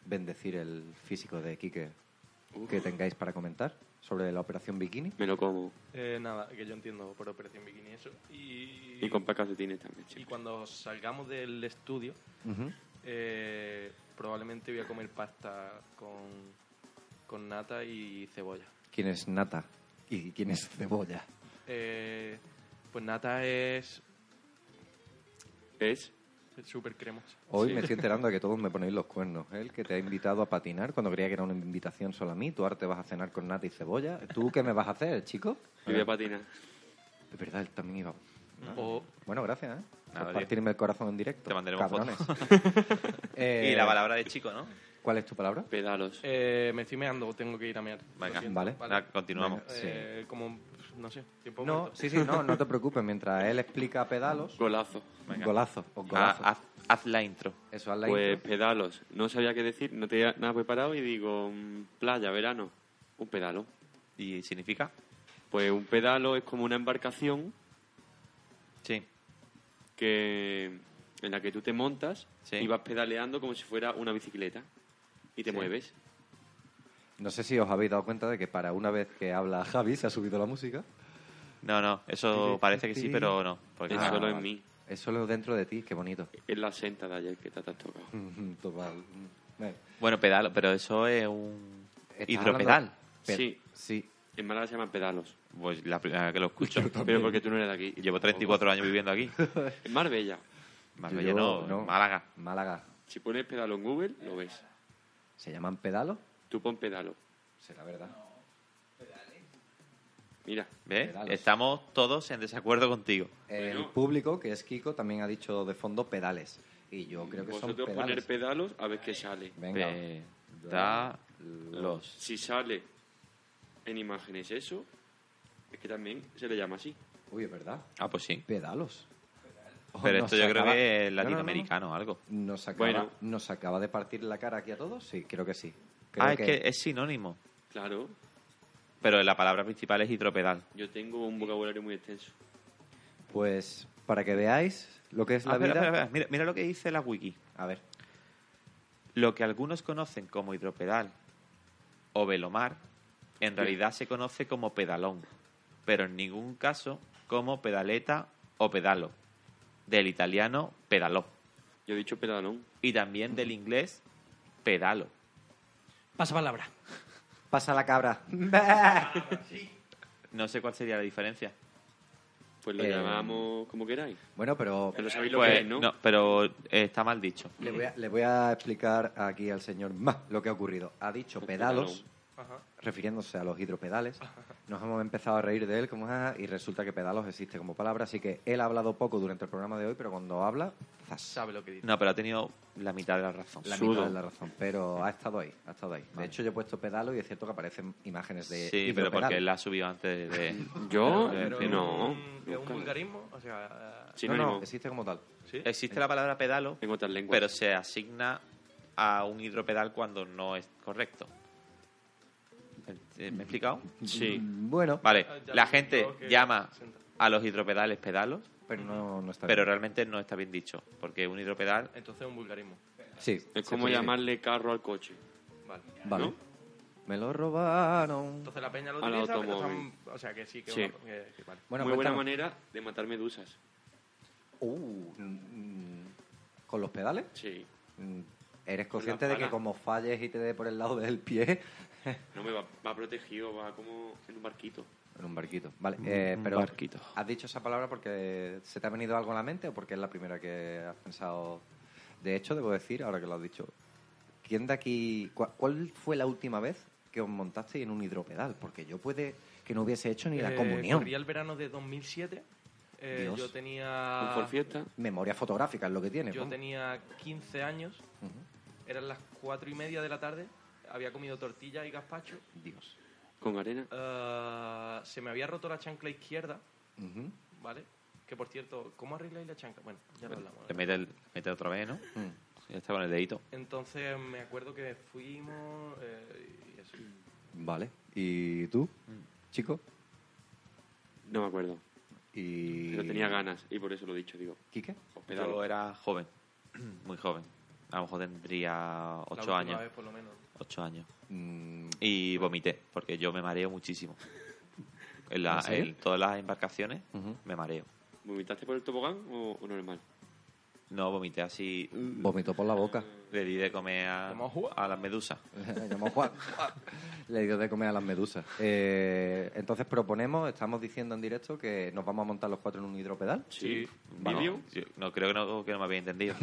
Speaker 4: bendecir el físico de Quique, que tengáis para comentar sobre la operación bikini.
Speaker 2: Me lo como.
Speaker 3: Eh, nada, que yo entiendo por operación bikini eso. Y,
Speaker 2: Y compra calcetines también,
Speaker 3: y
Speaker 2: siempre.
Speaker 3: cuando salgamos del estudio,
Speaker 4: Ujú.
Speaker 3: eh, probablemente voy a comer pasta con, con nata y cebolla.
Speaker 4: ¿Quién es nata y quién es cebolla?
Speaker 3: Eh, pues nata es
Speaker 2: ¿Es?
Speaker 3: súper cremosa.
Speaker 4: Hoy
Speaker 2: Sí.
Speaker 4: me estoy enterando de que todos me ponéis los cuernos. El que te ha invitado a patinar cuando creía que era una invitación solo a mí. Tú ahora te vas a cenar con nata y cebolla. ¿Tú qué me vas a hacer, chico?
Speaker 2: Yo voy a patinar.
Speaker 4: Es verdad, él también iba.
Speaker 3: O
Speaker 4: Bueno, gracias, ¿eh?
Speaker 1: Nada,
Speaker 4: Por
Speaker 1: tío.
Speaker 4: partirme el corazón en directo.
Speaker 1: Te mandaremos
Speaker 4: cabrones.
Speaker 1: fotos.
Speaker 4: Eh,
Speaker 1: Y la palabra de chico, ¿no?
Speaker 4: ¿Cuál es tu palabra?
Speaker 2: Pedalos.
Speaker 3: eh, me estoy meando, tengo que ir a mear. Lo
Speaker 1: Venga,
Speaker 3: siento,
Speaker 4: vale.
Speaker 1: Nada, continuamos.
Speaker 4: Venga.
Speaker 3: Eh, Como, no sé, tiempo
Speaker 4: No,
Speaker 3: muerto.
Speaker 4: sí, sí, no, no te preocupes. Mientras él explica pedalos,
Speaker 2: Golazo.
Speaker 1: Venga.
Speaker 4: golazo, o
Speaker 1: Ah,
Speaker 4: golazo.
Speaker 1: haz, haz la intro.
Speaker 4: Eso es la
Speaker 2: Pues
Speaker 4: intro.
Speaker 2: pedalos. No sabía qué decir, no tenía nada preparado y digo, mm, playa, verano, un pedalo.
Speaker 1: ¿Y significa?
Speaker 2: Pues un pedalo es como una embarcación
Speaker 1: Sí.
Speaker 2: que en la que tú te montas
Speaker 1: Sí.
Speaker 2: y vas pedaleando como si fuera una bicicleta y te mueves.
Speaker 4: No sé si os habéis dado cuenta de que para una vez que habla Javi se ha subido la música.
Speaker 1: No, no, eso parece que sí, pero no. Porque
Speaker 2: Es
Speaker 1: no.
Speaker 2: solo en
Speaker 4: vale.
Speaker 2: mí.
Speaker 4: Es solo Ah, dentro de ti, qué bonito.
Speaker 2: Es la senta de ayer que te has tocado.
Speaker 4: Total. Bueno,
Speaker 1: Bueno, pedal, pero eso es un
Speaker 4: ¿estás
Speaker 1: hidropedal.
Speaker 4: hablando- Pe-
Speaker 2: Sí.
Speaker 4: Sí.
Speaker 2: En Málaga se llaman pedalos.
Speaker 1: Pues la primera vez que lo escucho.
Speaker 2: Pero porque tú no eres de aquí.
Speaker 1: Llevo 34 años viviendo aquí.
Speaker 2: En Marbella.
Speaker 1: Marbella
Speaker 4: Yo-
Speaker 1: no, Málaga.
Speaker 4: Málaga.
Speaker 2: Si pones pedalo en Google, lo ves.
Speaker 4: ¿Se llaman pedalos?
Speaker 2: Tú pon pedalo.
Speaker 4: Será verdad.
Speaker 2: Mira.
Speaker 1: ¿Ves?
Speaker 4: Pedalos.
Speaker 1: Estamos todos en desacuerdo contigo.
Speaker 4: El
Speaker 2: Bueno.
Speaker 4: público, que es Kiko, también ha dicho de fondo pedales. Y yo creo que son
Speaker 2: Vosotros poner
Speaker 4: pedales.
Speaker 2: pedalos a ver qué sale.
Speaker 4: Venga.
Speaker 1: Pedalos.
Speaker 2: Si sale en imágenes eso, es que también se le llama así.
Speaker 4: Uy, es verdad.
Speaker 1: Ah, pues sí.
Speaker 4: Pedalos. Oh,
Speaker 1: Pero
Speaker 4: Nos
Speaker 1: esto yo creo
Speaker 4: acaba-
Speaker 1: que es
Speaker 4: No, no, no, no.
Speaker 1: latinoamericano o algo.
Speaker 4: Nos acaba,
Speaker 2: Bueno.
Speaker 4: nos acaba de partir la cara aquí a todos. Sí, creo que sí. Creo
Speaker 1: Ah, es que es sinónimo.
Speaker 2: Claro,
Speaker 1: Pero la palabra principal es hidropedal.
Speaker 2: yo tengo un vocabulario muy extenso.
Speaker 4: Pues para que veáis lo que es la
Speaker 1: Ah, espera,
Speaker 4: vida.
Speaker 1: espera, espera. Mira, mira lo que dice la wiki.
Speaker 4: A ver.
Speaker 1: Lo que algunos conocen como hidropedal o velomar, en realidad se conoce como pedalón, pero en ningún caso como pedaleta o pedalo, del italiano pedaló
Speaker 2: Yo he dicho pedalón.
Speaker 1: y también del inglés pedalo.
Speaker 8: Pasa palabra.
Speaker 4: Pasa la cabra.
Speaker 1: No sé cuál sería la diferencia.
Speaker 2: Pues lo
Speaker 4: Eh,
Speaker 2: llamamos como queráis.
Speaker 4: bueno, pero
Speaker 2: Pero sabéis lo que
Speaker 1: Pues,
Speaker 2: es, ¿no?
Speaker 1: no, pero eh, está mal dicho.
Speaker 4: le voy, a, le voy a explicar aquí al señor más lo que ha ocurrido. Ha dicho pedalos, refiriéndose a los hidropedales. Nos hemos empezado a reír de él como "Ah", y resulta que pedalos existe como palabra, así que él ha hablado poco durante el programa de hoy, pero cuando habla, zas,
Speaker 3: Sabe lo que
Speaker 2: Eh,
Speaker 3: dice.
Speaker 1: No, pero ha tenido la mitad de la razón.
Speaker 4: la
Speaker 2: Sudo.
Speaker 4: mitad de la razón. Pero ha estado ahí, ha estado ahí. De hecho, yo he puesto pedalo y es cierto que aparecen imágenes de
Speaker 1: Sí, pero
Speaker 4: hidropedal.
Speaker 1: porque él la ha subido antes de... de-
Speaker 2: ¿Yo?
Speaker 1: Pero-
Speaker 2: Eh, no.
Speaker 3: ¿Es un
Speaker 2: Nunca.
Speaker 3: vulgarismo? O sea, eh,
Speaker 4: No,
Speaker 2: Sinónimo.
Speaker 4: no, existe como tal.
Speaker 3: ¿sí?
Speaker 1: Existe la palabra pedalo,
Speaker 2: En otras lenguas.
Speaker 1: pero se asigna a un hidropedal cuando no es correcto. Eh, ¿Me he explicado?
Speaker 2: Sí.
Speaker 4: Mm, Bueno,
Speaker 1: Vale,
Speaker 3: Ah, ya
Speaker 1: la
Speaker 3: lo
Speaker 1: gente
Speaker 3: digo que-
Speaker 1: llama a los hidropedales pedalos,
Speaker 4: pero no, no está
Speaker 1: pero
Speaker 4: bien.
Speaker 1: realmente no está bien dicho, porque un hidropedal...
Speaker 3: Entonces es un vulgarismo.
Speaker 4: Sí, se
Speaker 2: Es como
Speaker 4: puede.
Speaker 2: llamarle carro al coche.
Speaker 3: Vale.
Speaker 4: Vale.
Speaker 2: ¿no?
Speaker 4: Me lo robaron.
Speaker 3: Entonces la peña lo
Speaker 2: Al
Speaker 3: utiliza, pero
Speaker 2: automóvil.
Speaker 3: son- o sea que sí que,
Speaker 2: Sí.
Speaker 3: es una- que- que vale.
Speaker 4: Bueno,
Speaker 2: Muy buena
Speaker 4: cuéntanos.
Speaker 2: manera de matar medusas.
Speaker 4: Uh, mm, mm, ¿Con los pedales?
Speaker 2: Sí.
Speaker 4: Mm,
Speaker 2: Con
Speaker 4: ¿Eres
Speaker 2: la
Speaker 4: consciente de que
Speaker 2: pala.
Speaker 4: como falles y te dé por el lado del pie?
Speaker 2: No me va, va protegido, va como en un barquito.
Speaker 4: En un barquito. Vale, eh,
Speaker 1: un
Speaker 4: pero
Speaker 1: barquito.
Speaker 4: ¿has dicho esa palabra porque se te ha venido algo a la mente o porque es la primera que has pensado? De hecho, debo decir, ahora que lo has dicho, ¿quién de aquí, cua- cuál fue la última vez que os montasteis en un hidropedal? Porque yo puede que no hubiese hecho ni la
Speaker 3: Eh,
Speaker 4: comunión.
Speaker 3: corría el verano de 2007. eh,
Speaker 4: Dios.
Speaker 3: yo tenía.
Speaker 2: Un Ford Fiesta.
Speaker 4: Memoria fotográfica es lo que tiene.
Speaker 3: Yo
Speaker 4: vamos.
Speaker 3: tenía 15 años.
Speaker 4: Ujú.
Speaker 3: Eran las 4 y media de la tarde. Había comido tortilla y gazpacho.
Speaker 4: Dios.
Speaker 2: Con arena.
Speaker 3: eh, se me había roto la chancla izquierda,
Speaker 4: Ujú.
Speaker 3: ¿vale? Que por cierto, ¿cómo arregláis la chancla? Bueno, ya lo hablamos.
Speaker 1: Le mete, el- mete otra vez, ¿no?
Speaker 4: Mm.
Speaker 1: Ya está con el dedito.
Speaker 3: Entonces me acuerdo que fuimos. eh, y eso.
Speaker 4: Vale. ¿Y tú,
Speaker 1: Mm.
Speaker 4: chico?
Speaker 2: No me acuerdo.
Speaker 4: Y...
Speaker 2: Pero tenía ganas y por eso lo he dicho, digo.
Speaker 4: ¿Quique?
Speaker 2: os pedalo.
Speaker 1: Yo era joven, muy joven. A lo mejor tendría
Speaker 3: La
Speaker 1: ocho
Speaker 3: última
Speaker 1: años.
Speaker 3: vez, por lo menos.
Speaker 1: Ocho años.
Speaker 4: Mm,
Speaker 1: Y vomité, porque yo me mareo muchísimo. En, la-
Speaker 4: ¿En serio?
Speaker 1: en todas las embarcaciones
Speaker 4: ¿Ah, Ujú.
Speaker 1: me mareo.
Speaker 2: ¿Vomitaste por el tobogán o, o normal?
Speaker 1: No vomité así,
Speaker 4: vomitó por la boca.
Speaker 1: le di de comer a,
Speaker 3: ¿Cómo juega?
Speaker 1: a las medusas.
Speaker 4: Llamó a Juan. Le dio de comer a las medusas. Eh, entonces proponemos, estamos diciendo en directo que nos vamos a montar los cuatro en un hidropedal.
Speaker 2: Sí.
Speaker 1: Bueno,
Speaker 2: ¿Vídeo?
Speaker 1: yo- no, creo que no, que no me había entendido.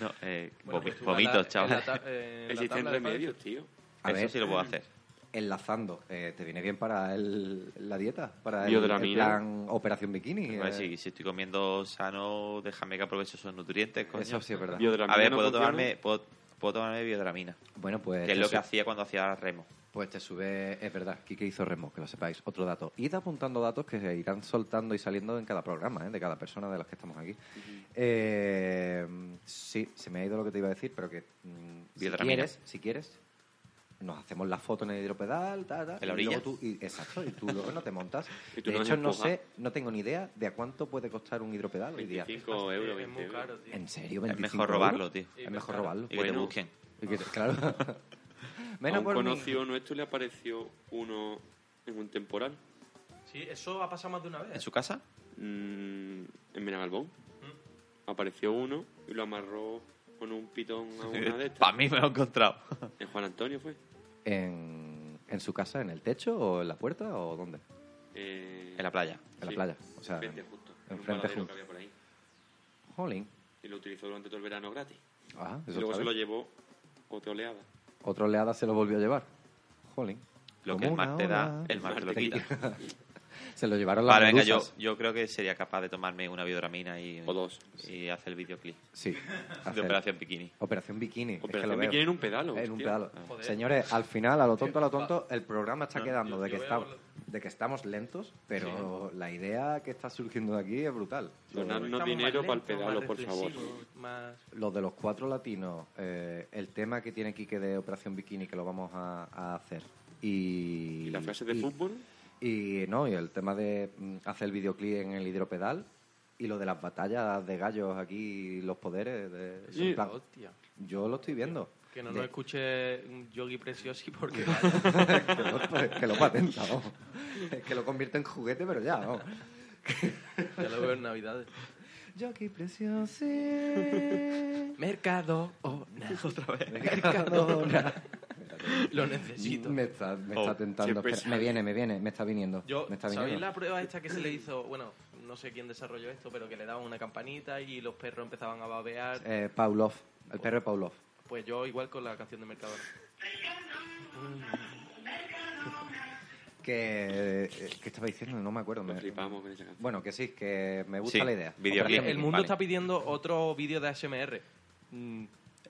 Speaker 1: no, eh,
Speaker 3: Bueno,
Speaker 1: vomi-
Speaker 3: pues tú en la- en
Speaker 1: vomito,
Speaker 3: la
Speaker 1: chaval.
Speaker 3: ta- eh, en la
Speaker 2: Existen
Speaker 3: tabla de
Speaker 2: remedios, tío.
Speaker 4: A
Speaker 1: Eso
Speaker 4: ver.
Speaker 1: sí lo puedo hacer.
Speaker 4: Enlazando, eh, ¿te viene bien para el- la dieta? Para el,
Speaker 2: Biodramina.
Speaker 4: el plan Operación Bikini.
Speaker 1: Pues
Speaker 4: eh,
Speaker 1: sí, si estoy comiendo sano, déjame que aproveche esos nutrientes, coño.
Speaker 4: Eso sí es verdad.
Speaker 2: Biodramina
Speaker 1: A ver,
Speaker 2: no
Speaker 1: puedo
Speaker 2: funciona.
Speaker 1: tomarme, puedo, puedo tomarme biodramina,
Speaker 4: Bueno, pues
Speaker 1: que es lo
Speaker 4: eso.
Speaker 1: que hacía cuando hacía remo.
Speaker 4: Pues te sube, es verdad, Kike hizo remo, que lo sepáis. Otro dato. Id apuntando datos que se irán soltando y saliendo en cada programa, ¿eh? de cada persona de las que estamos aquí. Eh, sí, se me ha ido lo que te iba a decir, pero que mm, si
Speaker 1: Biodramina.
Speaker 4: quieres, si quieres, nos hacemos la foto en el hidropedal, ta, ta,
Speaker 1: En la
Speaker 4: y
Speaker 1: orilla.
Speaker 4: luego tú- y- exacto, y tú luego no te montas.
Speaker 2: Y tú
Speaker 4: de
Speaker 2: no
Speaker 4: hecho,
Speaker 2: haces
Speaker 4: no
Speaker 2: foga.
Speaker 4: sé, no tengo ni idea de a cuánto puede costar un hidropedal hoy día.
Speaker 2: 25
Speaker 3: Eh,
Speaker 2: euros,
Speaker 3: es
Speaker 2: 20
Speaker 3: muy
Speaker 2: euros.
Speaker 3: caro, tío.
Speaker 4: ¿En serio?
Speaker 1: Es
Speaker 4: 25
Speaker 1: mejor
Speaker 4: euros?
Speaker 1: robarlo, tío.
Speaker 3: Sí,
Speaker 4: Es
Speaker 3: pero
Speaker 4: mejor
Speaker 3: claro.
Speaker 4: robarlo.
Speaker 1: Y que te
Speaker 2: Bueno.
Speaker 1: busquen.
Speaker 4: Y que te- claro.
Speaker 2: A
Speaker 4: Menos
Speaker 2: un
Speaker 4: por mí.
Speaker 2: conocido nuestro le apareció uno en un temporal
Speaker 3: Sí, eso ha pasado más de una
Speaker 1: ¿En
Speaker 3: vez.
Speaker 1: su casa?
Speaker 2: mm, en Menagalbón.
Speaker 3: Mm.
Speaker 2: Apareció uno y lo amarró con un pitón a una de
Speaker 1: Para
Speaker 2: estas.
Speaker 1: mí me lo he encontrado.
Speaker 2: En Juan Antonio fue.
Speaker 4: en, en su casa, en el techo o en la puerta o dónde?
Speaker 2: Eh,
Speaker 1: en la playa.
Speaker 4: En la playa, o sea,
Speaker 2: enfrente justo. en un
Speaker 4: enfrente
Speaker 2: paradero
Speaker 4: justo.
Speaker 2: que había por ahí.
Speaker 4: Jolín.
Speaker 2: Y lo utilizó durante todo el verano gratis.
Speaker 4: Ah,
Speaker 2: Y
Speaker 4: eso
Speaker 2: luego
Speaker 4: está
Speaker 2: se lo
Speaker 4: bien.
Speaker 2: llevó otra oleada.
Speaker 4: Otro oleada se lo volvió a llevar. Jolín.
Speaker 1: Lo
Speaker 4: Como
Speaker 1: que el
Speaker 4: una
Speaker 1: mar te da,
Speaker 4: ola.
Speaker 1: el mar te lo quita.
Speaker 4: Se lo llevaron las
Speaker 1: Vale, venga, yo,
Speaker 4: medusas.
Speaker 1: yo creo que sería capaz de tomarme una biodramina y,
Speaker 2: O dos.
Speaker 1: y hacer el videoclip
Speaker 4: Sí.
Speaker 1: de
Speaker 4: hacer-
Speaker 1: Operación Bikini.
Speaker 4: Operación Bikini. es que
Speaker 2: Operación
Speaker 4: lo veo.
Speaker 2: Bikini en un pedalo,
Speaker 4: En un
Speaker 2: hostia.
Speaker 1: Ah.
Speaker 4: pedalo.
Speaker 3: Joder.
Speaker 4: Señores, al final, a lo tonto, a lo tonto, el programa está
Speaker 1: No,
Speaker 4: quedando
Speaker 3: yo-
Speaker 4: de
Speaker 3: yo
Speaker 4: que,
Speaker 3: voy a
Speaker 4: estamos, de que estamos lentos, pero la idea que está surgiendo de aquí es brutal.
Speaker 2: Donadnos
Speaker 3: Estamos más
Speaker 2: dinero para el
Speaker 3: lentos,
Speaker 2: pedalo,
Speaker 3: más
Speaker 2: por favor.
Speaker 3: reflexivos, más-
Speaker 4: Los de los cuatro latinos, eh, el tema que tiene Quique de Operación Bikini, que lo vamos a, a hacer. Y,
Speaker 2: Y las frases de
Speaker 4: y-
Speaker 2: fútbol,
Speaker 4: Y no, y el tema de mm, hacer el videoclip en el hidropedal y lo de las batallas de gallos aquí, los poderes. de-
Speaker 3: Sí.
Speaker 4: en plan,
Speaker 3: Hostia.
Speaker 4: yo lo estoy viendo.
Speaker 3: Que no
Speaker 4: De-
Speaker 3: nos escuche un Yogi Preciosi porque...
Speaker 4: que, lo, que lo patenta, vamos. Que lo convierte en juguete, pero ya, vamos.
Speaker 3: Ya lo veo en Navidades.
Speaker 4: Jockey precioso. Mercado
Speaker 3: Mercado o nada. Otra vez. Lo necesito.
Speaker 4: Me está, me
Speaker 1: Oh,
Speaker 4: está tentando.
Speaker 2: siempre
Speaker 4: Espera,
Speaker 2: sale.
Speaker 4: me viene, me viene, me está viniendo.
Speaker 3: Yo,
Speaker 4: me está
Speaker 3: ¿Sabéis
Speaker 4: viniendo.
Speaker 3: la prueba esta que se le hizo? Bueno, no sé quién desarrolló esto, pero que le daban una campanita y los perros empezaban a babear.
Speaker 4: Eh, Pavlov, el perro de Pavlov.
Speaker 3: Pues yo igual con la canción de Mercadona.
Speaker 4: Que, eh, ¿Qué estaba diciendo? No me acuerdo.
Speaker 2: Lo
Speaker 4: me-
Speaker 2: flipamos con esa canción.
Speaker 4: Bueno, que sí, que me gusta
Speaker 1: Sí,
Speaker 4: la idea.
Speaker 1: videoclip.
Speaker 4: Operación
Speaker 3: El mundo
Speaker 1: vale.
Speaker 3: está pidiendo otro vídeo de ASMR. Mm,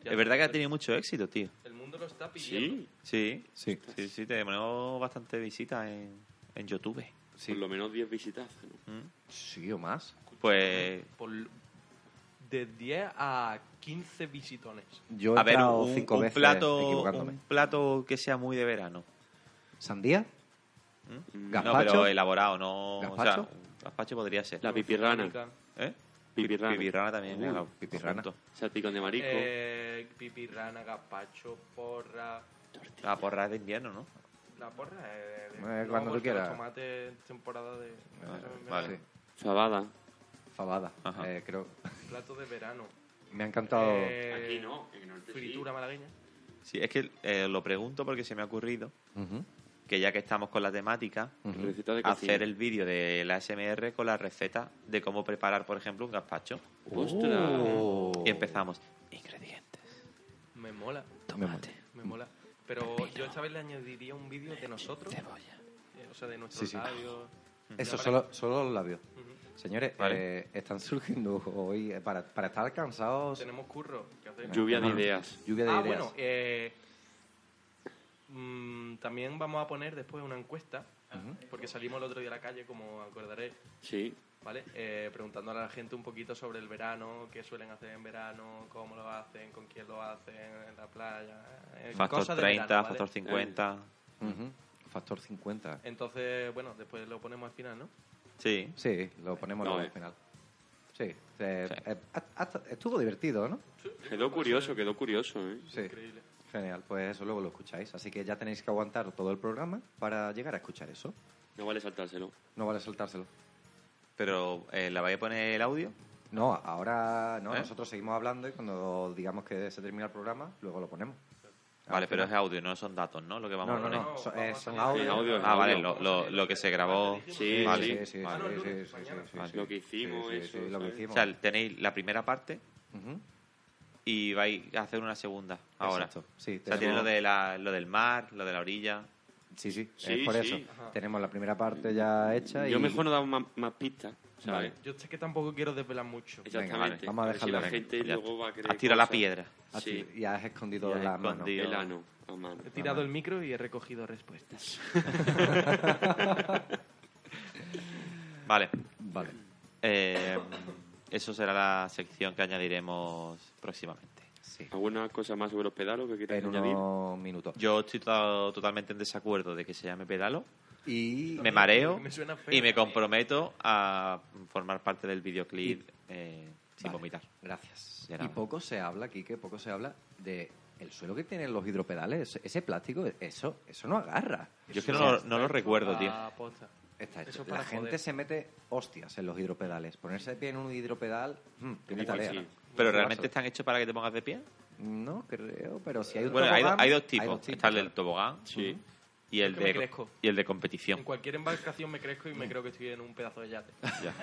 Speaker 3: ya
Speaker 1: Es verdad que ha
Speaker 3: está.
Speaker 1: tenido mucho éxito, tío.
Speaker 3: El mundo lo está pidiendo.
Speaker 2: Sí,
Speaker 1: Sí,
Speaker 4: Sí.
Speaker 1: sí, sí, tenemos bastante visitas en, en YouTube.
Speaker 2: por lo menos 10 visitas. ¿no?
Speaker 4: Sí, o más.
Speaker 1: Pues
Speaker 3: Por de 10 a 15 visitones.
Speaker 4: Yo he
Speaker 1: a ver,
Speaker 4: entrado
Speaker 1: un,
Speaker 4: cinco
Speaker 1: un
Speaker 4: veces
Speaker 1: plato,
Speaker 4: equivocándome.
Speaker 1: un plato que sea muy de verano.
Speaker 4: ¿Sandía?
Speaker 1: No,
Speaker 2: Mm.
Speaker 4: ¿Gazpacho?
Speaker 1: pero elaborado, no.
Speaker 4: ¿Gazpacho?
Speaker 1: O sea, un gazpacho podría ser.
Speaker 2: La pipirrana.
Speaker 1: ¿Eh?
Speaker 2: Pipirrana.
Speaker 1: Pipirrana también.
Speaker 2: Uh,
Speaker 1: venga,
Speaker 4: pipirrana.
Speaker 1: junto.
Speaker 2: Salpicón de marisco.
Speaker 3: Eh, pipirrana, gazpacho, porra.
Speaker 1: La porra es de invierno, ¿no?
Speaker 3: La porra es de-
Speaker 4: Eh,
Speaker 3: no,
Speaker 4: cuando tú
Speaker 3: porque los
Speaker 4: quieras. Ah,
Speaker 3: tomates es temporada de.
Speaker 1: vale.
Speaker 4: Sí.
Speaker 2: Fabada.
Speaker 4: Fabada,
Speaker 1: Ajá.
Speaker 4: eh, creo.
Speaker 3: Plato de verano.
Speaker 4: Me ha encantado.
Speaker 3: Eh,
Speaker 2: en el norte
Speaker 3: Fritura malagueña.
Speaker 1: Sí, es que eh, lo pregunto porque se me ha ocurrido
Speaker 4: Ujú,
Speaker 1: que ya que estamos con la temática,
Speaker 4: ujú.
Speaker 2: Receta de cocina.
Speaker 1: hacer el vídeo de la SMR con la receta de cómo preparar, por ejemplo, un gazpacho.
Speaker 2: ¡Ostras!
Speaker 4: Oh.
Speaker 1: Y empezamos. Ingredientes.
Speaker 3: Me mola,
Speaker 4: Tomate.
Speaker 3: me mola. Pero yo esta vez le añadiría un vídeo de nosotros. eh, o sea, de nuestros
Speaker 4: Sí, sí.
Speaker 3: labios.
Speaker 4: Eso,
Speaker 3: Ya
Speaker 4: solo, solo los labios.
Speaker 3: Ujú.
Speaker 4: Señores,
Speaker 1: Vale.
Speaker 4: eh, están surgiendo hoy, eh, para, para estar cansados,
Speaker 3: Tenemos curro. ¿qué hacemos?
Speaker 2: Lluvia de ideas.
Speaker 4: lluvia de
Speaker 3: ah,
Speaker 4: ideas.
Speaker 3: bueno. eh, mm, también vamos a poner después una encuesta. Porque salimos el otro día a la calle, como acordaré.
Speaker 2: Sí.
Speaker 3: ¿Vale? Eh, preguntándole a la gente un poquito sobre el verano, qué suelen hacer en verano, cómo lo hacen, con quién lo hacen, en la playa. eh,
Speaker 1: Factor
Speaker 3: cosas de
Speaker 1: 30,
Speaker 3: verano, ¿vale?
Speaker 1: factor 50.
Speaker 3: eh.
Speaker 4: Ujú. Factor 50.
Speaker 3: Entonces, bueno, después lo ponemos al final, ¿no?
Speaker 1: Sí.
Speaker 4: Sí, lo ponemos
Speaker 2: No,
Speaker 4: luego
Speaker 2: eh.
Speaker 4: al final. Sí, eh,
Speaker 1: Sí.
Speaker 4: eh, ha- ha- estuvo divertido, ¿no?
Speaker 2: Quedó curioso, quedó curioso, ¿eh?
Speaker 4: Sí.
Speaker 3: Increíble.
Speaker 4: Genial, pues eso luego lo escucháis. Así que ya tenéis que aguantar todo el programa para llegar a escuchar eso.
Speaker 2: No vale saltárselo.
Speaker 4: No vale soltárselo.
Speaker 1: Pero eh, la vais a poner el audio.
Speaker 4: No, ahora no,
Speaker 1: ¿Eh?
Speaker 4: nosotros seguimos hablando y cuando digamos que se termina el programa, luego lo ponemos.
Speaker 1: Vale, pero es audio, no son datos, ¿no? Lo que vamos
Speaker 4: No,
Speaker 1: a
Speaker 4: no,
Speaker 1: poner.
Speaker 4: no, son,
Speaker 3: No,
Speaker 4: eh,
Speaker 3: vamos a
Speaker 4: son
Speaker 3: salir.
Speaker 4: audios.
Speaker 2: Sí, audio.
Speaker 1: Ah, vale, lo, lo- lo que se grabó.
Speaker 2: Sí,
Speaker 1: vale.
Speaker 4: Sí, sí,
Speaker 1: vale.
Speaker 3: Ah, no, el
Speaker 4: sí, sí,
Speaker 3: lunes,
Speaker 4: sí,
Speaker 3: mañana.
Speaker 4: sí, sí,
Speaker 1: Vale.
Speaker 4: sí.
Speaker 2: Lo que hicimos,
Speaker 4: Sí, sí,
Speaker 2: eso,
Speaker 4: sí, lo que
Speaker 2: ¿sabes?
Speaker 1: O
Speaker 4: hicimos.
Speaker 1: sea, tenéis la primera parte
Speaker 4: Ujú.
Speaker 1: y vais a hacer una segunda ahora.
Speaker 4: Exacto. Sí,
Speaker 1: O sea, tiene lo,
Speaker 4: tenemos-
Speaker 1: de la, lo del mar, lo de la orilla.
Speaker 4: Sí, sí,
Speaker 2: Sí,
Speaker 4: es por
Speaker 2: sí.
Speaker 4: eso.
Speaker 3: Ajá.
Speaker 4: Tenemos la primera parte ya hecha y...
Speaker 2: Yo mejor no daba más, más pistas, ¿sabes?
Speaker 3: Yo sé que tampoco quiero desvelar mucho.
Speaker 2: Exactamente.
Speaker 4: Venga, vale, vamos a
Speaker 2: ver si
Speaker 4: dejarlo
Speaker 2: la
Speaker 4: ahí.
Speaker 2: gente
Speaker 1: pues Ya
Speaker 2: luego va a querer
Speaker 1: Has tirado la
Speaker 2: cosas.
Speaker 1: piedra.
Speaker 4: Ah,
Speaker 2: Sí,
Speaker 4: sí, Ya has escondido
Speaker 1: Ya has
Speaker 4: la mano.
Speaker 1: escondido.
Speaker 2: el ano. a mano.
Speaker 3: He tirado el micro y he recogido respuestas.
Speaker 1: Vale.
Speaker 4: Vale.
Speaker 1: Eh, eso será la sección que añadiremos próximamente.
Speaker 4: Sí.
Speaker 2: ¿Alguna cosa más sobre los pedalos que quieras
Speaker 4: En
Speaker 2: añadir?
Speaker 4: unos minutos.
Speaker 1: Yo estoy to- totalmente en desacuerdo de que se llame pedalo.
Speaker 4: Y
Speaker 1: Me mareo
Speaker 3: Me suena feo.
Speaker 1: y me comprometo a formar parte del videoclip eh, sin
Speaker 4: Vale.
Speaker 1: vomitar.
Speaker 4: Gracias.
Speaker 1: De
Speaker 4: Y
Speaker 1: nada.
Speaker 4: poco se habla, Quique, poco se habla de el suelo que tienen los hidropedales. Ese plástico, eso, eso no agarra.
Speaker 1: Yo es que no, lo- no lo recuerdo, tío.
Speaker 3: Ah, posta.
Speaker 4: Está hecho.
Speaker 3: Eso
Speaker 4: La
Speaker 3: para
Speaker 4: gente
Speaker 3: joder.
Speaker 4: se mete hostias en los hidropedales. Ponerse de pie en un hidropedal, mm, tiene
Speaker 2: Igual
Speaker 4: tarea.
Speaker 2: sí.
Speaker 1: ¿Pero realmente están hechos para que te pongas de pie?
Speaker 4: No creo, pero si hay un
Speaker 1: Bueno, hay, do-
Speaker 4: tobogán,
Speaker 1: hay dos tipos. Está el del
Speaker 4: claro.
Speaker 1: tobogán
Speaker 2: Sí.
Speaker 1: y, el
Speaker 3: que me
Speaker 1: de,
Speaker 3: crezco.
Speaker 1: y el de
Speaker 3: En
Speaker 1: competición.
Speaker 3: cualquier embarcación me crezco y me creo que estoy en un pedazo de yate.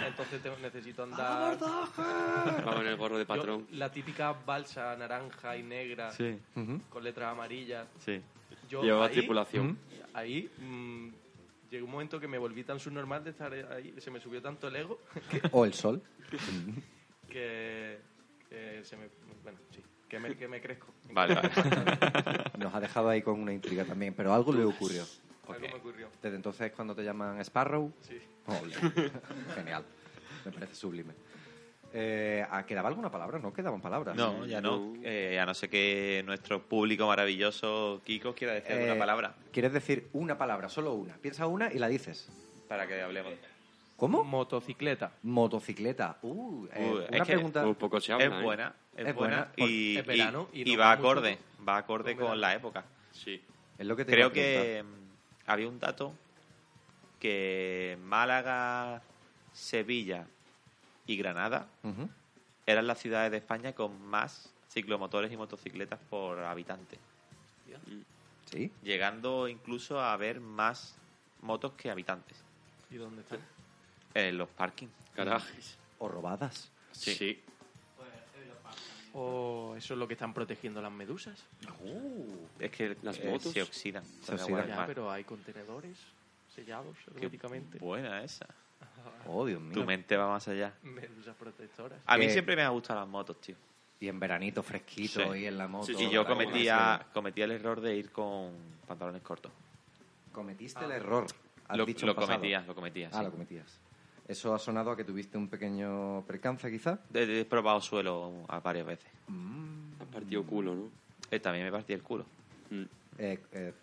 Speaker 3: Entonces te- necesito andar.
Speaker 2: Vamos en el gorro de
Speaker 3: Yo-
Speaker 2: patrón.
Speaker 3: la típica balsa naranja y negra
Speaker 1: Sí,
Speaker 3: con letras amarillas.
Speaker 1: sí.
Speaker 3: Yo
Speaker 2: Llevaba
Speaker 3: ahí,
Speaker 2: tripulación.
Speaker 3: ahí mm, llegó un momento que me volví tan subnormal de estar ahí, se me subió tanto el ego que,
Speaker 4: O el sol.
Speaker 3: que- que se me, bueno, sí, que me, que me crezco.
Speaker 1: Vale, vale.
Speaker 4: Nos ha dejado ahí con una intriga también, pero algo le ocurrió.
Speaker 3: Algo me ocurrió.
Speaker 4: Desde entonces, cuando te llaman Sparrow,
Speaker 3: Sí.
Speaker 4: Ole. Genial. Me parece sublime. Eh, ah, ¿Quedaba alguna palabra? No quedaban palabras.
Speaker 1: No, ya no. Eh, a no ser que nuestro público maravilloso, Kiko, quiera decir
Speaker 4: Eh,
Speaker 1: alguna palabra
Speaker 4: ¿Quieres decir una palabra? Solo una. Piensa una y la dices.
Speaker 1: para que hablemos.
Speaker 4: ¿Cómo?
Speaker 3: Motocicleta.
Speaker 4: Motocicleta. Uh, eh,
Speaker 1: Uh,
Speaker 4: una
Speaker 1: es que-
Speaker 4: pregunta.
Speaker 2: Un Pues poco se habla. ¿eh?
Speaker 1: Es buena. es,
Speaker 4: Es
Speaker 1: buena,
Speaker 4: buena,
Speaker 1: y,
Speaker 3: es verano
Speaker 1: y-
Speaker 3: y
Speaker 1: y
Speaker 3: nos
Speaker 1: va
Speaker 3: va mucho
Speaker 1: acorde, va acorde
Speaker 3: con
Speaker 1: con
Speaker 3: verano.
Speaker 1: la época.
Speaker 2: Sí.
Speaker 4: Es lo que te iba
Speaker 1: Creo
Speaker 4: a preguntar.
Speaker 1: que mm, había un dato que Málaga, Sevilla y Granada
Speaker 4: Ujú.
Speaker 1: eran las ciudades de España con más ciclomotores y motocicletas por habitante,
Speaker 4: Sí.
Speaker 1: llegando incluso a haber más motos que habitantes
Speaker 3: ¿Y dónde están?
Speaker 1: en los parkings.
Speaker 2: Garajes.
Speaker 4: O robadas.
Speaker 1: Sí.
Speaker 3: ¿O eso es lo que están protegiendo las medusas?
Speaker 1: Es que
Speaker 2: Las
Speaker 1: eh,
Speaker 2: motos.
Speaker 1: se oxidan. con el
Speaker 4: oxidan.
Speaker 1: agua del
Speaker 3: Ya,
Speaker 1: mar.
Speaker 3: pero hay contenedores sellados
Speaker 1: Qué
Speaker 3: herméticamente.
Speaker 1: buena esa.
Speaker 4: Oh, Dios mío.
Speaker 1: Tu mente va más allá.
Speaker 3: Medusas protectoras.
Speaker 1: A mí
Speaker 4: Que-
Speaker 1: siempre me han gustado las motos, tío.
Speaker 4: Y en veranito fresquito
Speaker 1: Sí.
Speaker 4: y en la moto.
Speaker 2: Sí, sí,
Speaker 1: Y yo
Speaker 4: la cosa.
Speaker 1: cometía, cometía el error de ir con pantalones cortos.
Speaker 4: Cometiste el error. Has
Speaker 1: Lo,
Speaker 4: dicho
Speaker 1: lo
Speaker 4: en pasado.
Speaker 1: cometías, lo cometías.
Speaker 4: Ah, lo cometías. Eso ha sonado a que tuviste un pequeño percance, quizá.
Speaker 1: He, he probado suelo a varias veces.
Speaker 4: Mm.
Speaker 2: Has partido culo, ¿no?
Speaker 1: Eh, también me partí el culo.
Speaker 2: Mm.
Speaker 4: Eh, eh,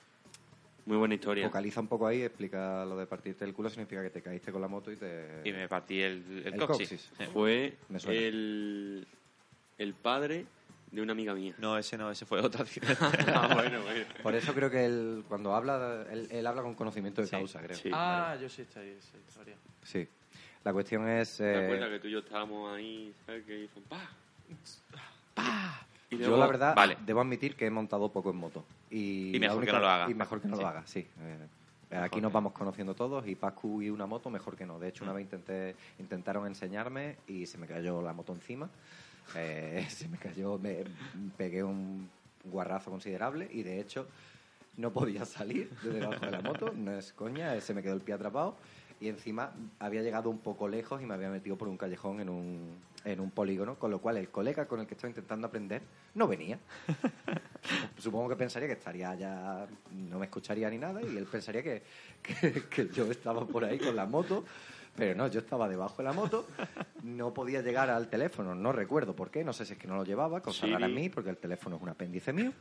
Speaker 2: Muy buena historia.
Speaker 4: focaliza un poco ahí, explica lo de partirte el culo, significa que te caíste con la moto y te...
Speaker 1: Y me partí el, el,
Speaker 4: El
Speaker 1: coxis.
Speaker 4: coxis.
Speaker 1: Sí.
Speaker 2: Fue
Speaker 4: Me suena.
Speaker 2: el, el padre de una amiga mía.
Speaker 1: No, ese no, ese fue otro accidente.
Speaker 2: Ah, bueno, bueno.
Speaker 4: Por eso creo que él, cuando habla, él, él habla con conocimiento de causa, creo.
Speaker 2: sí.
Speaker 3: ah, yo sé esta, esa historia.
Speaker 4: Sí. La cuestión es...
Speaker 2: ¿Te
Speaker 4: eh,
Speaker 2: acuerdas que tú y yo estábamos ahí, ¿sabes? Que hizo ¡pa! Y
Speaker 4: Yo,
Speaker 2: luego-
Speaker 4: la verdad,
Speaker 1: vale.
Speaker 4: debo admitir que he montado poco en moto. Y,
Speaker 1: Y mejor
Speaker 4: la
Speaker 1: que no lo hagas.
Speaker 4: Y mejor que no
Speaker 1: Sí.
Speaker 4: lo haga, sí. Eh, aquí nos
Speaker 1: que-
Speaker 4: vamos conociendo todos y Pascu y una moto, mejor que no. De hecho, una vez intenté, intentaron enseñarme y se me cayó la moto encima. Eh, se me cayó, me pegué un guarrazo considerable y de hecho no podía salir de debajo de la moto, no es coña, eh, se me quedó el pie atrapado y encima había llegado un poco lejos y me había metido por un callejón en un, en un polígono, con lo cual el colega con el que estaba intentando aprender no venía. Supongo que pensaría que estaría ya, no me escucharía ni nada y él pensaría que, que- que yo estaba por ahí con la moto, pero no, yo estaba debajo de la moto, no podía llegar al teléfono, no recuerdo por qué, no sé si es que no lo llevaba, cosa
Speaker 2: Siri.
Speaker 4: rara en mí, porque el teléfono es un apéndice mío,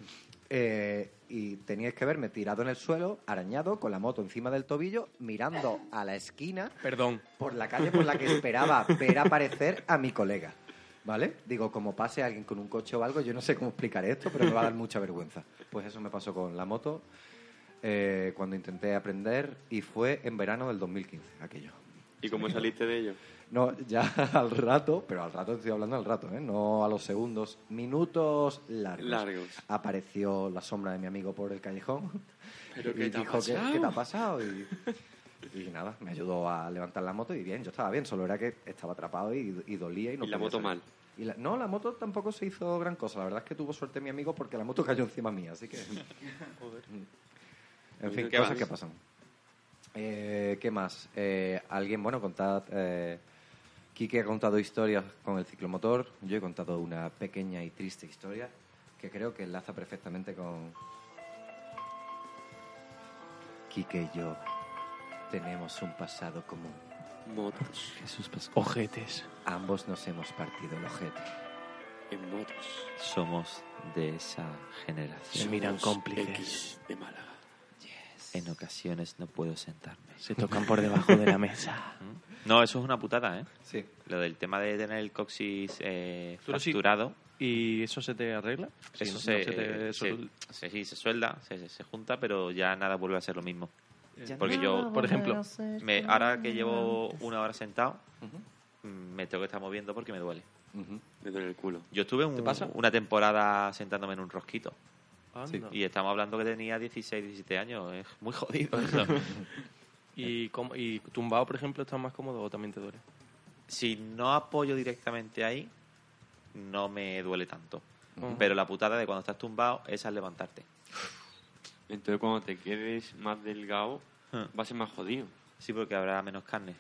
Speaker 4: eh, y teníais que verme tirado en el suelo, arañado, con la moto encima del tobillo, mirando a la esquina
Speaker 3: Perdón.
Speaker 4: por la calle por la que esperaba ver aparecer a mi colega. ¿Vale? Digo, como pase alguien con un coche o algo, yo no sé cómo explicar esto, pero me va a dar mucha vergüenza. Pues eso me pasó con la moto eh, cuando intenté aprender y fue en verano del 2015, aquello.
Speaker 2: ¿Y cómo saliste de ello?
Speaker 4: No, ya al rato, pero al rato estoy hablando al rato, ¿eh? no a los segundos, minutos largos.
Speaker 2: Largos.
Speaker 4: Apareció la sombra de mi amigo por el callejón.
Speaker 2: ¿Pero
Speaker 4: y
Speaker 2: qué te ha
Speaker 4: dijo, "¿Qué-
Speaker 2: pasado?".
Speaker 4: ¿Qué, te ha pasado? Y, y nada, me ayudó a levantar la moto y bien, yo estaba bien, solo era que estaba atrapado y, y dolía y no
Speaker 2: ¿Y la
Speaker 4: podía
Speaker 2: moto
Speaker 4: salir.
Speaker 2: mal?
Speaker 4: Y la- no, la moto tampoco se hizo gran cosa. La verdad es que tuvo suerte mi amigo porque la moto cayó encima mía, así que... En fin,
Speaker 2: ¿Qué
Speaker 4: cosas
Speaker 2: más?
Speaker 4: que pasan. Eh, ¿Qué más? Eh, Alguien, bueno, contad... eh, Quique ha contado historias con el ciclomotor. Yo he contado una pequeña y triste historia que creo que enlaza perfectamente con... Quique y yo tenemos un pasado común.
Speaker 2: Motos.
Speaker 3: Ojetes.
Speaker 4: Ambos nos hemos partido el ojete.
Speaker 2: En motos.
Speaker 1: Somos de esa generación.
Speaker 3: Se miran
Speaker 2: Somos
Speaker 3: cómplices.
Speaker 2: X de Málaga.
Speaker 1: En ocasiones no puedo sentarme.
Speaker 3: Se tocan por debajo de la mesa.
Speaker 1: No, eso es una putada, ¿eh?
Speaker 4: Sí.
Speaker 1: Lo del tema de tener el coxis eh,
Speaker 3: Tú lo sí-
Speaker 1: fracturado.
Speaker 3: ¿Y eso se te arregla? Sí,
Speaker 1: eso
Speaker 3: ¿no?
Speaker 1: se,
Speaker 3: ¿No te-
Speaker 1: eh,
Speaker 3: eso-
Speaker 1: se- se- sí, se suelda, se, se- se junta, pero ya nada vuelve a ser lo mismo. Porque
Speaker 9: Ah,
Speaker 1: yo,
Speaker 3: Por ejemplo,
Speaker 1: me, ahora que llevo una hora sentado, mm, me tengo que estar moviendo porque me duele.
Speaker 2: Me duele el culo.
Speaker 1: Yo estuve un-
Speaker 3: pasa?
Speaker 1: una temporada sentándome en un rosquito.
Speaker 3: anda.
Speaker 1: Y estamos hablando que tenía 16, 17 años. Es muy jodido eso.
Speaker 3: ¿Y, cómo- y tumbado, por ejemplo, estás más cómodo o también te duele?
Speaker 1: si no apoyo directamente ahí, no me duele tanto.
Speaker 3: Ujú.
Speaker 1: Pero la putada de cuando estás tumbado es al levantarte.
Speaker 2: Entonces cuando te quedes más delgado,
Speaker 1: Ah.
Speaker 2: va a ser más jodido.
Speaker 1: Sí, porque habrá menos carne.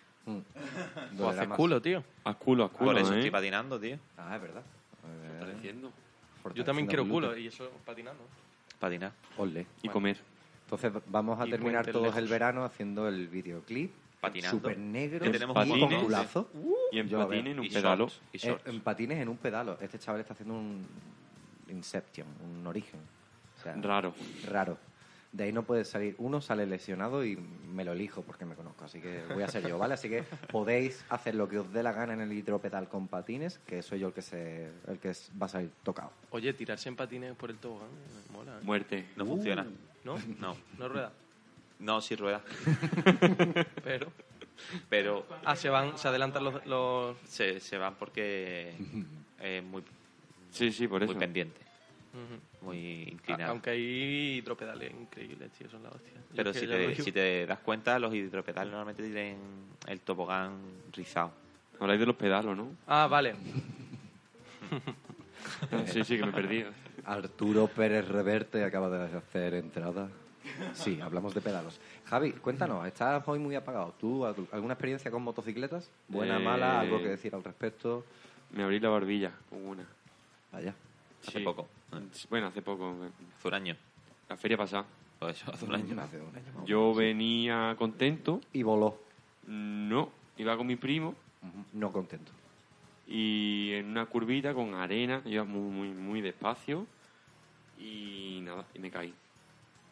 Speaker 3: O haces culo, tío.
Speaker 2: A culo, a culo,
Speaker 1: Por eso
Speaker 2: ¿eh?
Speaker 1: estoy patinando, tío.
Speaker 4: Ah, es verdad. Eh,
Speaker 2: Está diciendo.
Speaker 3: Yo también quiero culo y eso patinando.
Speaker 1: Patinar.
Speaker 4: Ole.
Speaker 2: Y comer.
Speaker 4: Entonces vamos a
Speaker 3: Y
Speaker 4: terminar
Speaker 3: puentes
Speaker 4: todos
Speaker 3: lejos.
Speaker 4: el verano haciendo el videoclip.
Speaker 1: Patinando.
Speaker 4: Súper negro.
Speaker 1: Que tenemos
Speaker 4: y con
Speaker 2: patines.
Speaker 4: culazo.
Speaker 2: Y en
Speaker 4: Yo, a ver,
Speaker 2: patín, en un
Speaker 1: y
Speaker 2: pedalo.
Speaker 1: shorts, Uh, y
Speaker 4: Eh,
Speaker 1: shorts.
Speaker 4: en patines en un pedalo. Este chaval está haciendo un Inception, un origen. O sea,
Speaker 2: Raro.
Speaker 4: Raro. De ahí no puede salir. Uno sale lesionado y me lo elijo porque me conozco, así que voy a ser yo, ¿vale? Así que podéis hacer lo que os dé la gana en el hidropedal con patines, que soy yo el que, se, el que s- va a salir tocado.
Speaker 3: Oye, tirarse en patines por el tobogán, eh, mola. ¿eh?
Speaker 2: Muerte.
Speaker 1: No funciona.
Speaker 3: ¿No?
Speaker 1: No,
Speaker 3: No rueda.
Speaker 1: no, sí rueda.
Speaker 3: Pero.
Speaker 1: Pero
Speaker 3: Ah, se van, se adelantan los. los-
Speaker 1: se, se van porque es muy,
Speaker 2: Sí, sí, por
Speaker 1: muy
Speaker 2: eso.
Speaker 1: pendiente,
Speaker 3: Ujú.
Speaker 1: muy
Speaker 3: A-
Speaker 1: inclinado.
Speaker 3: Aunque hay tropedales increíbles, tío, son la hostia. Yo
Speaker 1: Pero
Speaker 3: es que
Speaker 1: si
Speaker 3: ya lo
Speaker 1: te,
Speaker 3: digo.
Speaker 1: si te das cuenta, los hidropedales normalmente tienen el tobogán rizado.
Speaker 2: Habláis de los pedalos, ¿no?
Speaker 3: Ah, vale.
Speaker 2: sí, sí, que me he perdido.
Speaker 4: Arturo Pérez Reverte acaba de hacer entrada. Sí, hablamos de pedalos. Javi, cuéntanos, estás hoy muy apagado. ¿Tú al- alguna experiencia con motocicletas? ¿Buena,
Speaker 2: Eh,
Speaker 4: mala? ¿Algo que decir al respecto?
Speaker 2: Me abrí la barbilla con una.
Speaker 4: Vaya.
Speaker 1: Hace
Speaker 2: Sí.
Speaker 1: poco.
Speaker 2: Bueno, hace poco.
Speaker 1: Hace un año.
Speaker 2: La feria pasada.
Speaker 1: O eso, hace un año.
Speaker 4: Hace un año más.
Speaker 2: Yo venía contento.
Speaker 4: Y voló.
Speaker 2: No, iba con mi primo
Speaker 4: No contento.
Speaker 2: y en una curvita con arena, iba muy, muy, muy despacio y nada, y me caí.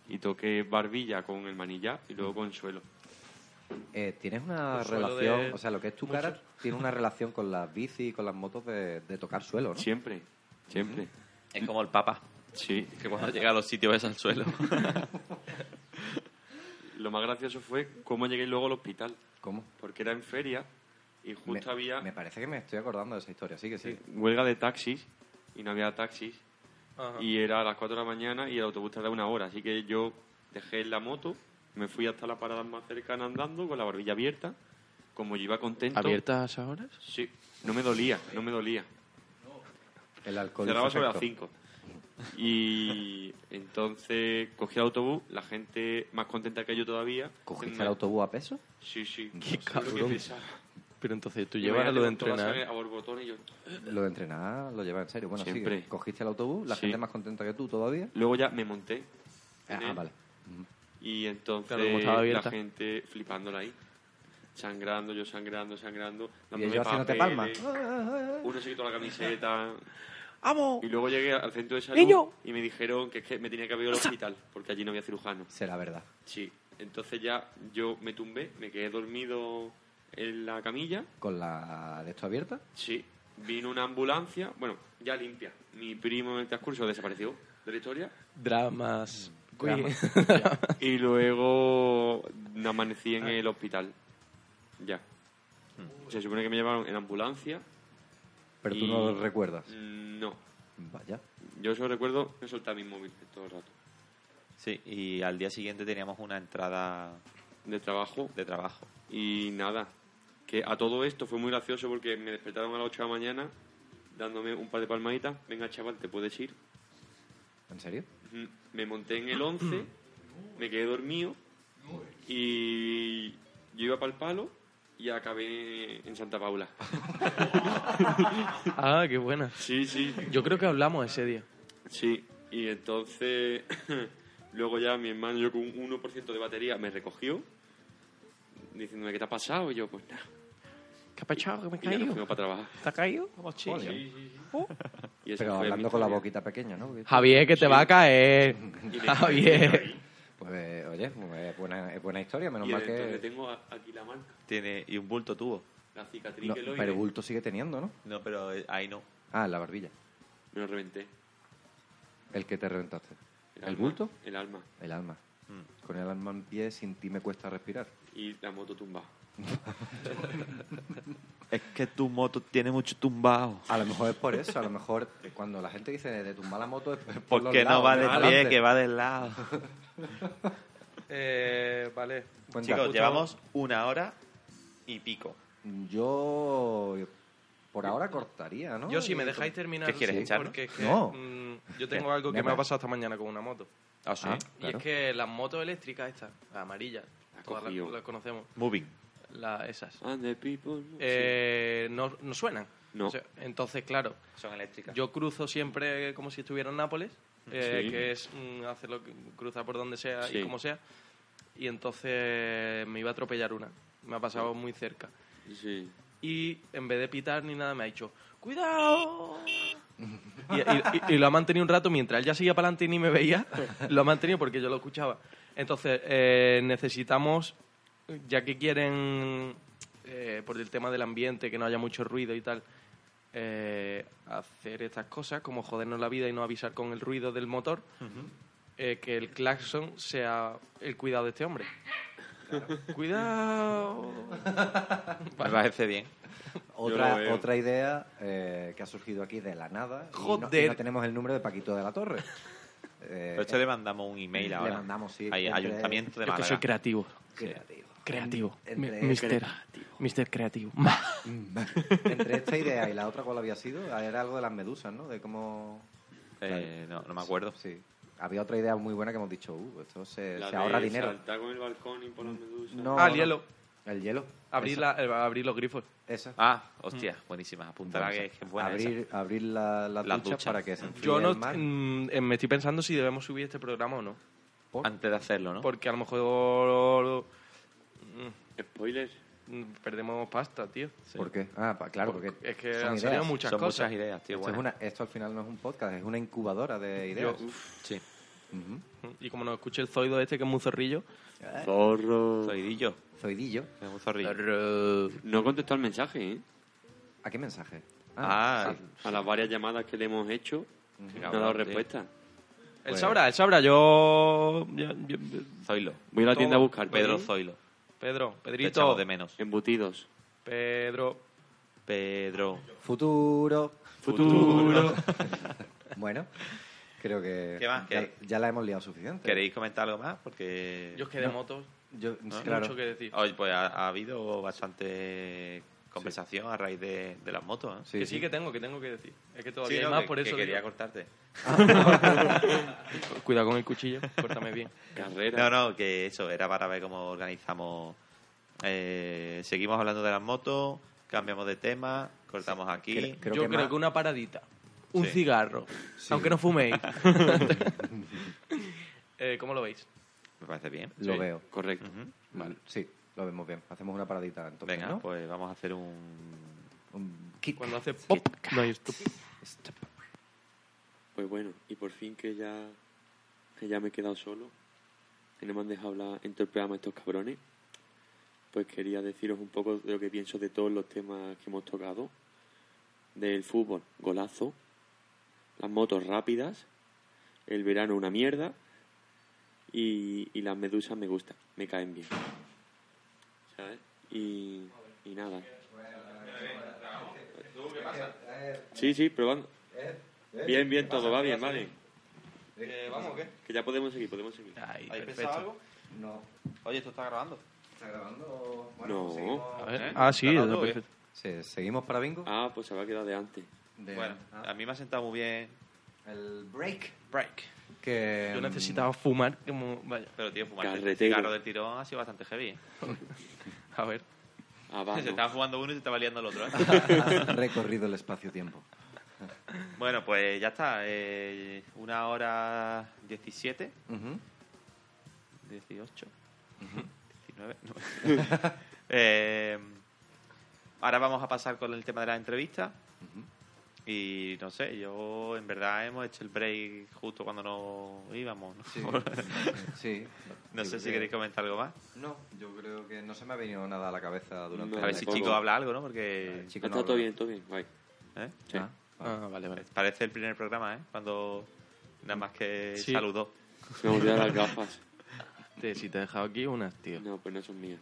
Speaker 2: Y toqué barbilla con el manillar y luego con el suelo.
Speaker 4: Eh, ¿Tienes una
Speaker 3: El
Speaker 2: Pues
Speaker 3: suelo
Speaker 4: relación,
Speaker 3: de-
Speaker 4: o sea, lo que es tu
Speaker 3: mucho.
Speaker 4: cara, tiene una relación con las bicis y con las motos de, de tocar suelo, ¿no?
Speaker 2: Siempre, siempre.
Speaker 1: Es como el papa,
Speaker 2: Sí.
Speaker 1: que cuando llega a los sitios ves al suelo.
Speaker 2: Lo más gracioso fue cómo llegué luego al hospital,
Speaker 4: ¿Cómo?
Speaker 2: porque era en feria y
Speaker 4: Me,
Speaker 2: justo había
Speaker 4: me parece que me estoy acordando de esa historia, sí que sí.
Speaker 2: huelga de taxis y no había taxis
Speaker 3: Ajá.
Speaker 2: y era a las 4 de la mañana y el autobús tardaba una hora, así que yo dejé la moto, me fui hasta la parada más cercana andando con la barbilla abierta, como yo iba contento.
Speaker 3: ¿Abiertas ahora?
Speaker 2: Sí, no me dolía, no me dolía.
Speaker 4: El alcohol.
Speaker 2: Cerraba
Speaker 4: hizo
Speaker 2: sobre las
Speaker 4: efecto.
Speaker 2: 5. Y entonces cogí el autobús, la gente más contenta que yo todavía.
Speaker 4: ¿Cogiste
Speaker 2: Me-
Speaker 4: el autobús a peso?
Speaker 2: Sí, sí.
Speaker 3: Qué
Speaker 2: No sé lo que
Speaker 3: cabrón.
Speaker 2: pesaba.
Speaker 3: Pero entonces tú
Speaker 2: Y me
Speaker 3: llevas a lo de
Speaker 2: levantó la sangre
Speaker 3: entrenar.
Speaker 2: A borbotones y yo...
Speaker 4: Lo de entrenar lo lleva en serio. Bueno, sí,
Speaker 2: Siempre.
Speaker 4: cogiste el autobús, la
Speaker 2: Sí.
Speaker 4: gente más contenta que tú todavía.
Speaker 2: Luego ya me monté. en
Speaker 4: Ah,
Speaker 2: él.
Speaker 4: vale.
Speaker 2: Y entonces
Speaker 3: Claro, como estaba
Speaker 2: la
Speaker 3: abierta.
Speaker 2: gente flipándola ahí. Sangrando, yo sangrando, sangrando.
Speaker 4: Y
Speaker 2: dándome
Speaker 4: ellos haciéndote palmas.
Speaker 2: papeles. Uno se quitó la camiseta.
Speaker 3: ¡Vamos!
Speaker 2: Y luego llegué al centro de salud
Speaker 3: Niño.
Speaker 2: y me dijeron que, es que me tenía que haber ido al hospital, porque allí no había cirujano.
Speaker 4: Será verdad.
Speaker 2: Sí, entonces ya yo me tumbé, me quedé dormido en la camilla.
Speaker 4: Con la de esto abierta,
Speaker 2: Sí, vino una ambulancia, bueno, ya limpia. Mi primo en el transcurso desapareció de la historia.
Speaker 3: Dramas.
Speaker 4: Dramas.
Speaker 3: Queen.
Speaker 2: Y luego amanecí en el hospital. Ya. Se supone que me llevaron en ambulancia.
Speaker 4: pero tú
Speaker 2: Y-
Speaker 4: no lo recuerdas.
Speaker 2: Mm, No,
Speaker 4: Vaya.
Speaker 2: yo solo recuerdo que soltar mi móvil todo el rato.
Speaker 1: Sí, y al día siguiente teníamos una entrada
Speaker 2: De trabajo
Speaker 1: de trabajo.
Speaker 2: Y nada, que a todo esto fue muy gracioso porque me despertaron a las 8 de la mañana dándome un par de palmaditas. Venga, chaval, te puedes ir.
Speaker 4: ¿En serio?
Speaker 2: Ujú. Me monté en el 11, me quedé dormido y yo iba para el palo y acabé en Santa Paula.
Speaker 3: Ah, qué buena.
Speaker 2: Sí, sí,
Speaker 3: Yo creo que hablamos ese día.
Speaker 2: sí. Y entonces, luego ya mi hermano, yo con un 1% de batería, me recogió diciéndome, ¿qué te ha pasado? Y yo, pues nada.
Speaker 3: ¿Qué ha pachado? ¿Que me he
Speaker 2: Y ya nos
Speaker 3: caído?
Speaker 2: fuimos para trabajar.
Speaker 3: ¿Te ha Uh. caído? Hostia.
Speaker 2: Y esa
Speaker 4: Pero
Speaker 2: fue mi
Speaker 4: hablando con la
Speaker 2: historia.
Speaker 4: boquita pequeña, ¿no? Porque-
Speaker 3: Javier, que te va a caer.
Speaker 2: Y me-
Speaker 3: Javier.
Speaker 4: Pues, eh, oye, es buena, es buena historia, menos
Speaker 2: Y
Speaker 4: mal
Speaker 2: entonces
Speaker 4: que...
Speaker 2: tengo a- aquí la marca,
Speaker 1: Tiene, y un bulto tuvo.
Speaker 2: la cicatriz
Speaker 4: No,
Speaker 2: que lo
Speaker 4: pero
Speaker 2: hice.
Speaker 4: bulto sigue teniendo, ¿no?
Speaker 1: No, pero eh, ahí no.
Speaker 4: Ah, en la barbilla.
Speaker 2: Me lo reventé.
Speaker 4: El que te reventaste. ¿El,
Speaker 2: alma,
Speaker 4: bulto?
Speaker 2: El alma.
Speaker 4: El alma.
Speaker 1: Mm.
Speaker 4: Con el alma en pie, sin ti me cuesta respirar.
Speaker 2: Y la moto tumbada.
Speaker 1: Es que tu moto tiene mucho tumbado.
Speaker 4: A lo mejor es por eso, a lo mejor cuando la gente dice de tumbar la moto es por los
Speaker 1: Porque no
Speaker 4: lados,
Speaker 1: va
Speaker 4: de
Speaker 1: de pie,
Speaker 4: adelante.
Speaker 1: que va del lado.
Speaker 3: Eh, vale.
Speaker 4: Cuenta.
Speaker 1: Chicos, llevamos una hora y pico.
Speaker 4: Yo por ahora cortaría, ¿no?
Speaker 3: Yo, si me dejáis terminar,
Speaker 1: ¿Qué quieres,
Speaker 3: sí,
Speaker 1: echarlo?
Speaker 3: porque es que
Speaker 4: No.
Speaker 3: mm, yo tengo algo que me ha pasado esta mañana con una moto.
Speaker 1: Ah, sí.
Speaker 4: Ah.
Speaker 3: Y
Speaker 4: Claro.
Speaker 3: es que las motos eléctricas estas, las amarillas, todas las,
Speaker 2: cogido.
Speaker 3: las conocemos,
Speaker 1: Moving.
Speaker 3: las, esas,
Speaker 2: And the people.
Speaker 3: eh, no, no suenan.
Speaker 2: No.
Speaker 3: O sea, entonces, claro,
Speaker 1: Son eléctricas.
Speaker 3: yo cruzo siempre como si estuviera en Nápoles, eh,
Speaker 2: Sí.
Speaker 3: que es mm, hacerlo, cruzar por donde sea
Speaker 2: Sí.
Speaker 3: y como sea. Y entonces me iba a atropellar una. Me ha pasado muy cerca.
Speaker 2: Sí.
Speaker 3: Y en vez de pitar ni nada, me ha dicho, ¡Cuidado! Y, y- y- y lo ha mantenido un rato mientras él ya seguía para adelante y ni me veía, lo ha mantenido porque yo lo escuchaba. Entonces, eh, necesitamos, ya que quieren, eh, por el tema del ambiente, que no haya mucho ruido y tal, eh, hacer estas cosas, como jodernos la vida y no avisar con el ruido del motor, eh, que el claxon sea el cuidado de este hombre. Cuidado.
Speaker 1: Me parece bien.
Speaker 2: lo
Speaker 4: Otra,
Speaker 2: veo.
Speaker 4: otra idea eh, que ha surgido aquí de la nada. y no- Y no,
Speaker 3: Joder.
Speaker 4: tenemos el número de Paquito de la Torre. Eh,
Speaker 1: De hecho, le mandamos un email
Speaker 4: Le
Speaker 1: ahora.
Speaker 4: mandamos, sí,
Speaker 1: Ahí,
Speaker 4: entre-
Speaker 1: Ayuntamiento de
Speaker 8: Yo que
Speaker 1: Málaga.
Speaker 8: soy creativo.
Speaker 4: creativo.
Speaker 8: Creativo.
Speaker 4: Entre-
Speaker 8: Mi- Mister. Mister creativo. Ma.
Speaker 4: Entre esta idea y la otra, ¿cuál había sido? Era algo de las medusas, ¿no? De cómo...
Speaker 1: Eh, no, no me acuerdo.
Speaker 4: Sí. Había otra idea muy buena que hemos dicho, uh, esto se,
Speaker 2: La
Speaker 4: se ahorra
Speaker 2: de
Speaker 4: dinero.
Speaker 2: Saltar con el balcón y por las medusas.
Speaker 4: No,
Speaker 3: Ah, el
Speaker 4: no.
Speaker 3: hielo.
Speaker 4: El hielo.
Speaker 3: Abrir, la- eh, abrir los grifos.
Speaker 4: Esa.
Speaker 1: Ah,
Speaker 8: Mm.
Speaker 1: hostia, buenísima. Apuntará
Speaker 4: Bueno,
Speaker 1: que es buena
Speaker 4: abrir abrir la, las
Speaker 1: Las
Speaker 4: duchas
Speaker 1: duchas.
Speaker 4: para que se enfríe
Speaker 3: Yo no,
Speaker 4: el mar.
Speaker 3: mm, eh, me estoy pensando si debemos subir este programa o no.
Speaker 1: esa. Antes de hacerlo, ¿no?
Speaker 3: Porque a lo mejor
Speaker 2: Spoiler.
Speaker 3: mm, perdemos pasta, tío.
Speaker 4: ¿Por qué? Ah, pa- claro, porque
Speaker 3: Es que
Speaker 4: son
Speaker 3: han
Speaker 4: ideas.
Speaker 3: salido muchas
Speaker 1: Son
Speaker 3: cosas.
Speaker 1: muchas ideas, tío.
Speaker 4: Esto, es
Speaker 1: buenas.
Speaker 4: una- esto al final no es un podcast, es una incubadora de ideas.
Speaker 3: Yo-
Speaker 1: Sí.
Speaker 4: Ujú.
Speaker 3: Y como no escuché el zoido este que es muy zorrillo.
Speaker 4: Eh.
Speaker 2: Zorro.
Speaker 1: Zoidillo.
Speaker 4: Zoidillo.
Speaker 1: Es un zorrillo.
Speaker 2: No contestó al mensaje, ¿eh?
Speaker 4: ¿A qué mensaje?
Speaker 1: Ah,
Speaker 4: sí.
Speaker 2: A las varias llamadas que le hemos hecho, no ha dado
Speaker 1: cabrón,
Speaker 2: respuesta.
Speaker 3: Él
Speaker 1: Pues
Speaker 3: sabrá, él sabrá. Yo, yo- yo-
Speaker 1: Zoilo.
Speaker 2: Voy a la tienda a buscar.
Speaker 1: Pedro
Speaker 2: ¿eh?
Speaker 1: Zoilo.
Speaker 3: Pedro,
Speaker 1: Te echamos
Speaker 3: Pedrito.
Speaker 1: de menos.
Speaker 2: Embutidos.
Speaker 3: Pedro.
Speaker 1: Pedro.
Speaker 4: Futuro.
Speaker 2: Futuro.
Speaker 4: Bueno, creo que
Speaker 1: ¿Qué más?
Speaker 4: Ya,
Speaker 1: ¿Qué-
Speaker 4: ya la hemos liado suficiente.
Speaker 1: ¿Queréis comentar algo más? Porque.
Speaker 3: Yo es que de motos,
Speaker 4: Yo,
Speaker 3: no
Speaker 4: claro.
Speaker 3: Ah, mucho que decir.
Speaker 1: Hoy, pues ha, ha habido bastante conversación a raíz de, de las motos. ¿eh?
Speaker 4: Sí,
Speaker 3: que sí,
Speaker 4: sí.
Speaker 3: que tengo, que tengo que decir. Es que todavía
Speaker 1: Sí,
Speaker 3: hay
Speaker 1: no,
Speaker 3: más,
Speaker 1: que-
Speaker 3: por eso.
Speaker 1: que quería
Speaker 3: digo.
Speaker 1: cortarte.
Speaker 3: Cuidado con el cuchillo, córtame bien.
Speaker 2: Carrera.
Speaker 1: No, no, que eso, era para ver cómo organizamos. Eh, seguimos hablando de las motos, cambiamos de tema, cortamos aquí.
Speaker 4: Cre- creo
Speaker 3: yo
Speaker 4: que
Speaker 3: creo
Speaker 4: más-
Speaker 3: que una paradita, un
Speaker 1: Sí.
Speaker 3: cigarro, aunque no fuméis. Eh, ¿Cómo lo veis?
Speaker 1: Me parece bien.
Speaker 4: Lo veo.
Speaker 2: Correcto.
Speaker 1: Ujú.
Speaker 4: Sí, lo vemos bien. Hacemos una paradita entonces,
Speaker 1: Venga,
Speaker 4: ¿no?
Speaker 1: pues vamos a hacer un.
Speaker 4: Un kick.
Speaker 3: Cuando hace pop, no hay esto.
Speaker 4: Stop.
Speaker 2: Pues bueno, y por fin que ya, que ya me he quedado solo, que no me han dejado hablar en todo el programa estos cabrones, pues quería deciros un poco de lo que pienso de todos los temas que hemos tocado. Del fútbol, golazo, las motos rápidas, el verano una mierda y, y las medusas me gustan, me caen bien. ¿Sabes? Y, y nada. Sí, sí, probando.
Speaker 4: ¿Eh?
Speaker 2: Bien, bien, todo va bien, vale.
Speaker 3: Eh,
Speaker 1: ¿Vamos qué?
Speaker 2: Que ya podemos seguir, podemos seguir.
Speaker 3: Ay,
Speaker 1: ¿Habéis
Speaker 3: perfecto.
Speaker 1: pensado algo?
Speaker 4: No.
Speaker 1: Oye, esto está grabando.
Speaker 4: ¿Está grabando?
Speaker 2: No.
Speaker 4: seguimos-
Speaker 3: A ver. Ah, sí,
Speaker 1: Está todo
Speaker 3: está perfecto.
Speaker 4: Sí, ¿Seguimos para bingo?
Speaker 2: Ah, pues se va a quedar de antes.
Speaker 4: De-
Speaker 1: Bueno,
Speaker 4: ah,
Speaker 1: a mí me ha sentado muy bien.
Speaker 4: el break.
Speaker 1: Break.
Speaker 4: Que, mm,
Speaker 3: Yo necesitaba fumar como... Vaya,
Speaker 1: Pero, tío, fumar el
Speaker 2: Carretero.
Speaker 1: cigarro de tirón ha sido bastante heavy. ¿eh?
Speaker 3: a ver.
Speaker 2: Ah, va,
Speaker 1: Se
Speaker 2: no.
Speaker 1: estaba jugando uno y se estaba liando el otro. ¿eh?
Speaker 4: ha recorrido el espacio-tiempo.
Speaker 1: bueno, pues ya está. eh, una hora 17,
Speaker 4: Ujú.
Speaker 1: 18, 19. no. Eh, ahora vamos a pasar con el tema de la entrevista. Y no sé, yo en verdad hemos hecho el break justo cuando no íbamos. ¿no?
Speaker 4: Sí. sí.
Speaker 1: No
Speaker 4: Yo
Speaker 1: sé si
Speaker 4: creo que-
Speaker 1: queréis comentar algo más.
Speaker 4: No, yo creo que no se me ha venido nada a la cabeza durante
Speaker 2: No,
Speaker 1: A ver si
Speaker 2: tampoco.
Speaker 1: Chico habla algo, ¿no? Porque
Speaker 4: El
Speaker 2: Ah,
Speaker 4: chico no
Speaker 2: está todo
Speaker 4: habla.
Speaker 2: bien, todo bien. Guay.
Speaker 1: ¿eh?
Speaker 2: Sí.
Speaker 4: Ah,
Speaker 3: Ah, vale, vale.
Speaker 1: parece el primer programa, ¿eh? Cuando nada más que
Speaker 3: Sí.
Speaker 1: saludó.
Speaker 2: Se me olvidaron las gafas.
Speaker 3: Te- si te he dejado aquí unas, tío.
Speaker 2: No, pues no son mías.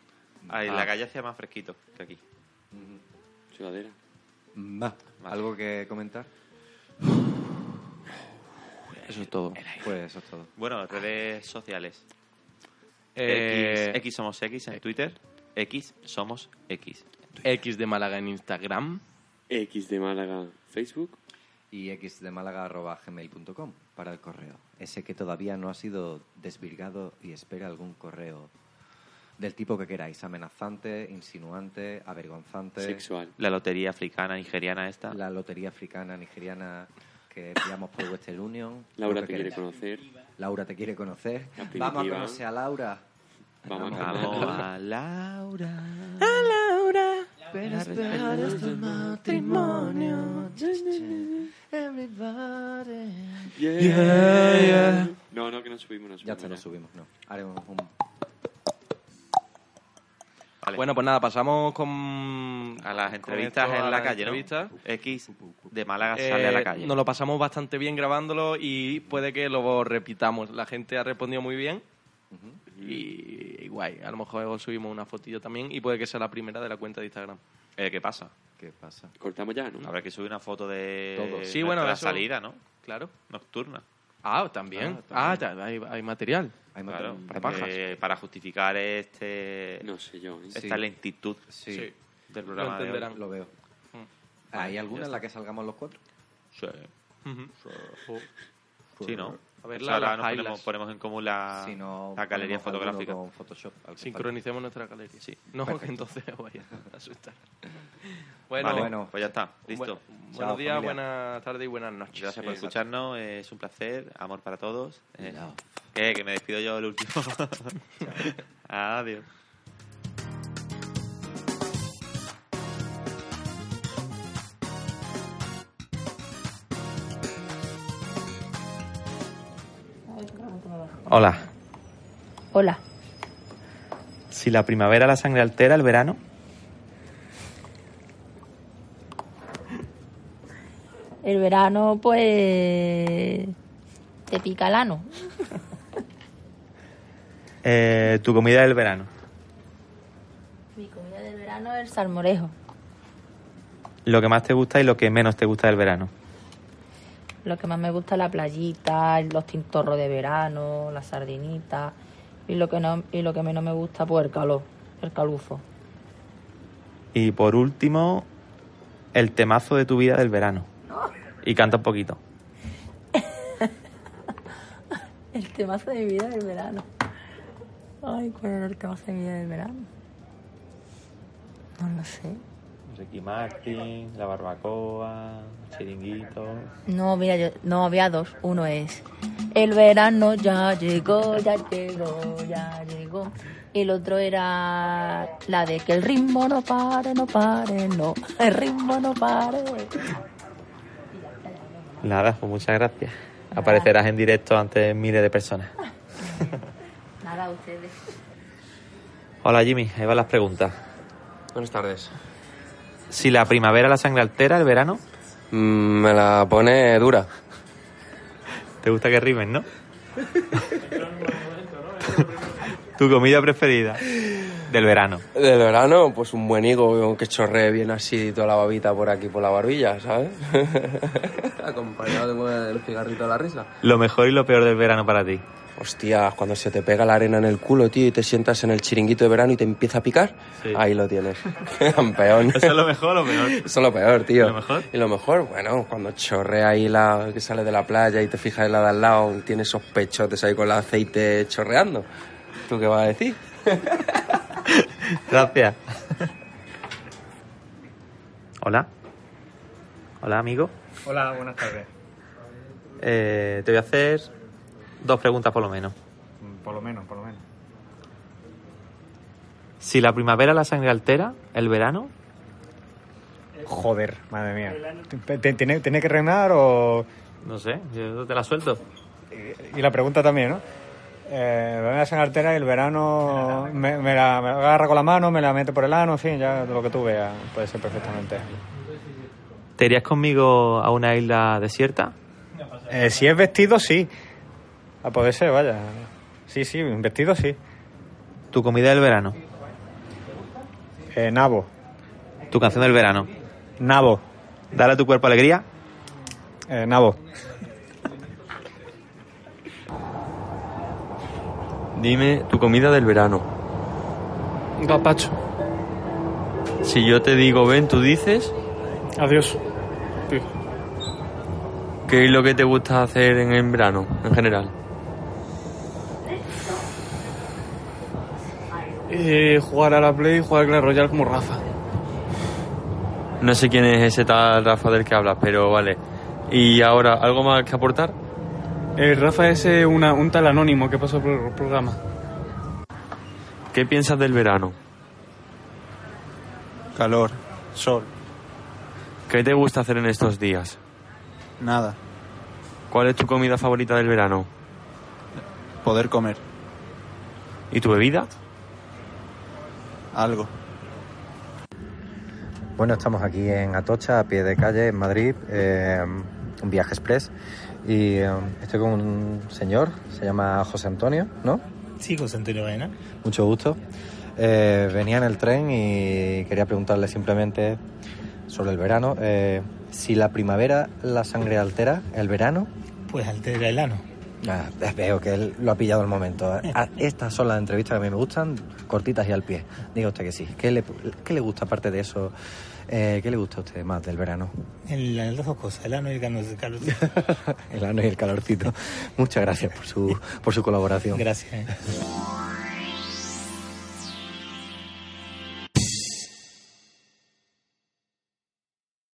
Speaker 1: Ahí,
Speaker 3: Ah.
Speaker 1: La calle hacía más fresquito que aquí.
Speaker 2: Sudadera.
Speaker 4: Ma. ¿Algo que comentar?
Speaker 3: Eso es todo.
Speaker 4: Pues eso es todo.
Speaker 1: Bueno, redes sociales.
Speaker 3: Eh,
Speaker 1: X, X somos X en Twitter. X somos X.
Speaker 3: X de Málaga en Instagram.
Speaker 2: X de Málaga, Facebook.
Speaker 4: Y xdemálaga.gmail.com para el correo. Ese que todavía no ha sido desvirgado y espera algún correo del tipo que queráis. Amenazante, insinuante, avergonzante.
Speaker 2: Sexual.
Speaker 1: La lotería africana, nigeriana esta.
Speaker 4: La lotería africana, nigeriana que enviamos por Western Union.
Speaker 2: Laura
Speaker 4: Lo
Speaker 2: te
Speaker 4: que
Speaker 2: quiere
Speaker 4: queráis.
Speaker 2: conocer.
Speaker 4: Laura te quiere conocer.
Speaker 2: La primitiva.
Speaker 4: Vamos a conocer a Laura.
Speaker 2: Vamos a
Speaker 1: Vamos
Speaker 2: calmarla.
Speaker 1: a Laura.
Speaker 10: Espera, esperar hasta el matrimonio. Everybody.
Speaker 2: Yeah. No, no, que no subimos, no subimos.
Speaker 4: Ya está, no
Speaker 2: ya.
Speaker 4: subimos, no. Haremos un...
Speaker 1: Vale.
Speaker 6: Bueno, pues nada, pasamos con...
Speaker 1: a las
Speaker 6: con
Speaker 1: entrevistas
Speaker 6: esto, a
Speaker 1: en la
Speaker 6: las
Speaker 1: calle,
Speaker 6: entrevistas.
Speaker 1: ¿no? X de Málaga sale a
Speaker 6: Eh,
Speaker 1: la calle.
Speaker 6: Nos lo pasamos bastante bien grabándolo y puede que lo repitamos. La gente ha respondido muy bien. Y, y guay, a lo mejor os subimos una fotilla también y puede que sea la primera de la cuenta de Instagram.
Speaker 1: Eh, ¿Qué pasa?
Speaker 4: ¿Qué pasa?
Speaker 2: Cortamos ya, ¿no?
Speaker 1: Habrá que subir una foto de
Speaker 6: Todo. Sí, bueno,
Speaker 1: la
Speaker 6: eso-
Speaker 1: salida, ¿no?
Speaker 6: Claro.
Speaker 1: Nocturna.
Speaker 3: Ah, también. Ah, ya, hay, hay material.
Speaker 4: Hay
Speaker 1: Claro,
Speaker 4: material-
Speaker 1: porque-
Speaker 6: pajas.
Speaker 1: para justificar este
Speaker 2: No sé yo. ¿eh?
Speaker 1: esta
Speaker 4: Sí.
Speaker 1: lentitud
Speaker 4: Sí,
Speaker 1: del programa de hoy.
Speaker 3: entenderán.
Speaker 4: lo veo. ¿Hay alguna en la que salgamos los cuatro?
Speaker 1: Sí.
Speaker 3: Ujú.
Speaker 1: oh, Sí, ¿no?
Speaker 3: A ver,
Speaker 1: O
Speaker 3: la-
Speaker 1: sea, ahora
Speaker 3: las
Speaker 1: nos ponemos,
Speaker 3: highlights.
Speaker 1: ponemos en común la,
Speaker 4: Pues, ah, si no,
Speaker 1: la galería
Speaker 4: ponemos alguno
Speaker 1: fotográfica.
Speaker 4: Con Photoshop. al que
Speaker 3: Sincronicemos nuestra galería.
Speaker 1: Sí.
Speaker 3: No, que entonces os vaya a asustar. Bueno,
Speaker 1: Bueno,
Speaker 4: bueno.
Speaker 1: pues ya está,
Speaker 3: bu-
Speaker 1: listo.
Speaker 3: buenos
Speaker 4: Chao,
Speaker 3: días,
Speaker 4: familia.
Speaker 3: buenas tardes y buenas noches.
Speaker 1: Gracias por
Speaker 3: Eh,
Speaker 1: escucharnos, eh, es un placer, amor para todos. Eh,
Speaker 4: Chao.
Speaker 1: eh, que me despido yo el último. Adiós.
Speaker 11: Hola.
Speaker 9: Hola.
Speaker 11: Si la primavera la sangre altera, el verano.
Speaker 9: El verano, pues. Te pica el ano.
Speaker 11: eh, tu comida del verano.
Speaker 9: Mi comida del verano es el salmorejo.
Speaker 11: Lo que más te gusta y lo que menos te gusta del verano.
Speaker 9: Lo que más me gusta es la playita, los tintorros de verano, las sardinitas. Y lo que no y lo que menos me gusta, pues el calor, el calufo.
Speaker 11: Y por último, el temazo de tu vida del verano. Y canta un poquito.
Speaker 9: El temazo de mi vida del verano. Ay, ¿cuál era el temazo de mi vida del verano? No lo sé.
Speaker 11: Ricky Martin, la barbacoa, chiringuito.
Speaker 9: No, mira, yo, no, había dos. Uno es El verano ya llegó, ya llegó, ya llegó. El otro era la de que el ritmo no pare, no pare, no, el ritmo no pare.
Speaker 11: Nada, pues muchas gracias. Aparecerás en directo ante miles de personas.
Speaker 9: Nada, ustedes.
Speaker 11: Hola Jimmy, ahí van las preguntas.
Speaker 12: Buenas tardes.
Speaker 11: Si la primavera la sangre altera, el verano.
Speaker 12: Mm, me la pone dura.
Speaker 11: Te gusta que rimen, ¿no? tu comida preferida del verano.
Speaker 12: Del verano, pues un buen higo que chorree bien así toda la babita por aquí, por la barbilla, ¿sabes? Acompañado de- del cigarrito a la risa.
Speaker 11: Lo mejor y lo peor del verano para ti.
Speaker 12: Hostia, cuando se te pega la arena en el culo, tío, y te sientas en el chiringuito de verano y te empieza a picar,
Speaker 11: Sí.
Speaker 12: ahí lo tienes. Campeón.
Speaker 11: ¿Eso es lo mejor o lo peor?
Speaker 12: Eso es lo peor, tío.
Speaker 11: ¿Y lo mejor?
Speaker 12: Y lo mejor, bueno, cuando chorrea ahí la que sale de la playa y te fijas en la de al lado, tiene esos pechotes ahí con el aceite chorreando. ¿Tú qué vas a decir?
Speaker 11: Gracias. Hola. Hola, amigo.
Speaker 8: Hola, buenas tardes.
Speaker 11: Eh, te voy a hacer dos preguntas por lo menos.
Speaker 8: Por lo menos, por lo menos.
Speaker 11: Si la primavera la sangre altera, el verano.
Speaker 8: Joder, madre mía. ¿Tiene, tiene que reinar o...? eh,
Speaker 11: No sé, yo te la suelto.
Speaker 8: Y la pregunta también, ¿no? Eh, me la sangartera y el verano me, me la, me la agarra con la mano, me la mete por el ano, en fin, ya lo que tú veas puede ser perfectamente.
Speaker 11: ¿Te irías conmigo a una isla desierta?
Speaker 8: Eh, si es vestido, sí. A poder ser, vaya. Sí, sí, vestido, sí.
Speaker 11: Tu comida del verano.
Speaker 8: Eh, nabo,
Speaker 11: Tu canción del verano.
Speaker 8: nabo,
Speaker 11: Dale a tu cuerpo alegría.
Speaker 8: eh, nabo.
Speaker 12: Dime tu comida del verano.
Speaker 8: Gazpacho.
Speaker 12: Si yo te digo ven, tú dices,
Speaker 8: Adiós.
Speaker 12: ¿qué es lo que te gusta hacer en el verano, en general?
Speaker 8: Eh, jugar a la Play y jugar a Clash Royale como Rafa.
Speaker 12: No sé quién es ese tal Rafa del que hablas, pero vale. Y ahora, ¿algo más que aportar?
Speaker 8: Rafa es un tal anónimo que pasó por el programa.
Speaker 12: ¿Qué piensas del verano?
Speaker 8: Calor.
Speaker 12: Sol.
Speaker 2: ¿Qué te gusta hacer en estos días?
Speaker 12: Nada.
Speaker 2: ¿Cuál es tu comida favorita del verano?
Speaker 12: Poder comer.
Speaker 2: ¿Y tu bebida?
Speaker 12: Algo.
Speaker 4: Bueno, estamos aquí en Atocha, a pie de calle, en Madrid, eh, un viaje express. Y eh, estoy con un señor, se llama José Antonio, ¿no?
Speaker 8: Sí, José Antonio Baena.
Speaker 4: Mucho gusto. Eh, venía en el tren y quería preguntarle simplemente sobre el verano. eh, si la primavera la sangre altera, el verano.
Speaker 8: Pues altera el ano.
Speaker 4: Ah, veo que él lo ha pillado el momento. Ah, Estas son las entrevistas que a mí me gustan, cortitas y al pie. Diga usted que sí. ¿Qué le, qué le gusta aparte de eso? eh, ¿Qué le gusta a usted más del verano?
Speaker 8: En la- las dos cosas, el ano y el cano- el calor.
Speaker 4: El ano y el calorcito. Muchas gracias por su, por su colaboración.
Speaker 8: Gracias. eh.